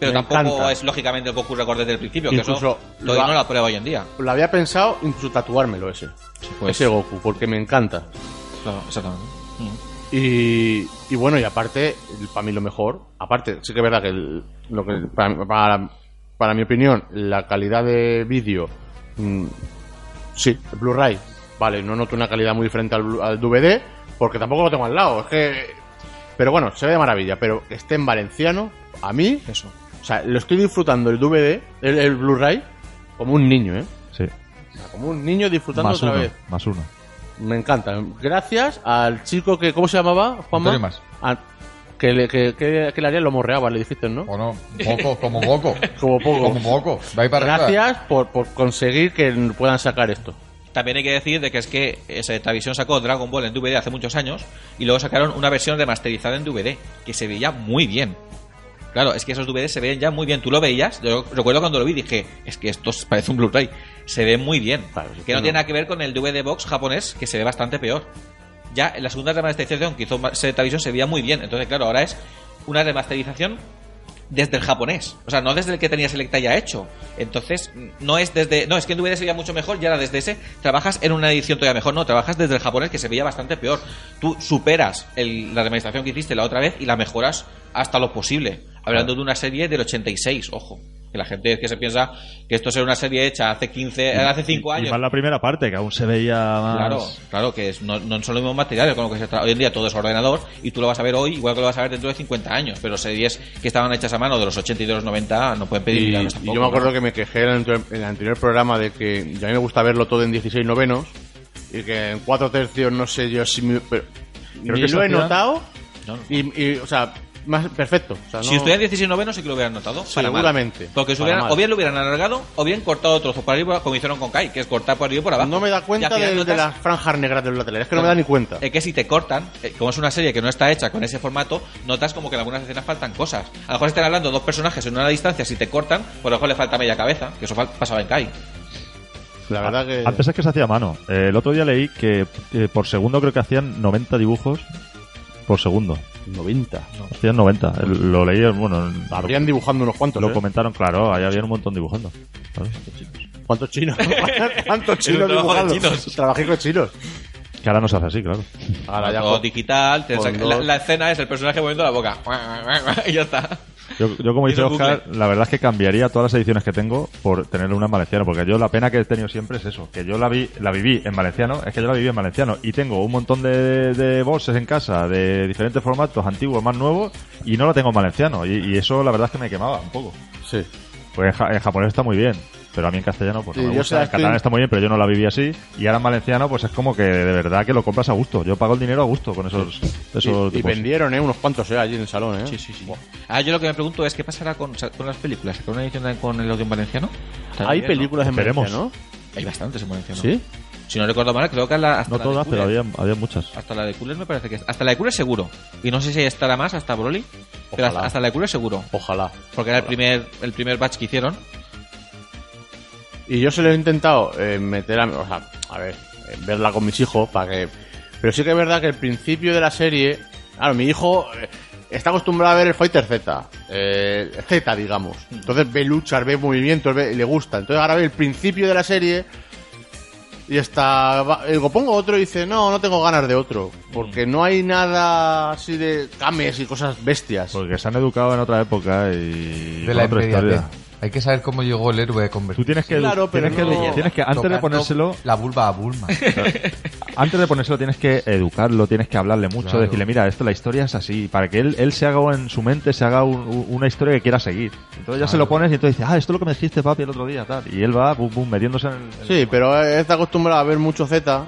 pero
Me
tampoco
encanta.
es lógicamente el Goku Record desde el principio, que
Incluso
eso
lo
todavía
ha-
no lo aprueba hoy en día.
Lo había pensado incluso tatuármelo ese.
Pues-
Ese Goku, porque me encanta.
Claro, exactamente. Mm.
Y, y bueno, y aparte, el- para mí lo mejor, aparte, sí que es verdad que, el- lo que para, mí- para, para mi opinión, la calidad de vídeo, mm, sí, el Blu-ray, vale, no noto una calidad muy diferente al, Blu- al DVD, porque tampoco lo tengo al lado, es que... Pero bueno, se ve de maravilla, pero que esté en valenciano, a mí,
Eso.
o sea, lo estoy disfrutando el DVD, el, el Blu-ray, como un niño, ¿eh?
Sí.
O sea, Como un niño disfrutando
Más
otra
uno.
vez.
Más uno.
Me encanta. Gracias al chico que, ¿cómo se llamaba, Juanma?
Antonio Mas.
A- que, le, que, que, que le haría lo morreaba, le dijiste, ¿no?
O no, poco, como poco.
Como poco.
Como poco. Va ahí para arriba.
Gracias por, por conseguir que puedan sacar esto.
También hay que decir de que es que eh, esta visión sacó Dragon Ball en DVD hace muchos años y luego sacaron una versión remasterizada en DVD que se veía muy bien. Claro, es que esos DVDs se veían ya muy bien. Tú lo veías, yo recuerdo cuando lo vi dije, es que esto parece un Blu-ray. Se ve muy bien.
Claro, es
que
que
no,
no.
tiene nada que ver con el DVD box japonés que se ve bastante peor. Ya en la segunda remasterización que hizo Zetavision se veía muy bien. Entonces, claro, ahora es una remasterización desde el japonés. O sea, no desde el que tenía Selecta ya hecho. Entonces, no es desde. No, es que en DVD se veía mucho mejor y ahora desde ese trabajas en una edición todavía mejor. No, trabajas desde el japonés que se veía bastante peor. Tú superas el- la remasterización que hiciste la otra vez y la mejoras hasta lo posible. Hablando de una serie del 86, ojo. Que la gente es que se piensa que esto es una serie hecha hace 15, Eh, hace 5
Y
años.
más la primera parte, que aún se veía más.
Claro, claro, que es- no, no son los mismos materiales con lo que se tra- Hoy en día todo es ordenador y tú lo vas a ver hoy igual que lo vas a ver dentro de 50 años. Pero series que estaban hechas a mano de los 80 y de los 90 no pueden pedir
Y,
milagros
y
tampoco,
yo me acuerdo
¿no?
que me quejé en el, anterior- en el anterior programa de que y a mí me gusta verlo todo en 16 novenos y que en 4 tercios no sé yo si me- pero ni
que se
lo he
hacía-
notado
No, no.
y, y, o sea, más perfecto. O sea,
Si
no-
estuvieran 16 novenos sí que lo hubieran notado. para mal.
Seguramente,
Porque se
para
hubieran-
mal.
o bien lo hubieran alargado o bien cortado trozos para arriba como hicieron con Kai, que es cortar por arriba y por abajo.
no me da
Y
cuenta
al
de,
final
de
notas-
las franjas negras de los laterales, es que no me da ni cuenta.
Es que si te cortan, eh, como es una serie que no está hecha con ese formato, notas como que en algunas escenas faltan cosas. A lo mejor están hablando dos personajes en una distancia, si te cortan, por lo mejor le falta media cabeza, que eso fal- pasaba en Kai.
La verdad que
Antes es que se hacía a mano. Eh, el otro día leí que eh, por segundo creo que hacían 90 dibujos por segundo.
90.
Hacían 90. El- lo leí, bueno,
Habrían dibujando unos cuantos.
lo
¿eh?
comentaron, claro, ahí había un montón dibujando. ¿sabes?
¿Cuántos chinos? ¿Cuántos
Es un
chinos
trabajo de
dibujados?
chinos.
Trabajé con chinos.
Que ahora no se hace así, claro.
Ahora ya
Todo
con-
digital, te
con
saca-
dos.
la, la escena es el personaje moviendo la boca. Y ya está.
Yo, yo como dice
Hizo bucle.
Oscar, la verdad es que cambiaría todas las ediciones que tengo por tener una en valenciano, porque yo la pena que he tenido siempre es eso, que yo la vi, la viví en valenciano, es que yo la viví en valenciano y tengo un montón de, de bolses en casa de diferentes formatos, antiguos, más nuevos, y no la tengo en valenciano, y, y eso la verdad es que me quemaba un poco.
Sí.
Pues en, ja- en japonés está muy bien, pero a mí en castellano pues no
Sí,
me
yo
gusta.
se la
En catalán
estoy-
está muy bien, pero yo no la viví así, y ahora en valenciano pues es como que de verdad que lo compras a gusto, yo pago el dinero a gusto con esos, esos
Y, y
tipos.
vendieron, ¿eh? Unos cuantos, ¿eh? Allí en el salón, ¿eh?
Sí, sí, sí. Ah, yo lo que me pregunto es qué pasará con, con las películas, con una edición también con el audio en valenciano.
Hay
También, ¿no?
películas en
Esperemos.
valenciano,
Hay bastantes en valenciano.
¿Sí?
Si no recuerdo mal, creo que la- hasta
No
la de
todas, pero
Cooler.
había, había muchas.
Hasta la de Cooler me parece que es. Hasta la de Cooler seguro. Y no sé si estará más hasta Broly. Pero hasta,
Ojalá.
hasta la de Cooler seguro.
Ojalá.
Porque era el primer, el primer batch que hicieron.
Y yo se lo he intentado eh, meter a... O sea, a ver, eh, verla con mis hijos para que... Pero sí que es verdad que el principio de la serie... Claro, mi hijo eh, está acostumbrado a ver el Fighter Z. eh, Z, digamos.
Hmm.
Entonces ve luchas, ve movimientos, ve- le gusta. Entonces ahora ve el principio de la serie... Y está... va- y Digo, pongo otro y dice, no, no tengo ganas de otro. Porque
Hmm.
no hay nada así de cames y cosas bestias.
Porque se han educado en otra época y
De
con
la
otra
inmediatez.
historia.
Hay que saber cómo llegó el héroe
Tú
convertido.
tienes que, edu-
Claro, pero
tienes, que edu-
no-
tienes que antes de
Tocando
ponérselo,
La vulva a Bulma.
antes de ponérselo tienes que educarlo, tienes que hablarle mucho,
Claro.
decirle, mira, esto la historia es así, para que él, él se haga en su mente, se haga un- un- una historia que quiera seguir. Entonces ya se lo pones y entonces dice, ah, esto es lo que me dijiste papi el otro día, tal. Y él va, pum, pum, metiéndose en el... en
Sí, pero eh, está acostumbrado a ver mucho Z.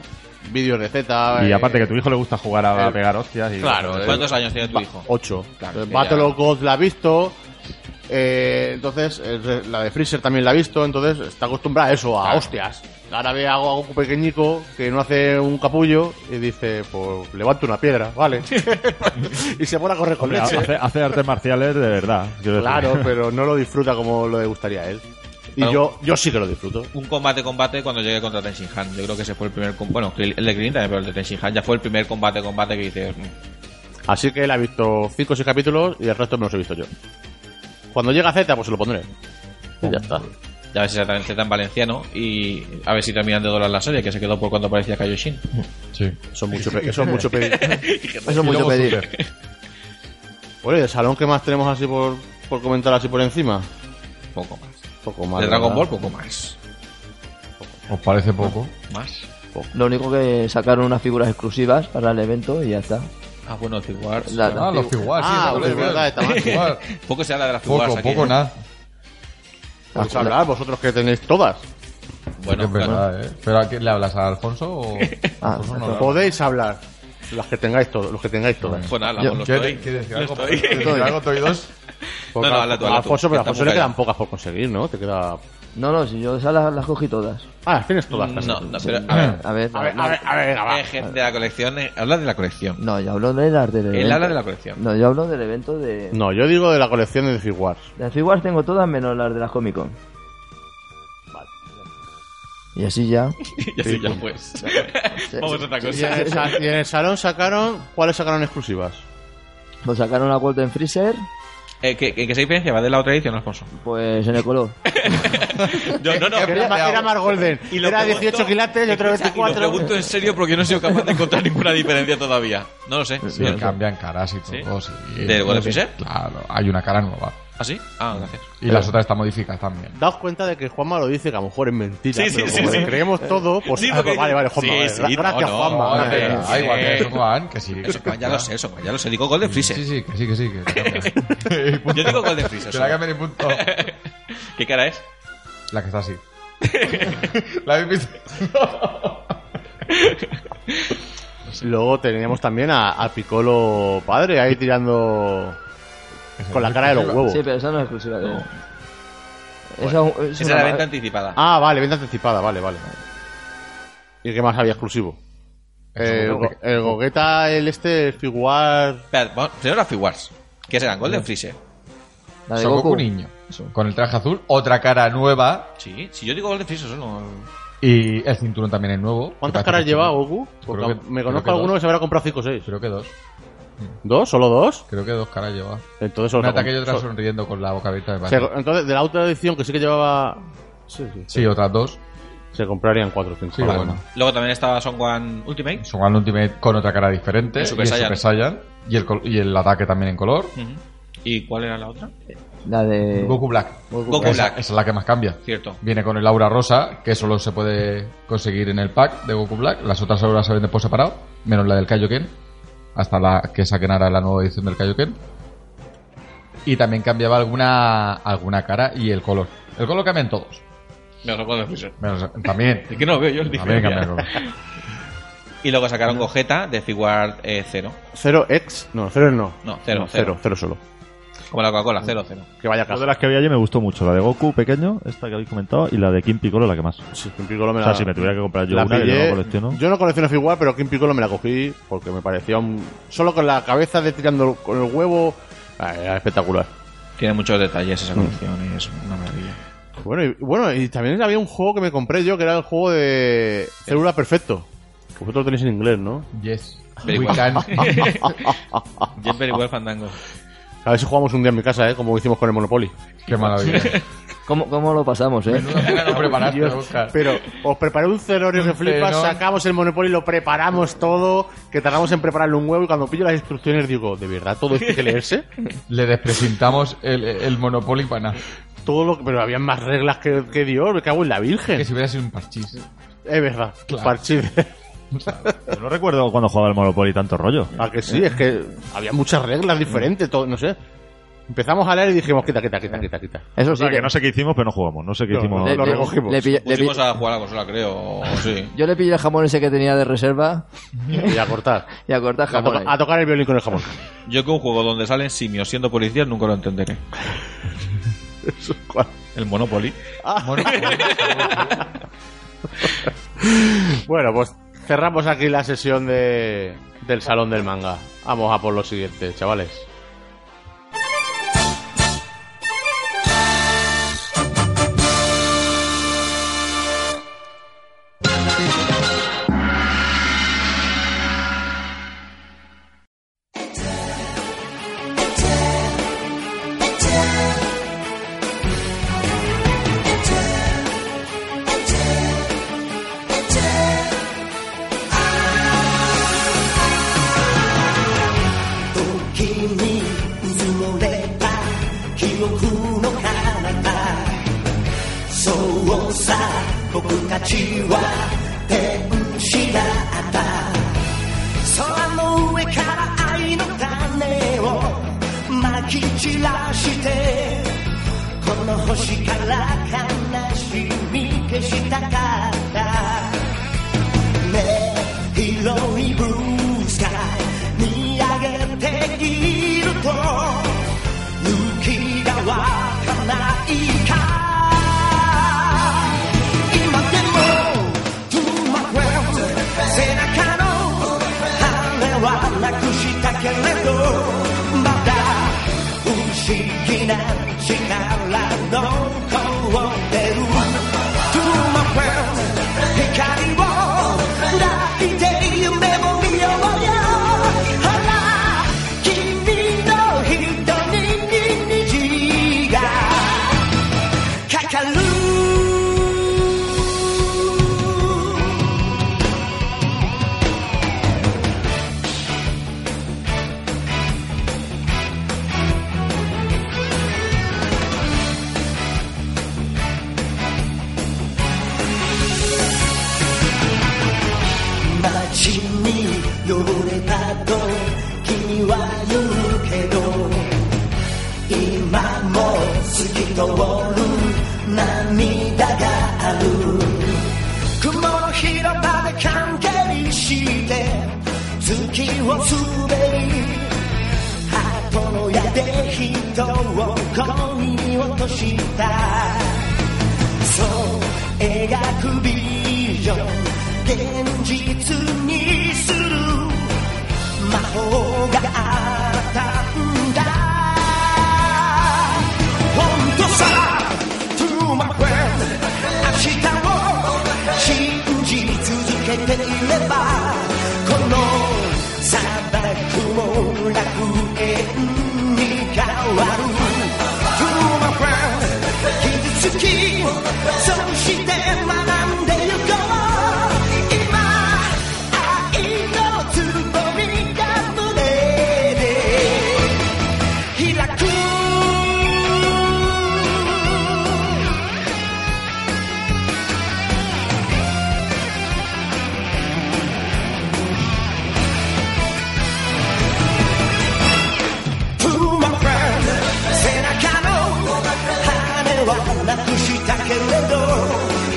Vídeos de Z.
el- Y
eh,
aparte que a tu hijo le gusta jugar a, a
el-
pegar hostias y...
Claro, eh.
¿Cuántos años tiene tu hijo?
8.
Claro, que
Battle
ya-
of God la ha visto. eh, entonces, eh, re- la de Freezer también la ha visto. Entonces, está acostumbrada a eso, a
Claro.
hostias. Ahora ve a Goku pequeñico que no hace un capullo y dice: Pues levanto una piedra, vale. y se pone a correr con
Hombre,
leche.
hace, hace artes marciales de verdad. quiero decir.
Claro, pero no lo disfruta como le gustaría a él. Y
Claro.
yo, yo sí que lo disfruto.
Un combate combate cuando llegué contra Ten Shin Han. Yo creo que ese fue el primer com- bueno, el de Krillin también, pero el de Ten Shin Han ya fue el primer combate combate que dices. mm,
Así que él ha visto 5 o 6 capítulos y el resto me los he visto yo. Cuando llega Z, pues se lo pondré. Y ya está.
Ya ves exactamente tan valenciano y a ver si terminan de doblar la serie, que se quedó por cuando aparecía Kaioshin.
sí.
Eso es mucho, pe- eso es mucho pedir.
Eso es mucho pedir.
Bueno, ¿y de salón qué más tenemos así por, por comentar así por encima?
Poco más.
Poco más.
de Dragon Ball, pues,
¿verdad?
poco más.
¿Os parece poco?
Más.
Lo único que sacaron unas figuras exclusivas para el evento y ya está.
Ah, bueno, Figuarts.
La-
Ah, los figuas. sí,
Ah,
los
es verdad, está mal.
Figuar.
Poco se habla de las Figuarts
Poco,
aquí.
poco,
¿eh?
nada.
Podéis
Ah,
hablar vosotros que tenéis todas.
Bueno,
es verdad, ¿eh? ¿Pero a quién le hablas? ¿A Alfonso o...?
Ah,
Alfonso no habla.
Podéis hablar. Las que tengáis todos, los que tengáis todas.
Pues nada,
Yo-
lo estoy.
¿Quieres quieres decir
Lo
algo?
estoy.
¿Quieres decir algo, Toy dos?
No, no, habla tú,
A
habla tú,
Alfonso,
que
pero a
está
Alfonso
muy
le quedan
callado.
pocas por conseguir, ¿no? Te queda.
No, no, si yo esas las, las cogí todas.
Ah, las tienes todas. casi.
No, no, pero a ver.
A ver,
A
no,
ver,
no.
a ver, a ver, venga, va.
Eh, gente de la colección, eh, habla de la colección.
No, yo hablo del arte del evento.
Él habla de la colección.
No, yo hablo del evento de...
No, yo digo de la colección de Figuarts.
Las figuras tengo todas menos las de las Comic Con. Y así ya.
ya sí, ya pues. Vamos a otra
Y en,
cosa.
el, sa- y en el salón sacaron. ¿Cuáles sacaron exclusivas?
Pues sacaron la Golden Freezer,
Eh, ¿qué, qué, qué se diferencia? ¿Va de la otra edición, Alfonso?
pues en el color.
Yo, no, no.
Era, ma- era más Golden.
eh, Y lo
Era
pregunto-
18 quilates y otro
Y lo
24.
pregunto en serio porque no he sido capaz de encontrar ninguna diferencia todavía. No lo sé.
Sí, cambian caras y todo.
¿Sí? ¿De Golden Freezer?
Claro, hay una cara nueva.
¿Ah, sí? Ah, gracias.
Y las otras están modificadas también.
Daos cuenta de que Juanma lo dice, que a lo mejor es mentira.
Sí, sí,
pero
sí,
como
sí.
le creemos todo, pues.
Sí,
ah,
porque-
pues vale, vale, Juanma.
Sí,
vale.
sí,
gracias,
no, no,
Juanma.
no,
gracias.
no, no.
Ah, igual que eso, Juan, que sí. que
Eso,
sí,
Juan, ya
que
lo
sí.
sé, eso, Juan, ya lo sé. Digo gol de Freezer.
Sí, sí, que sí, que sí. que sí, que sí.
Yo digo gol de Freezer.
Que la cambien y punto.
¿Qué cara es?
La que está así. ¿La habéis visto?
Luego teníamos también a, a Piccolo padre ahí tirando. Con la cara de los huevos.
Sí, pero esa no es exclusiva de. Esa es un- es
Esa es
una
la
ma-
venta anticipada.
Ah, vale, venta anticipada, vale, vale. ¿Y qué más había exclusivo? Eh, el, go- el Gogeta, el este, el Figuar.
Espera, vamos, primero las Figuarts. Que serán Golden Freezer.
La de
Son
Goku.
Goku niño. Con el traje azul, otra cara nueva
Sí, si yo digo Golden Freezer, solo.
y el cinturón también es nuevo.
¿Cuántas
Que parece
caras
que
lleva
sí.
Goku? Porque
Creo que-
me
creo que
conozco alguno
dos.
que se habrá comprado 5 o 6.
Creo que dos.
¿Dos? ¿Solo dos?
Creo que dos caras lleva.
Entonces solo
Una
está
ataque y
con-
otra
so-
sonriendo con la boca abierta. me
se-
parece.
Entonces, de la otra edición que sí que llevaba. Sí, sí.
Sí, otras dos.
Se comprarían 4 o 5.
Sí, bueno.
Luego también estaba Son One Ultimate.
Son Gohan Ultimate con otra cara diferente.
El Super
y el
Saiyan.
Super Saiyan. Y el, col- y el ataque también en color.
Ujú. ¿Y cuál era la otra?
La de.
Goku Black.
Goku
Goku
esa,
Black.
esa es la que más cambia.
Cierto.
Viene con el aura rosa, que solo se puede conseguir en el pack de Goku Black. Las otras auras se venden por separado, menos la del Kaioken. Hasta la que saquen ahora la nueva edición del Kaioken. Y también cambiaba alguna, alguna cara y el color. El color cambian todos.
No, no Golden Freezer.
Menos, también.
Es que no lo veo yo el
También cambia el color.
diferencial. Y luego sacaron Gogeta de Figuart eh, cero.
0X. No, 0 no.
No, cero,
cero,
cero.
cero solo.
Como la Coca-Cola, cero, cero.
Que vaya
Una de
casa.
las que había allí me gustó mucho, la de Goku pequeño, esta que habéis comentado, y la de Kim Piccolo la que más.
Sí, Kim Piccolo me
O
la.
sea, si me tuviera que comprar yo
la
una, que yo
pillé.
no colecciono.
Yo no colecciono Figuar, pero Kim Piccolo me la cogí porque me parecía un. Solo con la cabeza de tirando con el huevo. Ah, era espectacular.
Tiene muchos detalles esa colección y es una maravilla.
Bueno y, bueno, y también había un juego que me compré yo que era el juego de Célula Perfecto. Que vosotros lo tenéis en inglés, ¿no?
Yes.
Very
We
well.
can.
Jet Very Well Fandango.
A ver si jugamos un día en mi casa, ¿eh? Como hicimos con el Monopoly.
Qué maravilla.
¿Cómo, ¿Cómo lo pasamos, eh?
No preparaste,
Dios,
Oscar.
pero os preparé un celorio que
Un
flipas,
celón.
sacamos el Monopoly, lo preparamos todo, que tardamos en prepararle un huevo y cuando pillo las instrucciones digo, ¿de verdad todo esto hay que leerse?
Le desprecintamos el, el Monopoly para nada.
Todo lo que- pero había más reglas que, que Dios, me cago en la Virgen.
Que
Es
si hubiera sido un parchís.
verdad,
Claro.
parchís.
Yo no recuerdo cuando jugaba el Monopoly tanto rollo.
Ah, que sí, es que había muchas reglas diferentes, todo, no sé. Empezamos a leer y dijimos, quita, quita, quita, quita, quita.
Eso
O
sí.
sea, que
que-
no sé qué hicimos, pero no jugamos. No sé qué
No,
hicimos.
no,
le-
lo
le-
recogimos.
le pillé- le
Pusimos
pillé-
a jugar a la consola, creo. o Sí.
yo le pillé el jamón ese que tenía de reserva
Y a cortar.
y a cortar
A,
jamón.
toca-
ahí.
a tocar el violín con el jamón.
Yo que un juego donde salen simios siendo policías nunca lo entenderé. El Monopoly.
Bueno, pues cerramos aquí la sesión de, del Salón del Manga. Vamos a por lo siguiente, chavales.
「時にうずもれた記憶の彼方」「そうさ僕たちは天使だった」「空の上から愛の種をまき散らして」「この星から悲しみ消したかった」ね広いブルースカイ見上げていると雪が湧かないか今でも To my friend 背中の羽はなくしたけれどまだ不思議な力の凍ってる To my friend 光を抱いて夢も見ようよほら君の瞳に虹がかかる「時は言うけど今も透き通る涙がある雲の広場で関係して月を滑り箱の矢で人を恋に落としたそう描くビジョン現実にする魔法があったんだ本当さ To my friend 明日を信じ続けていればこの砂漠も楽園に変わる To my friend 傷つきそして学んでゆこう今愛のつぼみが胸で開く「背中の羽はなくしたけれど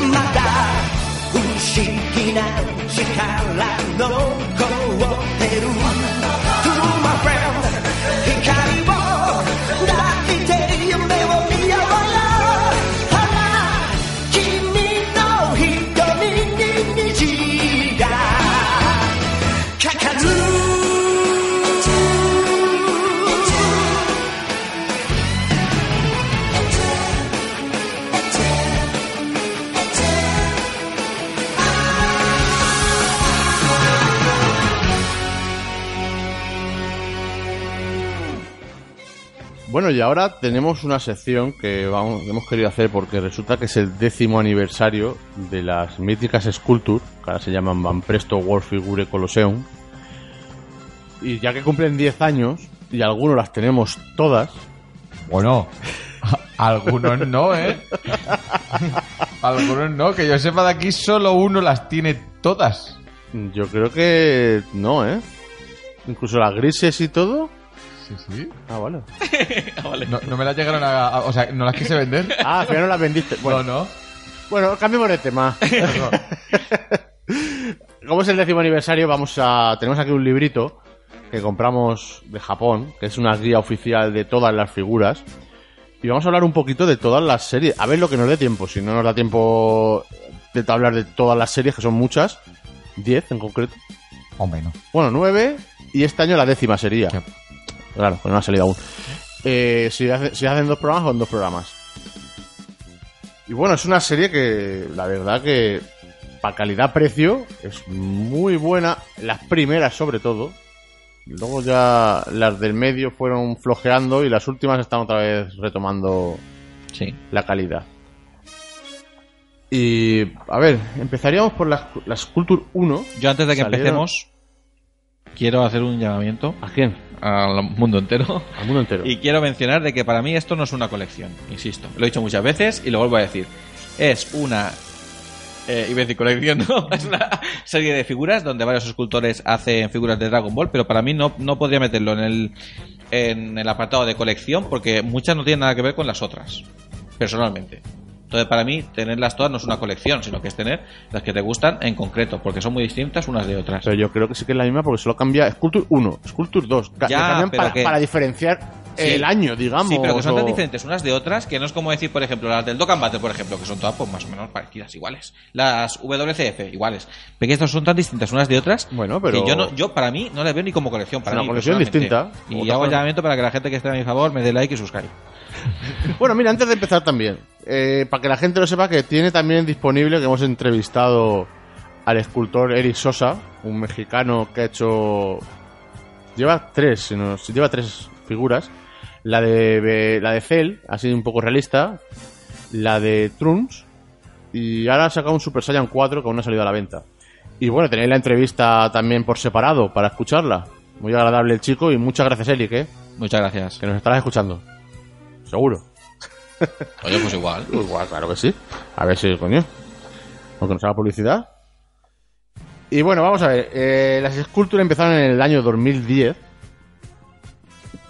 まだ不思議な力の凍ってる」「To my friend 光を抱いて夢を見ようよ」「ほら君の瞳に虹がかかる」
Bueno, y ahora tenemos una sección que vamos, que hemos querido hacer porque resulta que es el décimo aniversario de las míticas Sculpture, que ahora se llaman Van Presto War Figure Colosseum. Y ya que cumplen 10 años, y algunos las tenemos todas,
Bueno, algunos no, ¿eh? algunos no, que yo sepa de aquí solo uno las tiene todas.
yo creo que no, ¿eh? Incluso las grises y todo.
Sí, sí.
Ah, vale.
Ah, vale.
No, no me las llegaron a, a- O sea, no las quise vender.
Ah, pero no las vendiste. Bueno,
No, no.
bueno cambiemos de tema. Como es el décimo aniversario, vamos a. Tenemos aquí un librito que compramos de Japón, que es una guía oficial de todas las figuras. Y vamos a hablar un poquito de todas las series. A ver lo que nos dé tiempo. Si no nos da tiempo de hablar de todas las series, que son muchas. 10 en concreto.
Hombre, no.
Bueno, 9 y este año la décima sería.
Ya.
Claro, pues no ha salido aún. Eh, si, hace- si hacen dos programas, con dos programas. Y bueno, es una serie que la verdad que para calidad-precio es muy buena. Las primeras sobre todo. Luego ya las del medio fueron flojeando y las últimas están otra vez retomando
Sí.
la calidad. Y a ver, empezaríamos por la, la Sculpture 1.
Yo antes de que
Salieron-
empecemos, quiero hacer un llamamiento
¿A quién?
al mundo entero.
Al mundo entero.
Y quiero mencionar de que para mí esto no es una colección, insisto. Lo he dicho muchas veces y lo vuelvo a decir. Es una... Eh, iba a decir colección, no. Es una serie de figuras donde varios escultores hacen figuras de Dragon Ball, pero para mí no, no podría meterlo en el, en el apartado de colección porque muchas no tienen nada que ver con las otras, personalmente. Entonces para mí tenerlas todas no es una colección, sino que es tener las que te gustan en concreto, porque son muy distintas unas de otras.
Pero yo creo que sí que es la misma porque solo cambia Sculpture 1, Sculpture 2. Ca-
Ya,
le cambian
pero
para,
que-
para diferenciar
Sí.
el año, digamos.
Sí, pero que son tan
o-
diferentes unas de otras que no es como decir, por ejemplo, las del Dokkan Battle, por ejemplo, que son todas pues, más o menos parecidas, iguales. Las WCF, iguales. Pero que estas son tan distintas unas de otras
Bueno, pero-
que yo, no, yo para mí no las veo ni como colección.
Es
Para
una
mí,
colección
personalmente.
distinta.
Y
Otra
hago el
cosa.
llamamiento para que la gente que esté a mi favor me dé like y suscribe.
Bueno, mira, antes de empezar también, eh, para que la gente lo sepa, que tiene también disponible que hemos entrevistado al escultor Eric Sosa, un mexicano que ha hecho. Lleva tres, si no- si lleva tres figuras. La de, la de Cell, así un poco realista. La de Trunks. Y ahora ha sacado un Super Saiyan 4 que aún no ha salido a la venta. Y bueno, tenéis la entrevista también por separado para escucharla. Muy agradable el chico y muchas gracias, Eric, ¿eh?
Muchas gracias.
que nos estarás escuchando. Seguro.
Oye, pues igual.
Pues guau, claro que sí. A ver si, coño. Aunque nos haga publicidad. Y bueno, vamos a ver. eh, las esculturas empezaron en el año 2010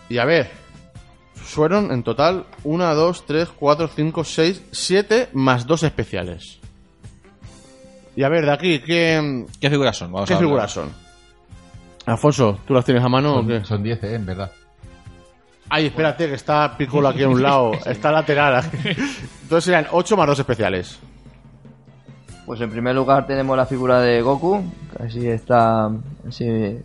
Y a ver, fueron en total 1, 2, 3, 4, 5, 6, 7 más dos especiales. Y a ver, de aquí, ¿quién,
¿Qué figuras son? Vamos
¿qué
a hablar.
figuras son? Alfonso, ¿tú las tienes a mano o qué?
Son- Son 10, ¿eh? En verdad.
Ay, espérate, que está Piccolo aquí a un lado, está lateral. Entonces serían 8 más dos especiales.
Pues en primer lugar tenemos la figura de Goku, que así está así de,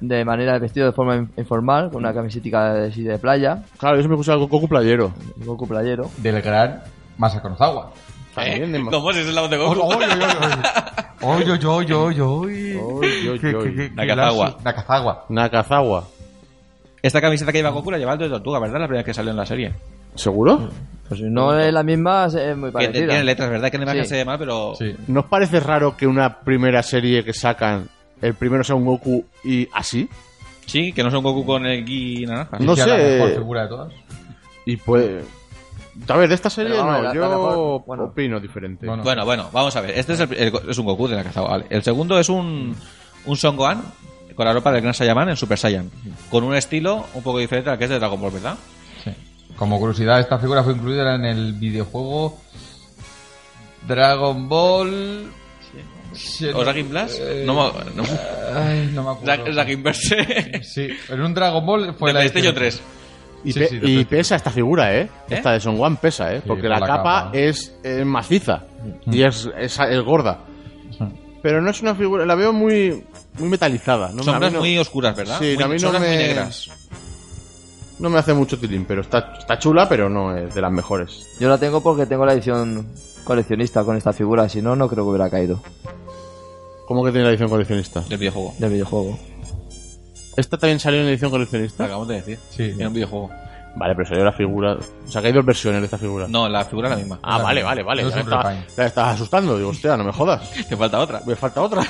de manera de vestido de forma in- informal, con una camiseta de, así de playa,
Claro, yo siempre escuchaba algo Goku playero.
Goku playero.
Del gran Masako Nozawa.
También, de-
¿Cómo si pues, es el lado de Goku?
Oy, oy, oy, oy, oy.
Oy, oy,
Qué-
oy.
qué- qué- qué
Nakazawa.
lazo. Nakazawa.
Nakazawa.
Esta camiseta que lleva Goku la lleva el de Tortuga, ¿verdad? La primera que salió en la serie.
¿Seguro?
Pues si no es la misma, es muy
Que te-
parecida.
tiene letras, ¿verdad? Que la imagen
Sí.
se llama, pero...
Sí.
¿No os parece raro que una primera serie que sacan, el primero sea un Goku y así?
Sí, que no son Goku con el Gi naranja.
No
Sí, la
sé.
mejor figura de todas.
Y pues... A ver, de esta serie
Pero vamos,
no,
la-
yo
la mejor- bueno.
opino diferente.
Bueno.
Bueno, bueno, vamos a ver. Este es, el- el- es un Goku de Nakazawa. Vale. El segundo es un, un Son Gohan con la ropa del Gran Saiyaman en Super Saiyan. Con un estilo un poco diferente al que es de Dragon Ball, ¿verdad?
Sí. Como curiosidad, esta figura fue incluida en el videojuego Dragon Ball. Xeno-
¿O Dragon Blast?
eh,
No, me- no,
Ay, no me acuerdo.
Dra- Dragon Verse.
Sí, en un Dragon Ball fue
de
la
PlayStation
edición.
3.
Y,
Sí,
pe-
sí,
y
perfecto.
pesa esta figura, ¿eh? Esta de Son One pesa, ¿eh?
Sí,
Porque
por
la,
la
capa,
capa.
es eh, maciza y es, es, es gorda. Pero no es una figura, la veo muy, muy metalizada. No, A mí
Sombras
no-
muy oscuras, ¿verdad?
Sí,
muy,
a mí no
sombras
me-
muy negras.
no me hace mucho tilín, pero está, está chula, pero no es de las mejores.
Yo la tengo porque tengo la edición coleccionista con esta figura, si no, no creo que hubiera caído
¿Cómo que tiene la edición coleccionista?
Del videojuego.
del videojuego.
¿Esta también salió en edición
Lo
coleccionista?
acabamos de decir.
Sí.
Era un videojuego.
Vale, pero salió la figura. O sea, que hay dos versiones de esta figura.
No, la figura es la misma.
Ah, vale, vale, vale.
No
ya
es
me
un
estaba-
repaint.
ya me estabas asustando. Digo, hostia, no me jodas.
Te falta otra.
Me falta otra.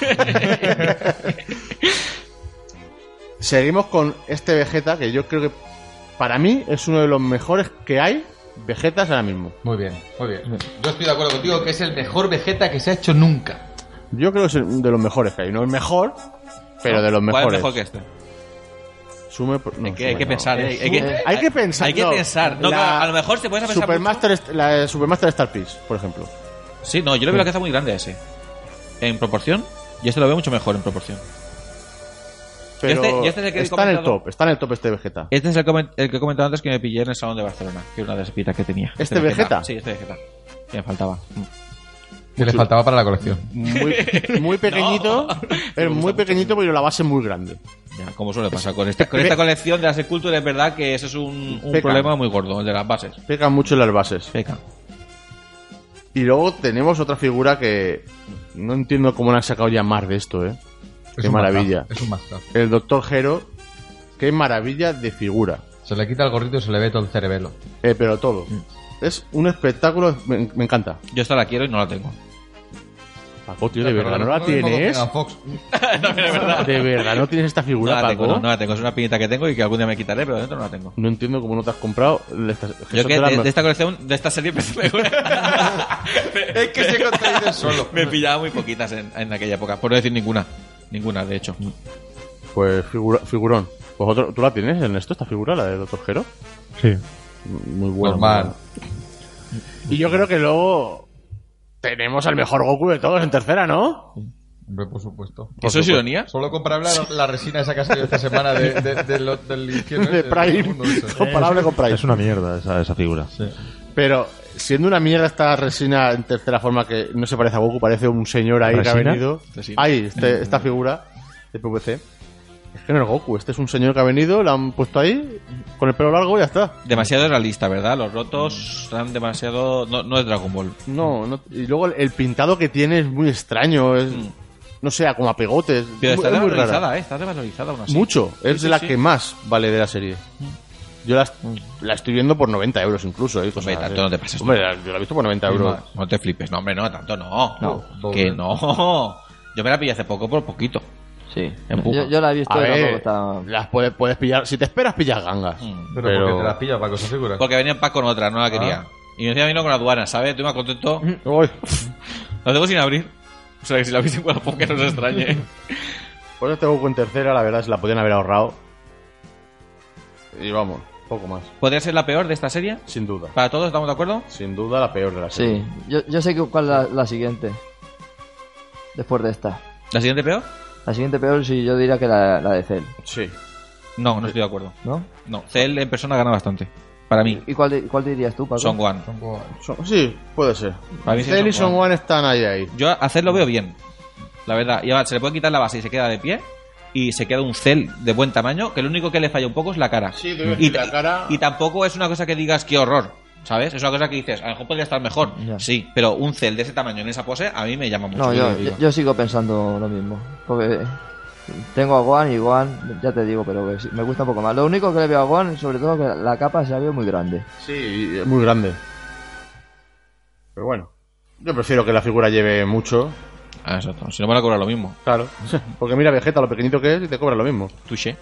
Seguimos con este Vegeta que yo creo que para mí es uno de los mejores que hay Vegetas ahora mismo.
Muy bien, muy bien. Yo estoy de acuerdo contigo que es el mejor Vegeta que se ha hecho nunca.
Yo creo que es el- de los mejores que hay. No el mejor, pero de los mejores.
¿Cuál es mejor que este?
Sume, por- no,
Hay que, hay
Sume
que
no.
pensar, ¿eh? Hay que,
Hay que pensar.
Hay que
no.
pensar. No,
La
claro, a lo mejor te puedes pensar
Supermaster, Est- la eh, Supermaster Star Peace, por ejemplo.
mucho. Sí, no, yo le veo la cabeza muy grande a ese. En proporción. Y este lo veo mucho mejor en proporción.
Pero
este- y este es el que he
está en el
comentado.
top, está en el top este Vegeta.
Este es el, comen- el que he comentado antes que me pillé en el salón de Barcelona, que era una de las pitas que tenía.
¿Este Vegeta?
Sí, este Vegeta. Que me faltaba.
Que le faltaba para la colección.
Muy, muy pequeñito, es muy pequeñito, pero la base es muy grande.
Ya, como suele pasar con esta, con esta colección de las esculturas, es verdad que ese es un, un
Peca.
problema muy gordo, el de las bases.
Pecan mucho en las bases.
Peca.
Y luego tenemos otra figura que no entiendo cómo la han sacado ya más de esto, ¿eh?
Es
Qué
un
maravilla.
mazo, Es un mazo.
El Doctor Hero, qué maravilla de figura.
Se le quita el gorrito y se le ve todo el cerebelo.
Eh, pero todo.
Mm.
Es un espectáculo, me, me encanta.
Yo esta la quiero y no la tengo.
Paco, tío, de
Pero
verdad no la
lo mismo que
tienes.
Megan Fox.
De verdad no tienes esta
No
figura,
la tengo,
Paco.
no, no la tengo. Es una pinita que tengo y que algún día me quitaré, pero dentro no la tengo.
No entiendo cómo no te has comprado. esta-
Yo
son
que
de las
de,
me-
de esta colección, de esta serie, me, es que se
Contraído solo.
me pillaba muy poquitas en, en aquella época, por no decir ninguna. Ninguna, de hecho.
Pues figura, figurón. ¿Vosotros, ¿Tú la tienes en esto, esta figura, la de Doctor Hero?
Sí.
Muy buena.
Normal.
Y yo creo que luego tenemos al mejor Goku de todos en tercera, ¿no?
Hombre, por supuesto.
¿Eso es ironía?
Solo comparable a la, la resina esa que has tenido esta semana de, de- de lo- del infierno.
De
ese,
Prime.
del mundo ¿eh? ese.
Comparable
es,
con Prime.
Es una mierda esa, esa figura.
Pero siendo una mierda esta resina en tercera forma que no se parece a Goku, parece un señor ahí que ha
¿Resina?
venido.
Resina.
Ahí, este- esta figura de PVC. Es que no es Goku, este es un señor que ha venido, la han puesto ahí, con el pelo largo y ya está.
Demasiado realista, ¿verdad? Los
Mm.
rotos están demasiado. No, no es Dragon Ball.
No, no- y luego el, el pintado que tiene es muy extraño, es,
Mm.
no sé, como a pegotes.
Pero
es muy-
está
es muy rara.
desvalorizada, ¿eh? Está desvalorizada aún así.
Mucho, es
Sí,
de
sí,
la
sí. Mm.
que más vale de la serie. Yo la, la estoy viendo por 90 euros incluso. ¿eh? Cosas
Hombre, tanto
así.
no te pases.
Hombre, la- yo la he visto por 90 euros.
No te flipes, no, hombre, no, tanto no.
No.
que no. Yo me la pillé hace poco por poquito.
Sí,
Empuja.
yo, yo la he visto
A
y tampoco
ver,
está-
las puedes, puedes pillar. Si te esperas, pillas gangas.
Mm.
Pero, porque te las pillas para cosas figuras.
Porque venían pa' con otra, no
Ah.
la quería. Y encima vino con aduana, ¿sabes? Estoy más contento.
Uy,
La tengo sin abrir. O sea, que si la viste en Wallapop, que no se extrañe.
por eso tengo en tercera, la verdad, se la podían haber ahorrado. Y vamos, poco más.
¿Podría ser la peor de esta serie?
Sin duda.
¿Para todos estamos de acuerdo?
Sin duda la peor de la serie.
Sí, yo, yo sé que- cuál es la, la siguiente. Después de esta.
¿La siguiente peor?
La siguiente peor, sí, yo diría que la, la de Cell,
Sí.
No, no estoy de acuerdo.
¿no?
No, Cell en persona gana bastante. Para mí,
¿Y cuál, di- cuál dirías tú, Paco?
Son One.
Son- sí, puede ser.
Para mí sí
Cell y
son
Son One están ahí ahí.
Yo a Cell lo veo bien, la verdad. Y ahora se le puede quitar la base y se queda de pie. Y se queda un Cell de buen tamaño, que lo único que le falla un poco es la cara.
Sí, te iba a
y,
decir, la cara-
y tampoco es una cosa que digas qué horror, ¿sabes? Es una cosa que dices, a lo mejor podría estar mejor.
Ya.
Sí, pero un Cell de ese tamaño en esa pose a mí me llama mucho.
No,
yo
yo,
lo digo.
yo, yo sigo pensando lo mismo. Porque tengo a Juan y Juan, ya te digo, pero que sí, me gusta un poco más. Lo único que le veo a Juan, sobre todo, que la capa se la veo muy grande.
Sí, y es muy grande. Pero bueno, yo prefiero que la figura lleve mucho.
Ah, exacto. Si no me van a cobrar lo mismo.
Claro. Porque mira Vegeta, lo pequeñito que es, y te cobra lo mismo.
Touché.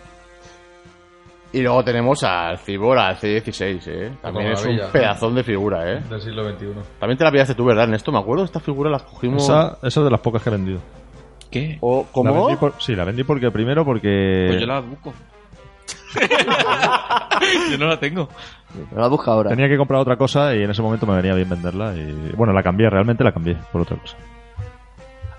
Y luego tenemos al Fibora C16, ¿eh? También es un
maravilla.
pedazón de figura, ¿eh?
Del siglo XXI.
También te la pillaste tú, ¿verdad, Ernesto? Me acuerdo, esta figura la cogimos...
Esa, esa es de las pocas que he vendido.
¿Qué?
O,
La
¿Cómo?
vendí por- sí, la vendí porque primero porque...
Oh, Pues yo la busco. yo no la tengo.
Pero la busca ahora.
Tenía que comprar otra cosa y en ese momento me venía bien venderla. Y bueno, la cambié, realmente la cambié por otra cosa.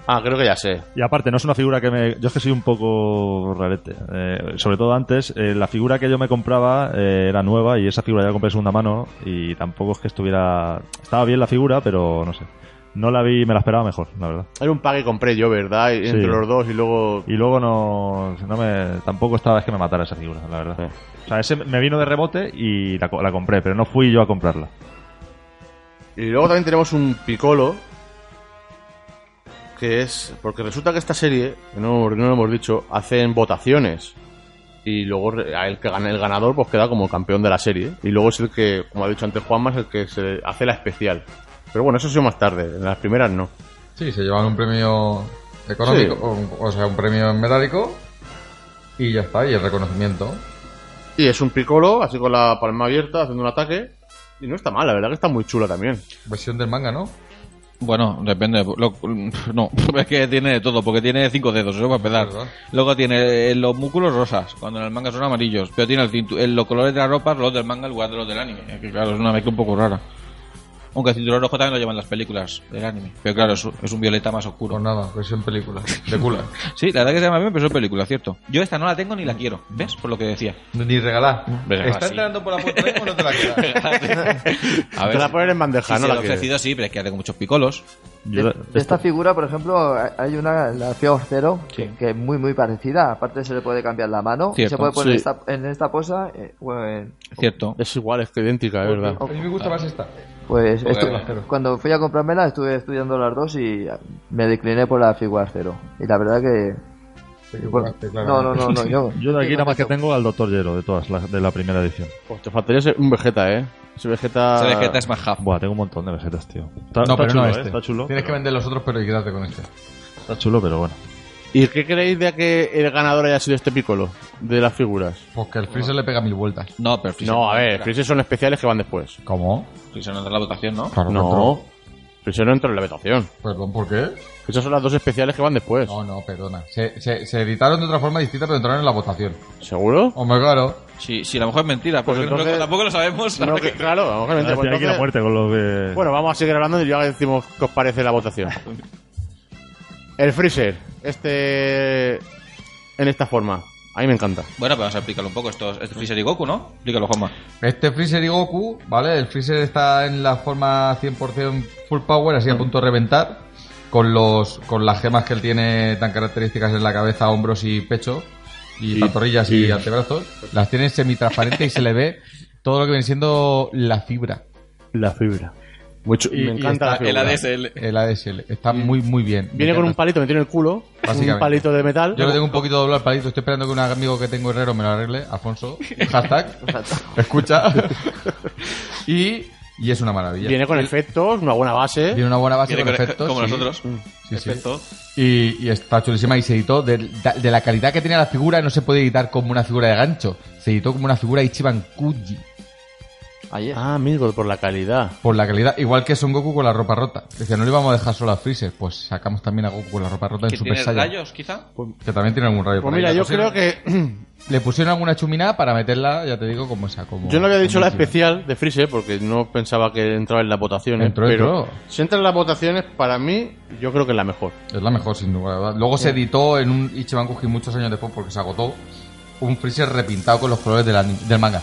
Ah, creo que ya sé.
Y aparte, no es una figura que me. Yo es que soy un poco rarete. Eh, sobre todo antes, eh, la figura que yo me compraba eh, era nueva y esa figura ya la compré de segunda mano y tampoco es que estuviera. Estaba bien la figura, pero no sé. No la vi, me la esperaba mejor, la verdad.
Era un pack que compré yo, ¿verdad? Y- Entre
Sí.
los dos y luego...
Y luego no, no me. Tampoco estaba es que me matara esa figura, la verdad. O sea, ese me vino de rebote y la, co- la compré, pero no fui yo a comprarla.
Y luego también tenemos un Piccolo. Que es. Porque resulta que esta serie, que no, no lo hemos dicho, hacen votaciones. Y luego re- a el, que gana- el ganador pues queda como campeón de la serie. Y luego es el que, como ha dicho antes Juanma, es el que se hace la especial. Pero bueno, eso ha sido más tarde. En las primeras no.
Sí, se llevan un premio económico,
Sí.
o, un- o sea, un premio en metálico y ya está, y el reconocimiento.
Y es un Piccolo, así con la palma abierta, haciendo un ataque. Y no está mal, la verdad que está muy chula también.
Versión del manga, ¿no?
Bueno, depende. lo- no, es que tiene de todo, porque tiene cinco dedos, eso para empezar.
Es verdad.
Luego tiene eh, los músculos rosas, cuando en el manga son amarillos, pero tiene el cintu- eh, los colores de la ropa, los del manga en lugar de los del anime. Es que claro, es una mezcla un poco rara. Aunque el cinturón rojo también lo llevan las películas del anime. Pero claro, es, un- es un violeta más oscuro.
Pues nada, versión película, de cula.
Sí, la verdad que se llama bien, pero es película, cierto. Yo esta no la tengo ni la quiero, ¿ves? Por lo que decía.
Ni regalar.
Regalar,
¿Está
sí.
entrando por la puerta de o no te la queda?
A
Te la
si-
ponen en bandeja,
si
no
se
la
lo he
quieres.
ofrecido, sí, pero es que ya tengo muchos picolos.
Yo
De,
la-
de esta figura, por ejemplo, hay- hay una, la Fior Zero,
Sí.
que, que es muy, muy parecida. Aparte, se le puede cambiar la mano.
Cierto,
se puede poner
sí.
esta, en esta posa. eh, o en-
Cierto.
Es igual, es que idéntica, es verdad.
A mí me gusta más esta.
pues
Joder,
estu-
Fior.
cuando fui a comprármela, estuve estudiando las dos y me decliné por la figura Zero. Y la verdad que. bueno, no, no, no, no, yo.
Yo de aquí
estoy
nada más que
contento.
tengo al Doctor Yero de todas las de la primera edición.
Pues te faltaría ese- un Vegeta, ¿eh? Ese Vegeta.
Esa vegeta es más half.
Buah, tengo un montón de vegetas, tío.
No,
Está, está
pero
chulo,
no
¿eh?
este.
Está chulo.
Tienes que
pero-
vender los otros, pero quédate con este.
Está chulo, pero bueno.
¿Y qué creéis de que el ganador haya sido este Piccolo? De las figuras.
Porque al Freezer le pega mil vueltas.
No, pero Freezer-
No, a ver, Freezer son especiales que van después.
¿Cómo?
Freezer no entra en la votación, ¿no?
Claro,
No, Freezer no entró en la vetación.
Perdón, ¿por qué?
Esas son las dos especiales que van después.
No, no, perdona. Se, se, se editaron de otra forma distinta, pero entraron en la votación.
¿Seguro?
Hombre, claro.
Sí, sí, a lo mejor es mentira,
Pues
porque no-
entonces-
tampoco lo sabemos.
No, que- claro, vamos que no
Tiene
entramos.
aquí la
Entonces,
muerte con lo que.
Bueno, vamos a seguir hablando y ya decimos qué os parece la votación. El Freezer, este. en esta forma. A mí me encanta.
Bueno, pues vamos a explicarlo un poco. Esto es este Freezer y Goku, ¿no? Explícalo, Juanma.
Este Freezer y Goku, ¿vale? El Freezer está en la forma 100% full power, así a punto de reventar, con los con las gemas que él tiene tan características en la cabeza, hombros y pecho, y, pantorrillas y, antebrazos. Las tiene semitransparente y se le ve todo lo que viene siendo la fibra,
La fibra.
Mucho,
Y-
me
y
encanta
está
la figura.
ADSL.
el ADSL. Está muy, muy bien. Me
Viene con un
encanta.
palito metido en el culo.
Básicamente.
Un palito de metal.
Yo le tengo un poquito doblado al palito. Estoy esperando que un amigo que tengo herrero me lo arregle. Alfonso. Hashtag. escucha. y, y es una maravilla.
Viene con efectos, una buena base.
Tiene una buena base
Viene
con
con-
efectos.
como
sí.
nosotros.
Sí, sí.
Efecto.
Y, y está chulísima y se editó. De, de la calidad que tenía la figura, no se puede editar como una figura de gancho. Se editó como una figura Ichiban Kuji.
Ayer.
Ah, amigo, por la calidad.
Por la calidad, igual que Son Goku con la ropa rota. Decía, no le íbamos a dejar solo a Freezer, pues sacamos también a Goku con la ropa rota en
¿Que
Super
tiene
Saiyan.
rayos, quizá?
Que también tiene algún rayo.
Pues
por ahí.
mira,
Le
yo
pusieron-
creo que
Le pusieron alguna chuminada para meterla, ya te digo, como esa. Como
Yo no había dicho
como
la
china.
especial de Freezer porque no pensaba que entraba en las votaciones.
Entró,
pero
entró.
si entra en las votaciones, para mí, yo creo que es la mejor.
Es la mejor, sin duda. ¿verdad? Luego se editó en un Ichiban Kuji muchos años después porque se agotó. Un Freezer repintado con los colores del, ani- del manga.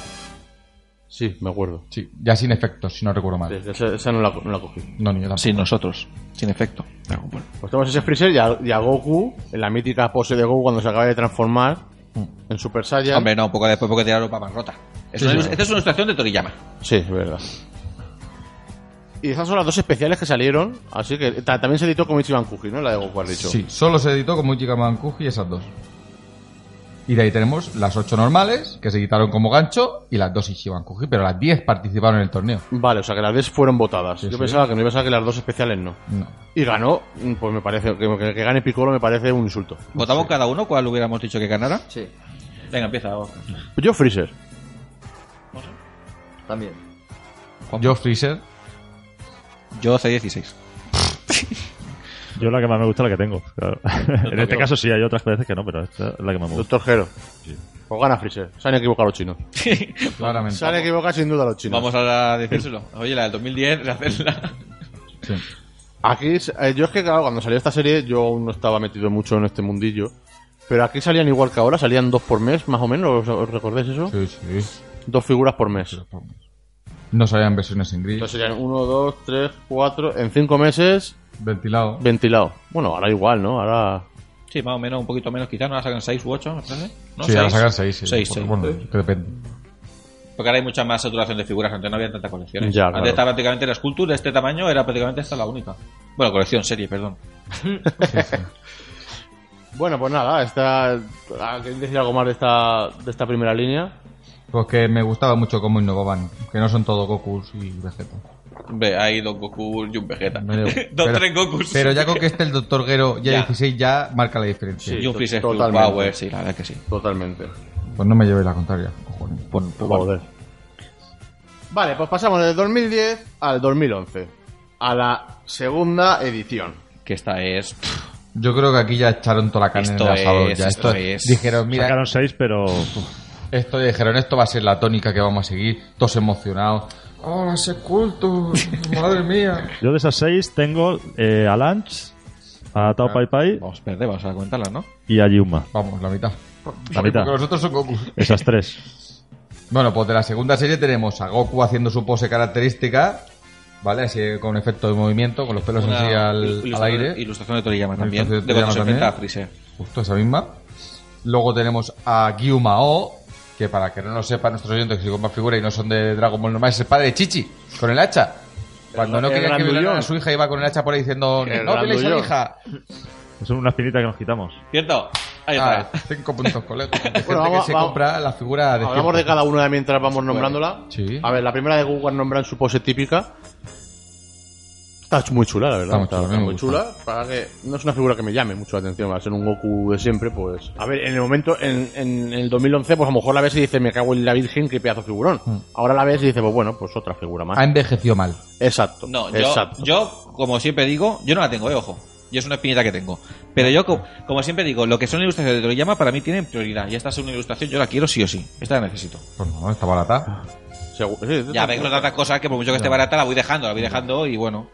Sí, me acuerdo.
Sí, ya sin efectos, si no recuerdo mal.
Esa, esa no, la, no la cogí.
No, ni yo tampoco.
Sin nosotros, sin efecto. Dragon Ball.
Pues tenemos ese Freezer y a, y a Goku, en la mítica pose de Goku cuando se acaba de transformar en Super Saiyan.
Hombre, no, un poco después porque tiene la ropa más rota. Es una-
sí.
Esta es una ilustración de Toriyama.
Sí, es verdad. Y esas son las dos especiales que salieron, así que ta- también se editó como Ichiban Kuji, ¿no? La de Goku, has dicho.
Sí, solo se editó como Ichiban Kuji esas dos. Y de ahí tenemos las ocho normales, que se quitaron como gancho, y las dos Ichiban Kuji, pero las 10 participaron en el torneo.
Vale, o sea que las 10 fueron votadas.
Sí,
yo
sí.
pensaba que no iba a que las dos especiales no.
No.
Y ganó, pues me parece, que, que- que gane Piccolo me parece un insulto.
¿Votamos cada uno cuál hubiéramos dicho que ganara?
Sí,
Venga, empieza, Oscar.
Yo Freezer.
también.
Yo, Freezer,
Yo C16.
Yo la que más me gusta es la que tengo. claro. en este
Gero.
caso sí, hay otras veces que no, pero esta es la que más me gusta.
Doctor Gero. Pues gana Freezer. Se han equivocado los chinos.
claramente.
Se han equivocado sin duda los chinos.
Vamos ahora a decírselo. Oye, la del 2010, la hacerla.
Sí.
Aquí, eh, yo es que claro, cuando salió esta serie yo aún no estaba metido mucho en este mundillo. Pero aquí salían igual que ahora, salían dos por mes, más o menos, ¿os, os recordáis eso?
Sí, sí.
Dos figuras por mes.
No salían versiones en gris.
Entonces serían uno, dos, tres, cuatro, en cinco meses,
Ventilado.
ventilado. Bueno, ahora igual, ¿no? Ahora...
Sí, más o menos, un poquito menos quizás. ¿No la sacan 6 u 8, me parece? ¿No?
sí, ahora sacan seis. sí.
6,
Porque, Bueno, que depende.
Porque ahora hay mucha más saturación de figuras. Antes no había tantas colecciones.
Ya, claro.
Antes estaba prácticamente la Sculpture de este tamaño, era prácticamente esta la única. Bueno, colección, serie, perdón.
Sí, sí.
Bueno, pues nada, esta... ah, ¿Queréis decir algo más de esta, de esta primera línea?
Porque me gustaba mucho cómo innovaban. Que no son todo Gokus y Vegeta.
Ve, hay dos Goku y un Vegeta.
Me da
dos,
igual.
tres Gokus.
Pero ya con que esté el Doctor Gero ya,
Ya.
16 ya marca la diferencia.
Sí.
Y un Freezer Full
Totalmente.
Power, sí, la verdad que sí.
Totalmente.
Pues no me lleve la contraria. cojones.
Joder. Vale, pues pasamos del 2010 al 2011. A la segunda edición.
Que esta es. pff,
Yo creo que aquí ya echaron toda la carne
Esto
en el asador.
es,
ya.
esto
Esto
es.
Dijeron, mira,
Sacaron seis, pero uf,
esto dijeron, esto va a ser la tónica que vamos a seguir. Todos emocionados. ¡Oh, las culto! ¡Madre mía!
yo de esas seis tengo eh, a Lunch, a Tao Pai Pai
Ah,
vamos, espérate, vamos a contarla, ¿no?
y a Yuma.
Vamos, la mitad.
La mitad.
Porque nosotros son Goku.
Esas tres.
Bueno, pues de la segunda serie tenemos a Goku haciendo su pose característica, ¿vale? Así con efecto de movimiento, con los pelos
Una
así al,
ilustración-
al aire.
Ilustración de Toriyama también.
Ilustración de
De cuando se
Toriyama
enfrenta a
también.
Freezer.
Justo esa misma. Luego tenemos a Gyumao, que para que no lo sepan nuestros oyentes que se compran figuras y no son de Dragon Ball normal, es el padre de Chichi, con el hacha. Cuando
El-
no
el
quería que
grandullón.
violaran a su hija, iba con el hacha por ahí diciendo:
El
No violéis a mi
grandullón.
hija.
Son unas pinitas que nos quitamos.
¿Cierto? Ahí está.
Ah, cinco puntos, colega. Hay gente
Bueno, vamos-
que se
vamos.
compra la figura de.
Hablamos de cada una mientras vamos nombrándola.
sí.
A ver, la primera de Google nombran su pose típica. Está ch- muy chula, la verdad.
Está muy chula, a mí me
muy
gusta.
chula. Para que no es una figura que me llame mucho la atención. Al ser un Goku de siempre, pues. A ver, en el momento, en, en el 2011, pues a lo mejor la ves y dices, me cago en la Virgen, qué pedazo de figurón.
Mm.
Ahora la ves y dices, pues bueno, pues otra figura más.
Ha envejecido mal.
Exacto.
No, yo,
exacto.
yo, como siempre digo, yo no la tengo, eh, ojo. Yo es una espinita que tengo. Pero yo, co- como, siempre digo, lo que son ilustraciones de Toriyama para mí tienen prioridad. Y esta es una ilustración, yo la quiero sí o sí. Esta la necesito.
Pues no, está barata.
Segu- sí,
Ya ves que no tantas cosas que por mucho que esté barata la voy dejando, la voy dejando y bueno.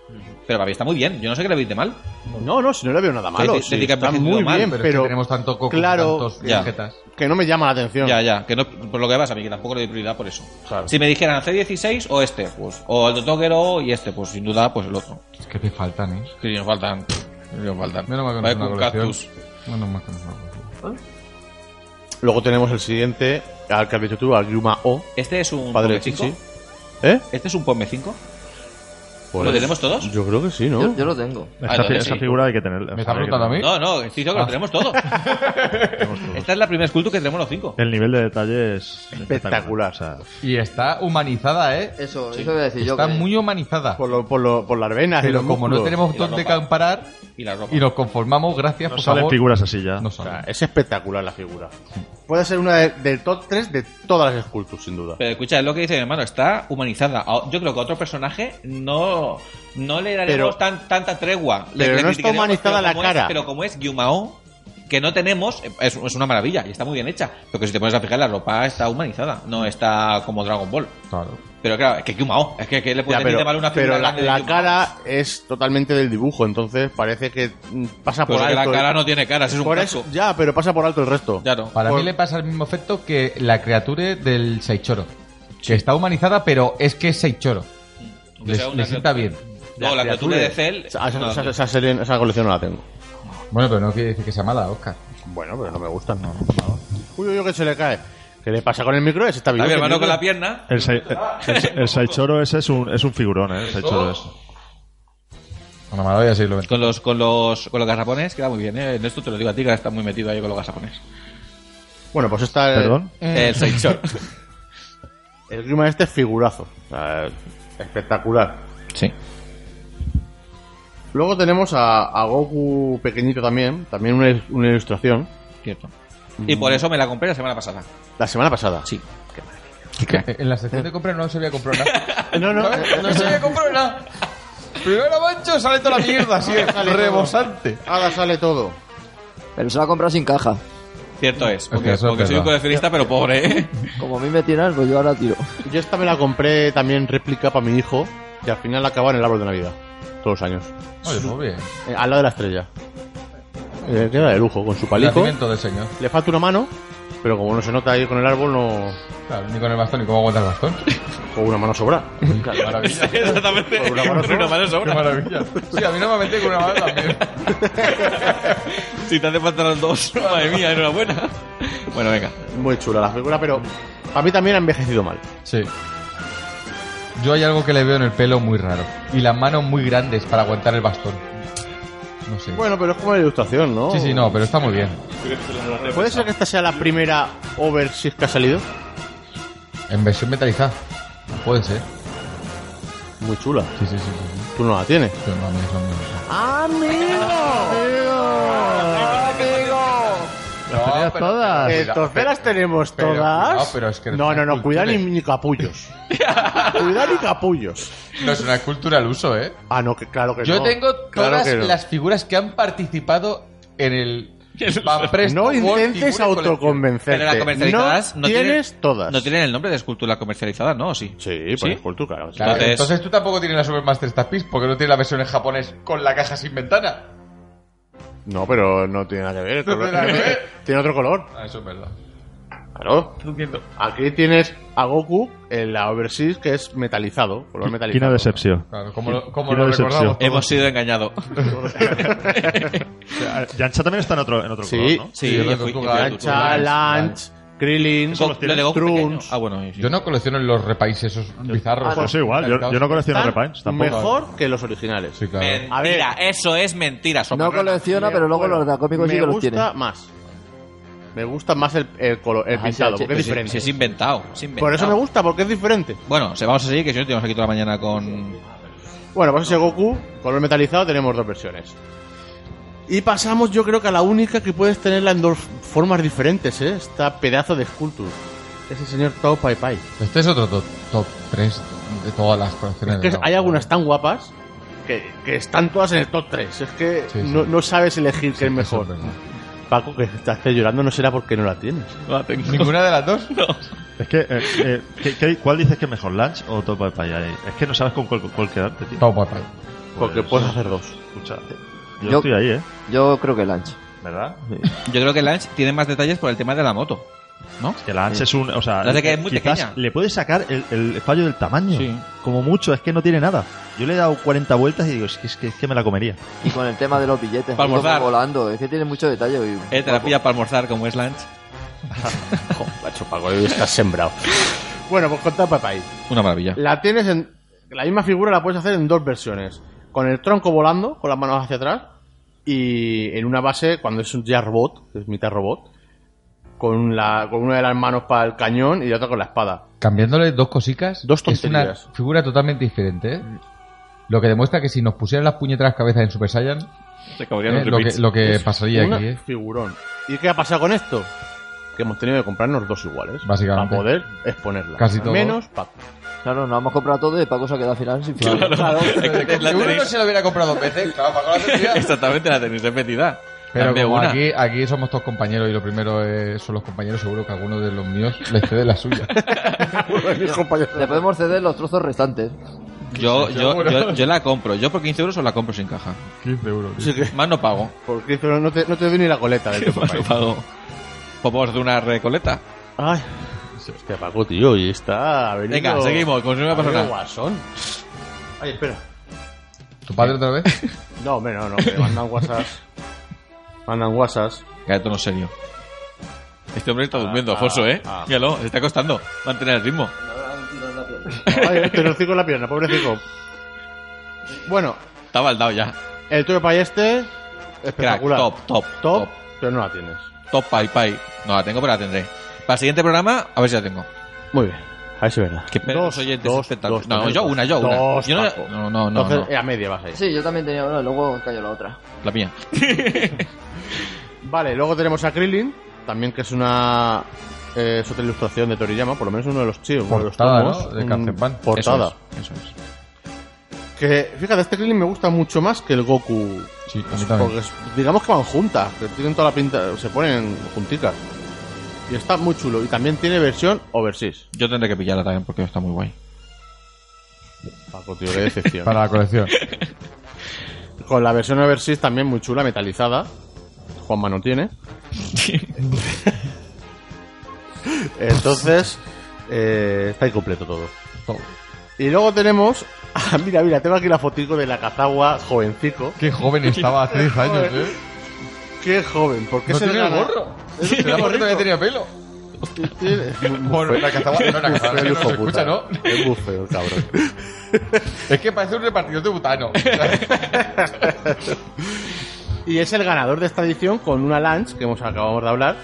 Pero para mí está muy bien. Yo no sé qué le veis de mal.
No, no, si no le veo nada malo.
Sí,
sí,
sí, sí, que
está
me
muy
mal,
bien,
Pero,
pero,
es que tenemos tanto Goku,
claro,
tantos
ya.
Vegetas.
que no me llama la atención.
Ya, ya. Que no, por lo que pasa, a mí que tampoco le doy prioridad por eso.
Claro.
Si me dijeran C16 o este, pues. O el Dotogero y este, pues sin duda, pues el otro.
Es que te faltan, ¿eh?
Que nos faltan. Nos faltan.
Menos mal que no
Vale,
es una
con
colección.
cactus.
Menos mal que no es una colección.
Luego tenemos el siguiente, al que has dicho tú, al Yuma O.
Este es un
Padre
Pome 5.
Chichi. ¿Eh?
Este es un Pome 5.
Pues-
¿Lo tenemos todos?
Yo creo que sí, ¿no?
Yo, yo lo tengo.
Esa, fi-
entonces
esa
sí.
figura hay que tenerla.
¿Me está
hay que
preguntando a mí?
No, no, estoy diciendo que lo tenemos todos.
tenerla. ¿Eh? Ah. Tenemos todo. Eh,
Esta es la primera escultura que tenemos los cinco.
El nivel de detalle es
Espectacular.
O sea,
Y está humanizada, ¿eh?
Eso, eso voy a decir yo.
Está
que-
muy humanizada.
Por, lo- por lo- por las venas y
Pero
los
como no
músculos.
tenemos
Y la
dónde
ropa.
comparar
Y la ropa.
y nos conformamos, gracias
no
por
salen
favor.
figuras así ya.
No
O sea,
salen.
es espectacular la figura. Puede ser una de- del top 3 de todas las esculturas, sin duda.
Pero escucha, es lo que dice mi hermano, está humanizada. A- Yo creo que a otro personaje no, no le
Pero-
daremos tan, tanta tregua. Le-
pero
le
no está
criticaremos,
humanizada
pero
la
como
cara.
es- pero como es Gyumao, que no tenemos, es, es una maravilla y está muy bien hecha. Pero que si te pones a fijar, la ropa está humanizada, no está como Dragon Ball.
Claro.
Pero claro, es que Gyumao, es que, que le
Ya,
puede decir de mal una figura
pero la,
grande de
la
Gyumao?
cara es totalmente del dibujo, entonces parece que mm, pasa
Pero
por
es Pues que
alto. eh.
la cara no tiene cara, si es un
por
casco.
eso, ya, pero pasa por alto el resto.
Ya no.
Para
Por-
mí le pasa el mismo efecto que la criatura del Seichoro. Que está humanizada, pero es que es Seichoro.
Aunque
Le,
sea una
le sienta
criatura.
bien.
No, la criatura de Cell.
Esa, esa-
no,
esa- esa serie- esa colección no la tengo.
Bueno, pero no quiere decir que sea mala, Oscar.
Bueno, pero no me gustan. No, no. Uy, uy, uy, que se le cae. ¿Qué le pasa con el micro? Ese Está
Está
vivo.
mi hermano
¿qué
con la
micro?
pierna.
El, sai- el, el- el Saichoro ese es un, es un figurón, ¿eh? El Saichoro ese.
Una maravilla del siglo XX.
Con los, con los, con los gasapones queda muy bien, ¿eh? En esto te lo digo a ti, que estás muy metido ahí con los gasapones.
Bueno, pues está. el-
¿Perdón?
El Seichor.
El clima este es figurazo. O sea, espectacular.
sí.
Luego tenemos a, a Goku pequeñito también. También una, il- una ilustración.
Cierto. Y por eso me la compré la semana pasada.
La semana pasada.
Sí.
Eh, En la sección de compras no se había comprado nada.
Ah, No, eh, no.
no se había comprado nada. Primero mancho, sale toda la mierda, así, rebosante.
Ahora sale todo.
Pero se la ha comprado sin caja.
Cierto es. Porque,
eso es
porque soy un
verdad.
coleccionista, pero pobre, ¿eh?
Como a mí me tiran, pues yo ahora tiro.
Yo esta me la compré también réplica para mi hijo. Y al final la acaba en el árbol de Navidad. Todos los años.
Oye, muy bien.
Eh, al lado de la estrella. Eh, queda de lujo, con su palico.
Nacimiento del señor.
Le falta una mano, pero como no se nota ahí con el árbol, no.
Claro, ni con el bastón, ni cómo aguanta el bastón.
Con una mano sobra.
Claro, maravilla.
Exactamente.
Por una mano
Por una
sobra.
mano
Qué
sobra.
maravilla. Sí, a mí no me mete con una mano también.
Si te hace falta los dos, madre mía, enhorabuena. Bueno, venga.
Muy chula la figura, pero a mí también ha envejecido mal.
Sí. Yo hay algo que le veo en el pelo muy raro. Y las manos muy grandes para aguantar el bastón. No sé.
Bueno, pero es como la ilustración, ¿no?
Sí, sí, no, pero está muy bien.
¿Puede ser que esta sea la primera Overseas que ha salido?
En versión metalizada. Puede ser.
Muy chula.
Sí, sí, sí. sí, sí.
Tú no la tienes.
Pero no, a mí eso no me gusta. Las tenías todas.
Entonces las tenemos
eh, pero
todas.
cuidado, pero es que
no, no, no,
son
cuidado ni,
culturas.
ni capullos. cuidado ni capullos.
No es una escultura al uso, ¿eh?
Ah, no, que claro que
Yo
no.
tengo
Claro
todas
que no.
las figuras que han participado en el... Van Presto
No
World
intentes
Figure Collection.
autoconvencerte.
Pero las comercializadas no,
tienes
tienen,
todas.
No tienen el nombre de escultura comercializada, ¿no? ¿O sí?
Sí, por escultura, claro.
Claro,
Entonces-
entonces, tú tampoco tienes la Supermaster Stapis porque no tienes la versión en japonés con la caja sin ventana.
No, pero no tiene nada que ver. el
No
color-
tiene nada que ver.
tiene otro color.
Ah, eso es verdad.
Claro.
No entiendo.
Aquí tienes a Goku en la Overseas que es metalizado, color
Quina
metalizado.
Decepción.
Claro, como lo, como
Quiero
lo
decepción.
recordamos. todos.
Hemos sido engañados.
Eh, Yancha también está en otro, en otro
Sí.
color, ¿no?
Sí,
Sí,
yo
la
fui- yo fui
tortuga
a tu-
ancha,
Lancha, Lanch, Krillin,
Go- Lo de Goku pequeño.
Trunks.
Ah, bueno. sí, sí.
Yo no colecciono los repays esos bizarros.
Pues sí, igual. Yo, yo no colecciono repines tampoco.
Mejor que los originales.
Sí, claro.
Mentira,
A ver.
eso es mentira.
No
socarrona.
colecciona, pero luego
Bueno,
los dracómicos sí que
Me
los tiene.
gusta más. Me gusta más el, el color, el
Ajá,
pintado, porque
sí,
es
Pues sí,
diferente.
sí, es inventado. es inventado.
Por eso me gusta, porque es diferente.
Bueno, se vamos a seguir, que si no, tenemos aquí toda la mañana con.
Bueno, pues ese Goku, color metalizado, tenemos dos versiones. Y pasamos, yo creo que a la única que puedes tenerla en dos formas diferentes, ¿eh? Esta pedazo de Sculpture. Ese señor Tao Pai Pai.
Este es otro top, top 3 de todas las colecciones.
Es que
de
hay
Dragon
algunas
Ball.
tan guapas que, que están todas en el top 3. Es que
Sí, sí.
No, no sabes elegir qué es
Sí,
mejor.
eso es verdad.
Paco, que estás llorando no será porque no la tienes.
¿Ninguna de las dos?
Es que, eh, eh, ¿qué- qué- cuál dices que es mejor, Lunch o Top by Pie? Eh, Es que no sabes con cuál, cuál quedarte, tío.
Top Pai.
Porque
Pues,
puedes hacer dos.
Escucha, yo,
Yo-
estoy ahí, ¿eh?
Yo creo que Lanch.
¿Verdad?
Yo creo que Lange tiene más detalles por el tema de la moto. ¿No?
Que Lunch es un. O sea,
La de que es muy
quizás
pequeña.
le puedes sacar el, el fallo del tamaño.
Sí.
Como mucho, es que no tiene nada. Yo le he dado 40 vueltas y digo, es que, es que, es que me la comería.
Y con el tema de los billetes,
Para
ahí como
almorzar.
volando. Es que tiene mucho detalle. y-
Eh, te la pilla para almorzar como es Lange.
Macho, Paco, hoy estás sembrado. bueno, pues con Tao Pai Pai.
Una maravilla.
La tienes en la misma figura la puedes hacer en dos versiones. Con el tronco volando, con las manos hacia atrás, y en una base, cuando es un ya robot, que es mitad robot, con, la, con una de las manos para el cañón y la otra con la espada.
Cambiándole dos cositas,
Dos
es una
tonterías.
figura totalmente diferente. ¿eh? Lo que demuestra que si nos pusieran las puñeteras cabezas en Super Saiyan,
Se acabarían
eh,
los
lo, que,
repeats.
lo que pasaría
Una
aquí, ¿eh?
figurón. ¿Y qué ha pasado con esto? Que hemos tenido que comprarnos dos iguales. Para
Básicamente.
poder exponerla.
Casi todo.
Menos Paco.
Claro, nos hemos comprado todo y Paco se ha quedado al final sin final.
La
Seguro
tenéis-
no se lo hubiera comprado dos veces, claro, para con la tendría.
Exactamente, la tenéis repetida.
Pero
Cambia
como
una.
aquí, aquí somos todos compañeros y lo primero eh, son los compañeros, seguro que alguno de los míos les cede la suya.
Le podemos ceder los trozos restantes.
Yo, yo, yo, yo la compro. Yo por 15 euros os la compro sin caja.
15 euros. tío.
Más no pago.
Porque pero no te, no te doy ni la coleta este del
Más no pago. Pues vamos a hacer una recoleta.
Ay. Hostia, Paco, tío, y está. ha venido-
Venga, seguimos. Como si no
ha
hubiera pasado
venido
nada.
Guasón. Ay, espera.
¿Tu padre otra vez?
No, hombre, no, no, que mandan guasas. Mandan guasas.
Cada tono serio. Este hombre está durmiendo,
ah,
Afonso, ¿eh?
ah.
Míralo, se está costando mantener el ritmo.
Ay, este el hocico en la pierna, pobrecito. Bueno,
Está baldado ya.
el toro para este.
Crack,
Espectacular.
top, top,
Top,
top,
pero no la tienes.
top, pie, pie. No la tengo, pero la tendré. Para el siguiente programa, a ver si la tengo.
Muy bien. A ver si verá.
Que pe- los oyentes espectaculares. No,
Paco.
yo una, yo una.
Dos,
Yo no-
Paco.
no, no, no,
Entonces,
no.
a media vas ahí.
Sí, yo también tenía una, luego cayó la otra.
La mía.
Vale, luego tenemos a Krillin, también que es una eh, es otra ilustración de Toriyama, por lo menos uno de los chicos, uno de los
Portada,
tomos,
¿no? De
un-
Kanzenban.
Portada.
Eso es. Eso es.
Que fíjate, este Krillin me gusta mucho más que el Goku.
Sí, a mí también.
Porque es- digamos que van juntas, que tienen toda la pinta, se ponen juntitas. Y está muy chulo. Y también tiene versión overseas.
Yo tendré que pillarla también porque está muy guay.
Paco, tío, qué decepción.
Para la colección.
Con la versión overseas también muy chula, metalizada. Juanma no tiene. Entonces, eh, está incompleto todo.
Todo.
Y luego tenemos. Ah, mira, mira, tengo aquí la fotico de la Kazawa jovencico.
Qué joven estaba hace 10 años, ¿eh?
Qué joven, ¿por qué
No
se le
tiene
gana?
gorro. Se da por que todavía tenía pelo.
Tiene- es muy- muy
Bueno,
feo.
la Kazawa- no, la
Muy
Kazawa,
feo,
que no
hijo
se
puta.
escucha, ¿no?
Es muy feo, cabrón.
Es que parece un repartidor de butano.
Y es el ganador de esta edición con una Lance que hemos acabamos de hablar.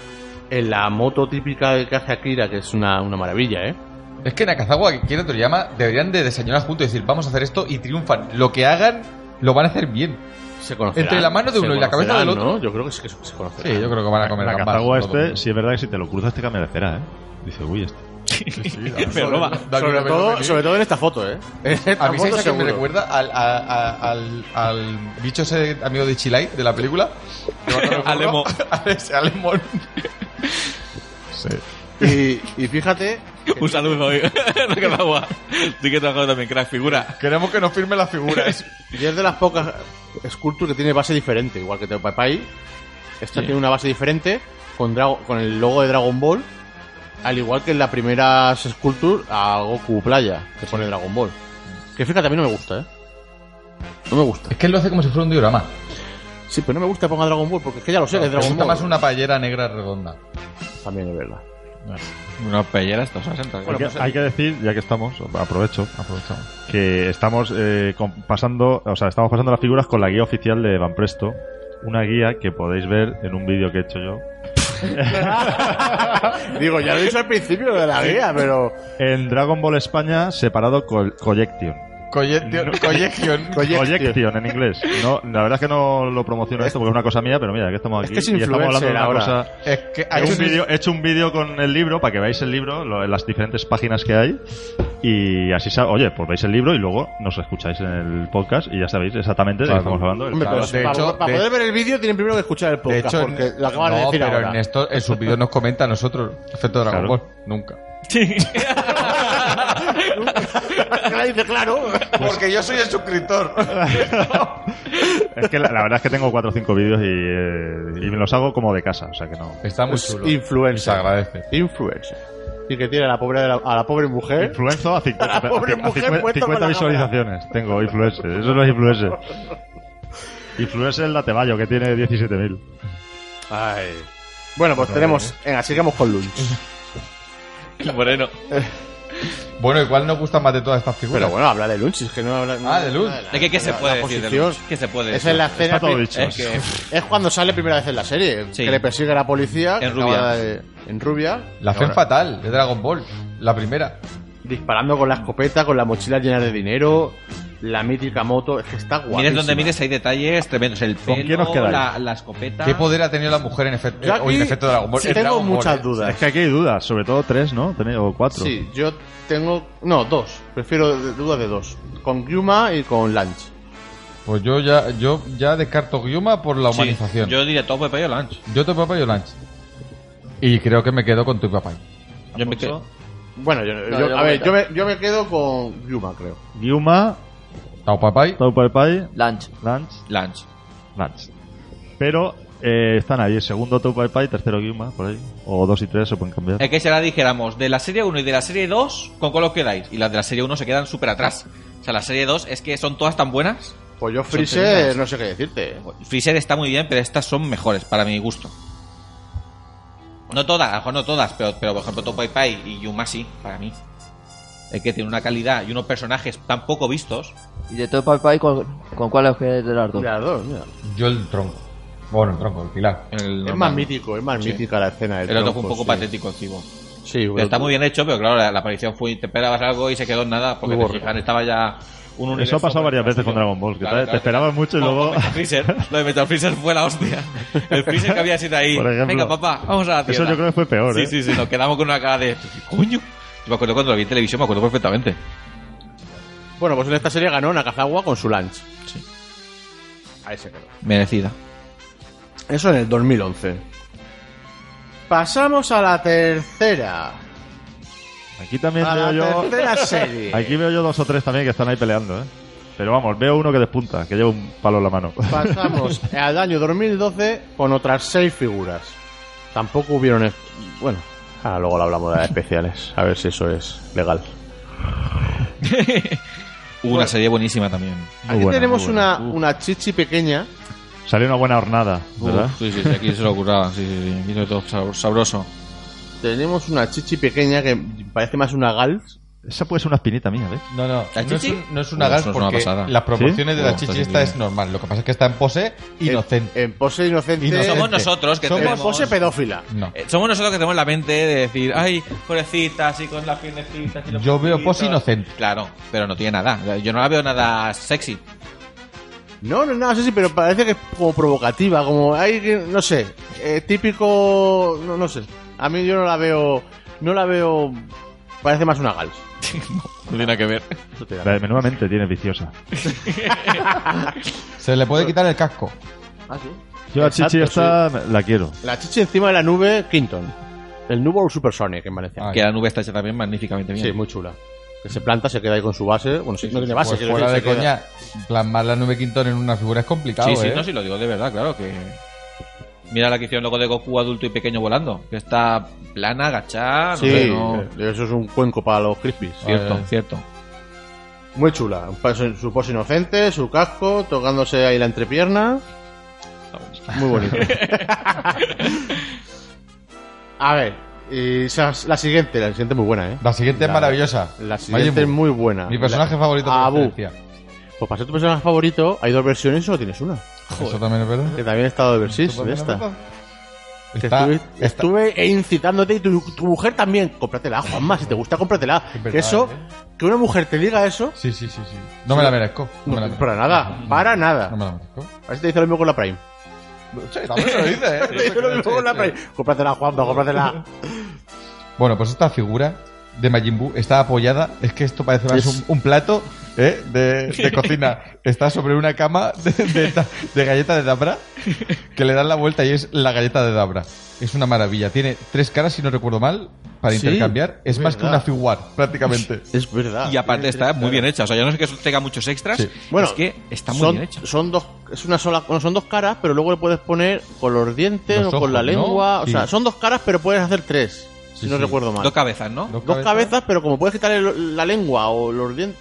En la moto típica que hace Akira, que es una, una maravilla, ¿eh?
es que Nakazawa y Kira Toriyama deberían de desayunar juntos y decir, vamos a hacer esto y triunfan. Lo que hagan, lo van a hacer bien.
Se conocerán,
Entre la mano de
se
uno y la cabeza del
conocerán, ¿no? Yo creo que sí que se conocerán.
Sí, yo creo que van a comer
La
gambas,
Cazagua
todo el
este,
mundo.
si es verdad que si te lo cruzas te cambia de cera, ¿eh? Dice, uy, este.
Me roba.
Sobre todo, sobre todo en esta foto, ¿eh? En esta
A mí
foto
¿sabes a qué me
seguro.
recuerda al, a- a- al, al bicho ese amigo de Chilai de la película. Que va con el
Al
burro.
emo.
A ese Alemón.
Y, y fíjate.
Un saludo, oiga. Nakazawa. Sí que he trabajado también, crack, figura.
Queremos que nos firme las figuras.
Y es de las pocas Sculpture que tiene base diferente, igual que Teo Papai. Esta
Sí.
tiene una base diferente con, Drago- con el logo de Dragon Ball. Al igual que en la primera Sculpture a Goku Playa, que pone Dragon Ball. Que fíjate, a mí no me gusta, ¿eh? No me gusta.
Es que él lo hace como si fuera un diorama.
Sí, pero no me gusta que ponga Dragon Ball, porque es que ya lo sé, que es
Me
Dragon
gusta
Ball.
más una payera negra redonda.
También es verdad.
Unas pelleras, estos asentos.
hay, que, hay que decir, ya que estamos, aprovecho, que estamos eh, con- pasando, o sea, estamos pasando las figuras con la guía oficial de Van Presto, una guía que podéis ver en un vídeo que he hecho yo
Digo, ya lo he dicho al principio de la guía, pero.
en Dragon Ball España separado con Collection.
Collection. Collection.
Collection en inglés. No, la verdad es que no lo promociono esto porque es una cosa mía, pero mira, que estamos
Es
aquí
que es
y estamos hablando de
influencer
una
ahora.
cosa
Es que
He
hay
hecho, un
un
vídeo- he hecho un vídeo con el libro para que veáis el libro, lo- las diferentes páginas que hay. Y así, sa- oye, pues veis el libro y luego nos escucháis en el podcast y ya sabéis exactamente de qué estamos hablando.
Hombre, pero
Claro,
si
de
para,
hecho-
para
de-
poder ver el vídeo tienen primero que escuchar el
De
podcast,
hecho,
porque lo acabas de
no,
decir
pero
ahora.
en esto, en sus vídeos nos comenta a nosotros. Efecto Dragon
Claro.
Ball. Nunca.
Claro, dice, claro.
Porque yo soy el suscriptor.
pues-
Es que la, la verdad es que tengo cuatro o cinco vídeos y, eh, y me los hago como de casa, o sea que no.
Está muy
Es
chulo. Se
influencer.
agradece.
Influencer. Y que tiene a la pobre, a la, a la pobre mujer.
Influenzo a 50,
¿Eh? La pobre
a cincu- a
mujer
cincu-
puesta
50
con la
visualizaciones. Tengo influencer, eso no es influencer. Influencer el Latevallo, que tiene 17.000.
Ay. Bueno, pues tenemos. Venga, sigamos con Lunch.
Moreno.
Bueno, igual nos gusta más de todas estas figuras.
Pero bueno, habla de Lunch, es que no habla.
Ah, de Lunch.
¿De qué- qué se puede decir de
posición.
Lunch? ¿Qué se puede
Esa es la
decir?
escena.
Está todo
pri-
dicho.
Es, que- es cuando sale primera vez en la serie.
Sí.
Que le persigue a la policía.
En
que acaba
rubia.
de- en rubia.
La
Y
Fen
ahora-
Fatal de Dragon Ball, la primera.
Disparando con la escopeta, con las mochilas llenas de dinero. La mítica moto. Es que está guapísima.
Mires donde mires, hay detalles tremendos. El
¿Con
pelo,
quién os quedáis?
la, la escopeta.
¿Qué poder ha tenido la mujer en efecto,
Yo
eh, o en
aquí
efecto Dragon Ball?
sí
En
tengo
Dragon Ball,
muchas
eh.
dudas.
Es que aquí hay dudas, sobre todo tres, ¿no? Tenéis- O cuatro.
Sí, yo tengo. No, dos. Prefiero de- dudas de dos. Con Yuma y con Lunch.
Pues yo ya, yo ya descarto Gyuma por la
Sí,
humanización. yo...
Yo diría todo Pepe y Lunch.
te papá y Olange. Y creo que me quedo con tu papá.
Yo me
Alfonso,
Bueno, yo, yo-
yo lo
a ver,
meto.
yo me, yo me quedo con Yuma, creo.
Gyuma,
Tao Papai.
Tau Pai Pai,
Lunch.
Lance,
Lunch.
Lance. Pero eh, están ahí, segundo Tau Pai Pai, tercero Gyuma, por ahí. O dos y tres se pueden cambiar.
Es que si ahora dijéramos de la serie 1 y de la serie 2, ¿con cuál os quedáis? Y las de la serie 1 se quedan súper atrás. O sea, la serie 2 es que son todas tan buenas.
Pues yo Freezer,
tenidas.
no sé qué decirte. eh.
Freezer está muy bien, pero estas son mejores para mi gusto. No todas, a lo mejor no todas, pero, pero por ejemplo Topai Pai y Yuma sí, para mí. Es que tiene una calidad y unos personajes tan poco vistos.
¿Y de todo Pai Pai con, con cuál es que de las dos?
De las dos, mira.
Yo el tronco. Bueno, el tronco, el pilar.
El,
Es más mítico, es más
Sí.
mítica la escena del
el otro fue un
tronco,
poco
sí.
patético el cibo.
Sí,
Pero está muy bien hecho, pero claro, la, la aparición fue, te esperabas algo y se quedó en nada, porque
Muy
te
borrado.
fijan, estaba ya un universo
Eso ha pasado varias veces con
vacío.
Dragon Ball, que
Claro,
te,
claro,
te esperabas
claro.
mucho y
Como
luego...
con Metal Freezer. Oh, Lo de Metal Freezer fue la hostia. El Freezer que había sido ahí.
Por ejemplo.
Venga, papá, vamos a la
Eso
tienda.
yo creo que fue peor,
Sí,
¿eh?
sí, sí, nos quedamos con una cara de... ¡Coño! Yo me acuerdo cuando lo vi en televisión, me acuerdo perfectamente.
Bueno, pues en esta serie ganó Nakazawa con su lunch.
Sí.
Ahí se quedó.
Merecida.
Eso en el 2011. Pasamos a la tercera.
Aquí también
A la
veo yo...
tercera serie.
Aquí veo yo dos o tres también que están ahí peleando, ¿eh? Pero vamos, veo uno que despunta, que lleva un palo en la mano.
Pasamos al año 2012 con otras seis figuras. Tampoco hubieron. es- Bueno, ahora Ah, luego lo hablamos de las especiales. A ver si eso es legal.
Una serie buenísima también.
Muy
Aquí
buena,
tenemos
muy buena.
una, una chichi pequeña.
Salió una buena hornada, ¿verdad?
Uf, sí, sí, sí, aquí se lo curaba. Sí, sí, sí. Aquí sobre todo sab- sabroso.
Tenemos una chichi pequeña que parece más una Gals.
Esa puede ser una espinita mía, ¿ves?
No, no.
¿La
no, es
chichi?
un- no es una
Uh,
gas
eso es una
porque
pasada.
las proporciones
¿Sí?
de la
Uh,
chichi
está
esta
bien.
es normal. Lo que pasa es que está en pose inocente.
En, en pose inocente.
Inocente.
Somos nosotros que
En
Somos-
tenemos...
pose pedófila.
No.
Eh, Somos nosotros que tenemos la mente de decir, ay, pobrecitas y con las piernecitas y los
Yo veo
piquitos".
pose inocente.
Claro, pero no tiene nada. Yo no la veo nada sexy.
No, no, no, sí, sí, pero parece que es como provocativa, como hay, que- no sé, eh, típico, no, no sé. A mí yo no la veo, no la veo, parece más una Gals.
No tiene nada que ver.
Eso te da.
La de menuamente tiene viciosa.
Se le
Pues
puede quitar el casco.
Ah, sí.
Yo a
Exacto,
Chichi esta la quiero.
La chichi encima de la nube, Quinton. El New World Supersonic en Valencia.
Ah,
Que la nube está hecha también magníficamente bien.
sí, muy chula. Que se planta, se queda ahí con su base. Bueno, sí, no tiene base,
Pues
quiero
fuera de
decir, se queda-
coña, plasmar la nube Quintón en una figura es complicado.
sí, sí,
¿eh?
no, si lo digo de verdad, claro que. Mira la que hicieron luego de Goku adulto y pequeño volando. Que está plana, agachada.
Sí,
no sé, no-
eh, eso es un cuenco para los crispies.
Cierto,
Vale.
cierto.
Muy chula. Un paso en Su pose inocente, su casco, tocándose ahí la entrepierna. Muy bonito. A ver, y esa es la siguiente, la siguiente es muy buena, ¿eh?
La siguiente es
La-
maravillosa.
La siguiente es
Majin Buu.
muy buena.
Mi personaje favorito por
Ah, Abu.
excelencia.
Pues para ser tu personaje favorito, hay dos versiones y solo tienes una.
Eso también es verdad.
Que también he estado de Versys,
¿Tú
de
también
esta.
es verdad?
Que
Pues Está-
estuve,
está-
estuve incitándote y tu, tu mujer también. Cómpratela, Juanma, si te gusta, cómpratela.
Es verdad,
que eso,
¿eh?
que una mujer te diga eso,
Sí, sí, sí, sí. No me la merezco.
no,
No me la merezco.
para nada, para nada.
No me la merezco.
A ver si te dice lo mismo con la Prime.
También lo dice, ¿eh?
Te dice lo mismo con la Prime. Cómpratela, Juanma, cómpratela.
Bueno, pues esta figura de Majin Buu está apoyada. Es que esto parece más
Es-
un, un plato ¿eh? de, de cocina. Está sobre una cama de, de ta- de galleta de Dabra que le dan la vuelta y es la galleta de Dabra. Es una maravilla. Tiene tres caras, si no recuerdo mal, para
Sí,
intercambiar. Es más que
verdad.
una figuar, prácticamente.
Es verdad.
Y aparte
Ah, Tiene
está
tres
muy
caras.
bien hecha. O sea, yo no sé que eso tenga muchos extras.
Sí.
Bueno,
es que está muy
son,
bien hecha.
son dos, es una sola, bueno, son dos caras, pero luego le puedes poner con los dientes
Los
o
ojos,
con la
¿no?
lengua. O
Sí.
sea, son dos caras, pero puedes hacer tres.
Sí,
si no
sí.
recuerdo mal.
Dos cabezas, ¿no?
Dos
Dos cabezas, pero como puedes quitarle lo- la lengua o los dientes,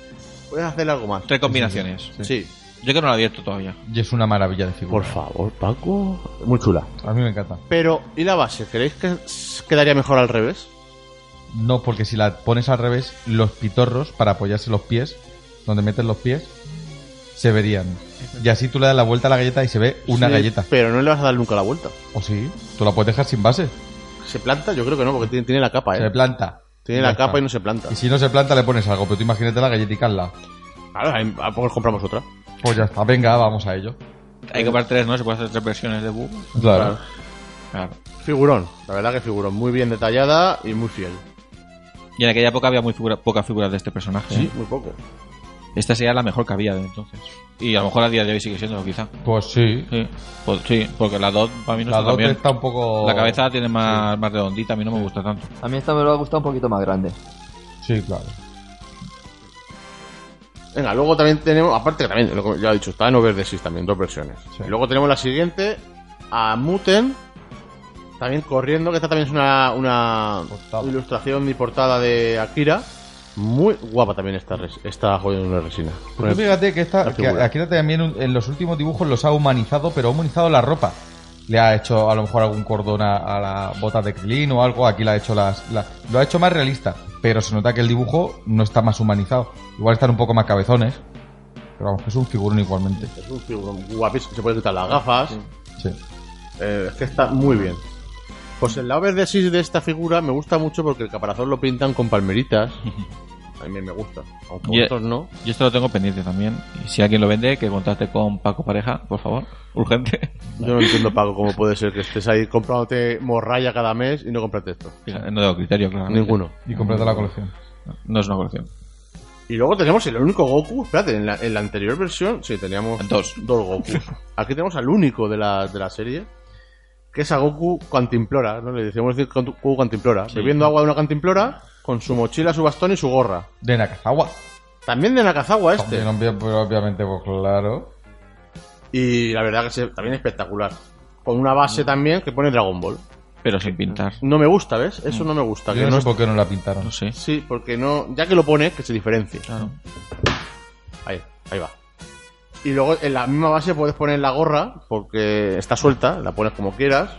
puedes hacer algo más.
Tres combinaciones.
Sí.
Sí.
Yo que no lo he abierto todavía.
Y es una maravilla de figura.
Por favor, Paco. Muy chula.
A mí me encanta.
Pero, ¿y la base? ¿Creéis que s- quedaría mejor al revés?
no, porque si la pones al revés, los pitorros para apoyarse los pies, donde metes los pies, se verían. Y así tú le das la vuelta a la galleta y se ve una
Sí,
galleta.
Pero no le vas a dar nunca la vuelta.
O sí, tú la puedes dejar sin base.
¿Se planta? Yo creo que no, porque tiene, tiene la capa,
Se
¿eh?
planta.
Tiene
Ya
la
está.
capa y no se planta.
Y si no se planta, le pones algo. Pero tú imagínate la galletica al lado.
Claro, a- a poco compramos otra.
Pues ya está, venga, vamos a ello.
Hay que comprar tres, ¿no? Se puede hacer tres versiones de Boo.
Claro.
Claro.
Figurón, la verdad que figurón. Muy bien detallada y muy fiel.
Y en aquella época había muy figura- pocas figuras de este personaje. ¿eh?
muy poco.
Esta sería la mejor que había de entonces. Y a lo mejor a día de hoy sigue siendo, quizá.
Pues sí.
Sí, pues sí, porque la dos para mí no
La
está tan
2
bien.
está un poco.
La cabeza tiene más, más redondita, a mí no me gusta tanto.
A mí esta me lo ha gustado un poquito más grande.
Sí, claro.
Venga, luego también tenemos, aparte que también, lo que ya he dicho, está en Overdesis también, dos versiones.
Sí.
Y luego tenemos la siguiente, a Muten, también corriendo, que esta también es una, una
Portada.
ilustración y portada de Akira. Muy guapa también esta, res- esta joya de una resina.
Pero tú Pues fíjate que, esta,
la
que
figura.
Akira también un- en los últimos dibujos los ha humanizado, pero ha humanizado la ropa. Le ha hecho a lo mejor algún cordón a, a las botas de Krilin o algo. Aquí la ha hecho las, la- lo ha hecho más realista, pero se nota que el dibujo no está más humanizado. Igual están un poco más cabezones, pero vamos, que es un figurón igualmente.
Es un figurón guapísimo, se puede quitar las gafas.
Sí.
Eh, es que está muy bien. Pues en la overdesis de esta figura me gusta mucho porque el caparazón lo pintan con palmeritas. A mí me gusta, aunque
Y-
otros no.
Yo esto lo tengo pendiente también. Y si alguien lo vende, que contacte con Paco Pareja, por favor. Urgente.
Yo no entiendo, Paco, cómo puede ser que estés ahí comprándote morralla cada mes y no comprarte esto.
Fíjate, No tengo criterio, claro.
Ninguno.
Y completa la colección.
No es una colección.
Y luego tenemos el único Goku. Espérate, en la, en la anterior versión sí teníamos
Dos.
dos Goku. Aquí tenemos al único de la, de la serie, que es a Goku Cantimplora. ¿no? Le decíamos decir Goku Cantimplora. Bebiendo agua de una cantimplora con su mochila, su bastón y su gorra.
De Nakazawa.
También de Nakazawa este.
Hombre, no, pero obviamente, pues claro.
Y la verdad que se- también espectacular. Con una base también que pone Dragon Ball.
Pero sin pintar.
No me gusta, ¿ves? Eso no me gusta.
Yo
que
no,
no
sé por qué no la pintaron.
No sé.
es- Sí, porque no. Ya que lo pone, que se diferencie.
Claro.
Ahí, ahí va. Y luego en la misma base puedes poner la gorra, porque está suelta, la pones como quieras.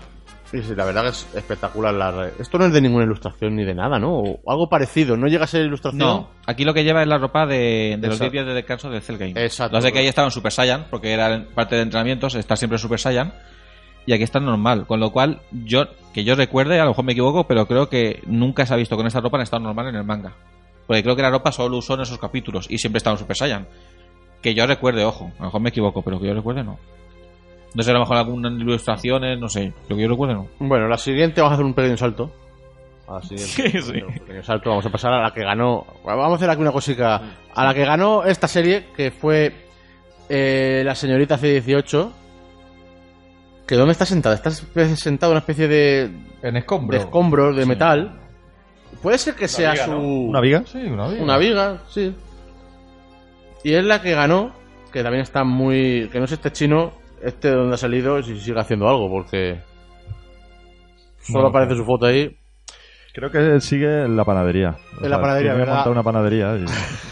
Y sí, la verdad que es espectacular la red. Esto no es de ninguna ilustración ni de nada, ¿no? O algo parecido, no llega a ser ilustración.
No, aquí lo que lleva es la ropa de, de los
Exacto.
10 días de descanso de Cell Game.
Exacto.
Lo que pasa es que ahí estaba en Super Saiyan, porque era parte de entrenamientos, está siempre en Super Saiyan. Y aquí está normal, con lo cual, yo que yo recuerde, a lo mejor me equivoco, pero creo que nunca se ha visto con esta ropa en estado normal en el manga. Porque creo que la ropa solo usó en esos capítulos y siempre estaba en Super Saiyan. Que yo recuerde, ojo, a lo mejor me equivoco, pero que yo recuerde no. No sé, a lo mejor algunas ilustraciones, no sé, lo que yo recuerde no.
Bueno, la siguiente vamos a hacer un pequeño salto. A la siguiente.
Sí, sí.
Un pequeño salto, vamos a pasar a la que ganó. Vamos a hacer aquí una cosica. A la que ganó esta serie, que fue eh, la señorita C18. Que ¿dónde está sentada? Está sentada en una especie de,
En escombro.
de escombros de metal. Puede ser que sea su.
¿Una viga?
Sí, una viga.
Una viga, sí. Y es la que ganó, que también está muy. Que no sé este chino, este de donde ha salido, si sigue haciendo algo, porque. Solo
No,
aparece su foto ahí.
Creo que sigue en la panadería.
En la panadería,
tiene
¿verdad?
montado una panadería y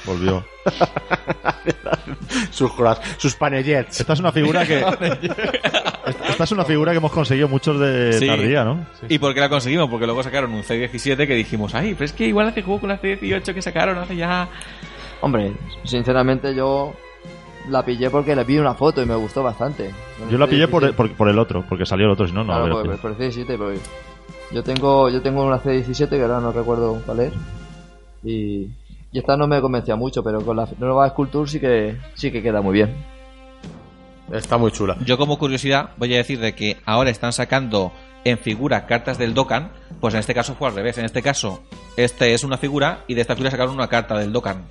volvió.
Sus, croissants, sus panellets.
Esta es una figura que. Esta es una figura que hemos conseguido muchos de
Sí.
tardía, ¿no?
¿Y por qué la conseguimos? Porque luego sacaron un C17 que dijimos, ay, pero es que igual hace juego con la C18 que sacaron hace ya
Hombre, sinceramente yo la pillé porque le vi una foto y me gustó bastante.
Yo la pillé por,
el
por, por el otro, porque salió el otro, si no, no. la
claro,
hubiera
por,
pillado.
por el C17, pero yo tengo, yo tengo una C17 que ahora no recuerdo cuál es. Y, y esta no me convencía mucho, pero con la nueva Sculpture sí que, sí que queda muy bien.
Está muy chula.
Yo como curiosidad voy a decir de que ahora están sacando en figura cartas del Dokkan, pues en este caso fue al revés. En este caso, este es una figura y de esta figura sacaron una carta del Dokkan.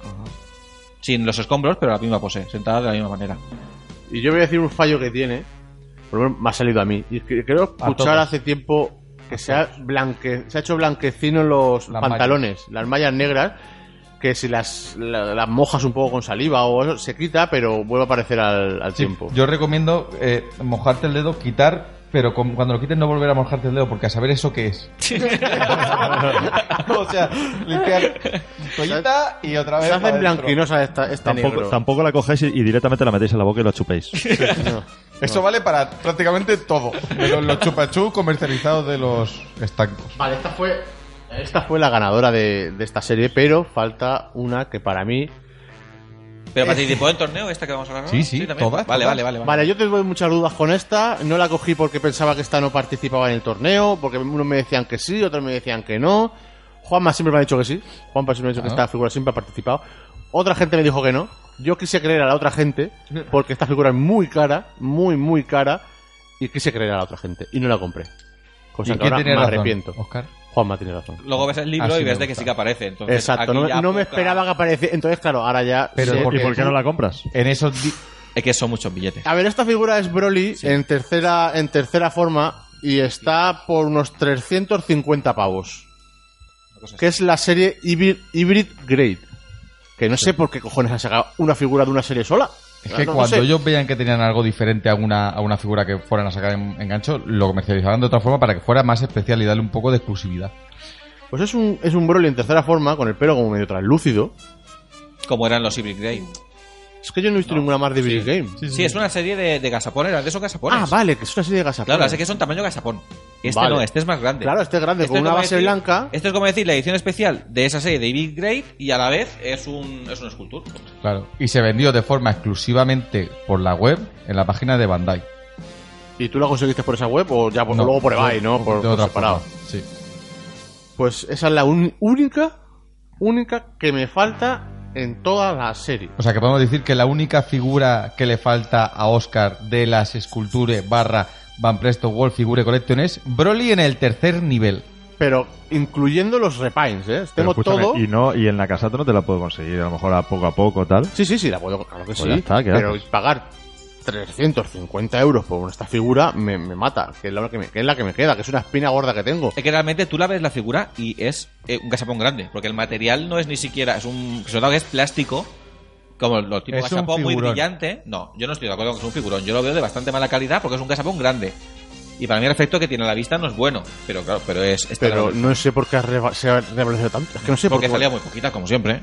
Sin los escombros, pero la misma pose, sentada de la misma manera.
Y yo voy a decir un fallo que tiene. Por lo menos me ha salido a mí. Y que- creo escuchar
todos.
hace tiempo que se ha, blanque, se ha hecho blanquecino los
Las
pantalones, las mallas negras. Que si las, la- las mojas un poco con saliva o eso, se quita, pero vuelve a aparecer al, al
Sí,
tiempo.
Yo recomiendo eh, mojarte el dedo, quitar, pero con- cuando lo quites no volver a mojarte el dedo, porque a saber eso qué es. o sea, limpiar toallita y otra vez.
Se
para
hacen
adentro.
blanquinosa esta, esta
Tampoco,
negro.
tampoco la cogéis y, y directamente la metéis en la boca y la chupéis.
Eso vale para prácticamente todo. Pero los chupachú comercializados de los estancos.
Vale, esta fue Esta fue la ganadora de, de esta serie, pero falta una que para mí.
¿Pero participó en torneo esta que vamos a hablar ahora?
Sí, sí,
también.
todas,
Vale,
todas.
vale, vale, vale.
Vale, yo tengo muchas dudas con esta. No la cogí porque pensaba que esta no participaba en el torneo, porque unos me decían que sí, otros me decían que no. Juanma siempre me ha dicho que sí. Juanma siempre me ha dicho que
Ah.
esta figura siempre ha participado. Otra gente me dijo que no. Yo quise creer a la otra gente, porque esta figura es muy cara, muy, muy cara, y quise creer a la otra gente, y no la compré. Cosa
¿Y
que
quién
ahora
tiene
me
razón,
arrepiento.
Oscar?
Juanma tiene razón.
Luego ves el libro
Así
y ves
me
de que sí
gusta.
que aparece. Entonces,
Exacto, no,
aquí
me-
ya
no me
poca-
esperaba que apareciera. Entonces, claro, ahora ya.
Pero
sé-
¿Y
Porque
por qué
tú-
no la compras?
En esos di-
Es que son muchos billetes.
A ver, esta figura es Broly en, tercera, en tercera forma y está por unos 350 pavos. Que es la serie Hybrid, Hybrid Great. Que no sé por qué cojones han sacado una figura de una serie sola.
Es
No-
que
Ah, no
cuando
sé.
ellos veían que tenían algo diferente a una, a una figura que fueran a sacar en, en gancho, lo comercializaban de otra forma para que fuera más especial y darle un poco de exclusividad.
Pues es un, es un Broly en tercera forma, con el pelo como medio translúcido.
Como eran los Hybrid Grey.
Es que yo no he visto ninguna más de Hybrid Game.
Sí, es una serie de, de gasapones, eran de esos gasapones.
Ah, vale, que es una serie de gasapones.
Claro, las que son tamaño gasapón. Este
Vale.
no, este es más grande.
Claro, este es grande, con una
como
base blanca.
Esto es como decir la edición especial de esa serie de Big Grade y a la vez es un, es un escultor.
Claro. Y se vendió de forma exclusivamente por la web en la página de Bandai.
¿Y tú la conseguiste por esa web o ya por- luego por eBay, no? Por,
de
por
otra
separado.
forma, Sí.
Pues esa es la uni- única, única que me falta en toda la serie.
O sea que podemos decir que la única figura que le falta a Oscar de las escultures barra Van Presto World Figure Collection es Broly en el tercer nivel.
Pero incluyendo los repines, ¿eh?
Pero
Tengo
escúchame,
todo.
Y no, y en la casata no te la puedo conseguir, a lo mejor a poco a poco tal.
Sí, sí, sí, la puedo. Claro que sí.
ya está, ¿qué
pero
haces?
pagar 350 euros por esta figura me, me mata, que es, la que me, que es la que me queda, que es una espina gorda que tengo.
Es que realmente tú la ves la figura y es eh, un gasapón grande, porque el material no es ni siquiera, es un, se nota que es plástico, como lo tipo
Es un
gasapón muy
figurón.
brillante. No, yo no estoy de acuerdo con que es un figurón, yo lo veo de bastante mala calidad porque es un gasapón grande. Y para mí el efecto que tiene a la vista no es bueno, pero claro, pero es... esta
Pero
la-
no sé por qué ha reva- se ha revalorado tanto. Es que no sé
porque
por qué.
salía muy poquita, como siempre.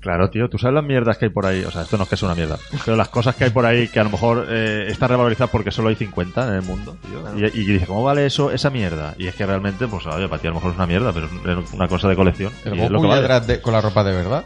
Claro, tío, tú sabes las mierdas que hay por ahí. O sea, esto no es que sea una mierda. Pero las cosas que hay por ahí que a lo mejor eh, están revalorizadas porque solo hay 50 en el mundo, tío. Y, y dices, ¿cómo vale eso, esa mierda? Y es que realmente, pues, oye, para ti a lo mejor es una mierda, pero es una cosa de colección.
El
y es lo
Goku
que vale.
Yadrat de- con la ropa de verdad.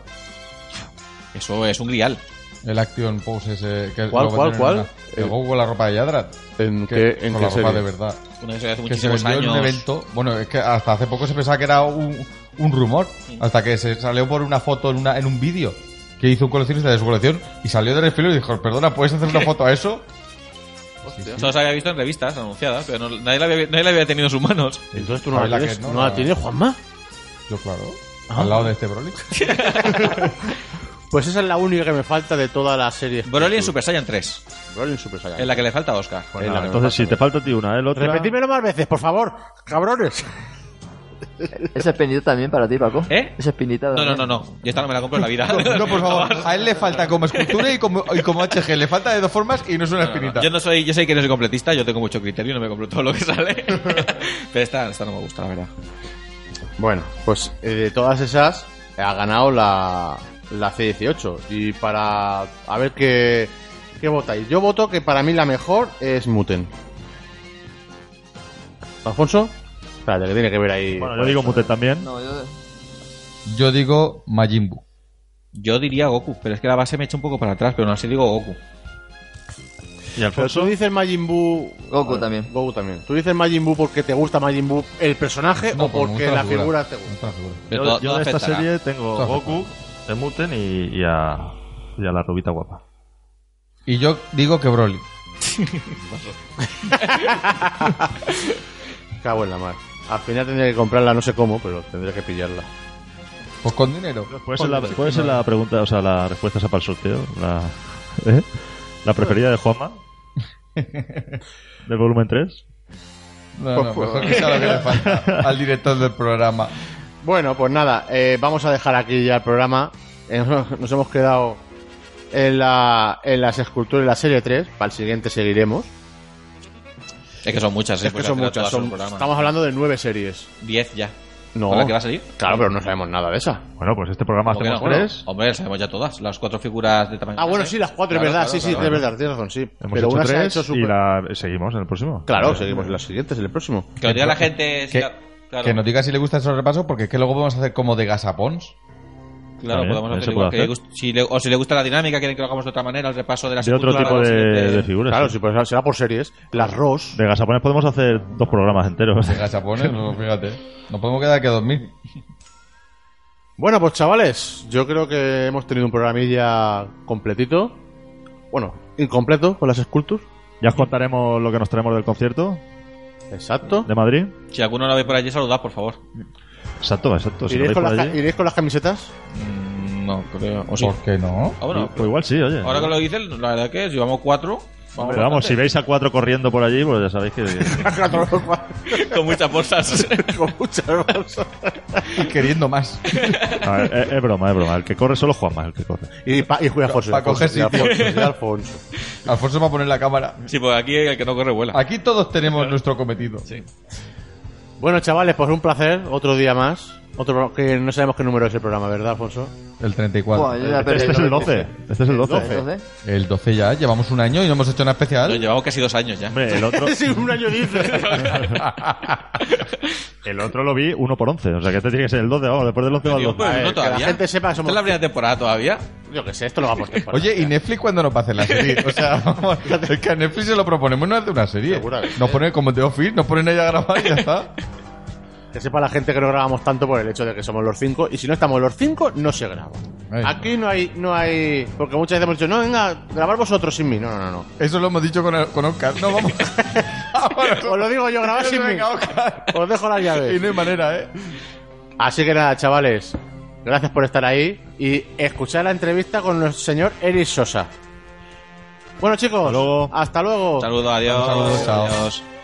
Eso es un grial.
El Action Pose ese. Que
¿Cuál,
lo
cuál,
vendieron en
cuál?
una- El
El-
Goku con la ropa de Yadrat.
¿En
Que-
qué, en
con
qué
la ropa de
serie?
verdad.
Una serie de hace
que se
muchísimos
vendió en un
años.
evento. Bueno, es que hasta hace poco se pensaba que era un, un rumor, hasta que se salió por una foto en, una, en un vídeo que hizo un coleccionista de su colección y salió del desfile y dijo, perdona, ¿puedes hacer una foto a eso?
Solo se había visto en revistas anunciadas, pero no- nadie, la había, nadie la había tenido en sus manos.
Entonces tú no
Habla
la
que
tienes,
no,
¿no la
la-
tienes, Juanma.
Yo, claro,
Ah.
al lado de este Broly.
Pues esa es la única que me falta de toda la serie.
Broly en Super Saiyan 3,
Broly en Super Saiyan.
en la que le falta a Oscar. Eh,
Pues
Es la
nada,
que me
entonces,
falta,
si te falta a ti una, el otro.
Repetímelo más veces, por favor, cabrones.
Esa espinita también para ti, Paco.
¿Eh?
Esa espinita.
No, no,
también.
no, no. Yo esta no me la compro en la vida.
No, por favor, a él le falta como escultura y como, y como HG, le falta de dos formas y no es una
No, no,
espinita.
Yo no soy, yo sé que no soy completista, yo tengo mucho criterio y no me compro todo lo que sale. Pero esta, esta no me gusta, la verdad.
Bueno, pues eh, de todas esas ha ganado la, la C18. Y para. A ver qué, qué votáis. Yo voto que para mí la mejor es Muten. ¿Alfonso? Espérate, que tiene que ver ahí.
Bueno, yo digo Mute también.
No, yo-
Yo digo Majin Buu.
Yo diría Goku, pero es que la base me echa un poco para atrás, pero no así digo Goku.
Y
Pero tú
Alfonso.
dices Majin Buu.
Goku
Bueno,
también.
Goku también. ¿Tú dices Majin Buu porque te gusta Majin Buu el personaje o
pues me
porque
gusta
la figura te
me
gusta?
gusta la figura.
Pero
Yo,
todo-
yo
todo
de esta
afectará.
serie tengo
Todo
Goku, de Muten y, y a, y a la rubita guapa.
Y yo digo que Broly.
Cago en la mar. Al final tendré que comprarla, no sé cómo, pero tendré que pillarla.
Pues con dinero.
¿Puede ser,
Con
la,
dinero.
puede ser la pregunta, o sea, la respuesta esa para el sorteo? ¿La, ¿eh? ¿La preferida de Juanma? ¿Del volumen 3?
No, no,
pues
mejor que sea lo que le falta al director del programa.
Bueno, pues nada, eh, vamos a dejar aquí ya el programa. Eh, Nos hemos quedado en, la, en las esculturas de la serie 3. Para el siguiente seguiremos.
Es que son muchas,
es que son muchas. son- estamos hablando de nueve series.
10 ya.
No.
¿Con la que va a salir?
Claro, pero no sabemos nada de esa.
Bueno, pues este programa
¿Cómo que no?
hacemos
Bueno,
tres.
hombre, sabemos ya todas. Las cuatro figuras de tamaño.
Ah, bueno,
grande.
sí, las cuatro, es
Claro,
verdad.
claro,
sí, sí,
claro.
es verdad, tienes razón, sí.
Hemos
pero
hecho
una se ha
tres
hecho
y Eh,
súper.
la seguimos en el próximo.
Claro,
Vale.
seguimos en las siguientes, en el próximo.
Que lo diga la gente. si
¿Qué?
la- Claro,
Que nos diga si le gustan esos repasos, porque es que luego podemos hacer como de gasapons.
claro,
También,
podemos
eso
hacer
puede
igual que le
hacer.
gust- si le- o si le gusta la dinámica, quieren que lo hagamos de otra manera, el repaso de las
De otro tipo de, de figuras.
Claro,
sí.
si pues, será por series. Las ROS.
De gasapones podemos hacer dos programas enteros.
De gasapones, no, fíjate. Nos podemos quedar aquí a dormir.
Bueno, pues chavales, yo creo que hemos tenido un programilla completito. Bueno, incompleto con las Sculptures.
Ya os contaremos lo que nos traemos del concierto
Exacto.
de Madrid.
Si alguno lo ve por allí, saludad, por favor.
Exacto, exacto.
Pues
Si lo
¿Iréis
veis
con,
por
las, ca-
allí,
iréis con las camisetas?
Mm, No, creo. O sí.
¿Por qué no?
Ah, bueno,
pues igual sí, oye.
ahora que lo dices, la verdad que llevamos cuatro. Vamos
Pero vamos, si
bastante.
veis a cuatro corriendo por allí, pues ya sabéis que...
Con muchas bolsas.
con muchas bolsas.
Y queriendo más.
A ver, eh, es, es broma, es broma. El que corre solo Juanma, es el que corre.
Y, pa- y juega José.
Pa'
Alfonso,
coger
y
sitio.
Alfonso, y Alfonso.
Alfonso va a poner la cámara.
sí, pues aquí el que no corre vuela.
Aquí todos tenemos nuestro cometido.
Sí.
Bueno, chavales, pues un placer. Otro día más. Otro que no sabemos qué número es el programa, ¿verdad, Alfonso?
El 34.
Buah, yo ya perdí
Este es el
lo-
12. Este es el 12.
¿El 12?
El 12 ya, llevamos un año y no hemos hecho una
Lo
especial.
llevamos casi dos años ya.
Hombre, el otro,
sí, un año dice.
el otro lo vi uno por 11. O sea que este tiene que ser el 12. Vamos, después del 11 va el
Digo,
12.
pues,
ver,
no
que
todavía.
la gente sepa que somos-
Esta es la primera temporada todavía.
Yo qué sé, esto lo vamos a poner.
Oye, ¿y Netflix cuándo nos va a hacer la serie? O sea, vamos, es que a Netflix se lo proponemos no hace una serie.
Seguramente.
Nos ponen como The Office, nos ponen ahí a grabar y ya está.
Que sepa la gente que no grabamos tanto por el hecho de que somos los cinco. Y si no estamos los cinco, no se graba.
Ay.
Aquí no hay, no hay. Porque muchas veces hemos dicho, no, venga, grabar vosotros sin mí. No, no, no. no.
Eso lo hemos dicho con, con Oscar. No, vamos.
Os lo digo yo, grabar sin mí.
Venga, Oscar.
Os dejo las
Y
llaves.
no hay manera, ¿eh?
Así que nada, chavales. Gracias por estar ahí y escuchar la entrevista con el señor Eris Sosa. Bueno, chicos,
Hasta luego.
Hasta luego.
Oh.
Saludos, adiós.
Saludos, chao.
adiós.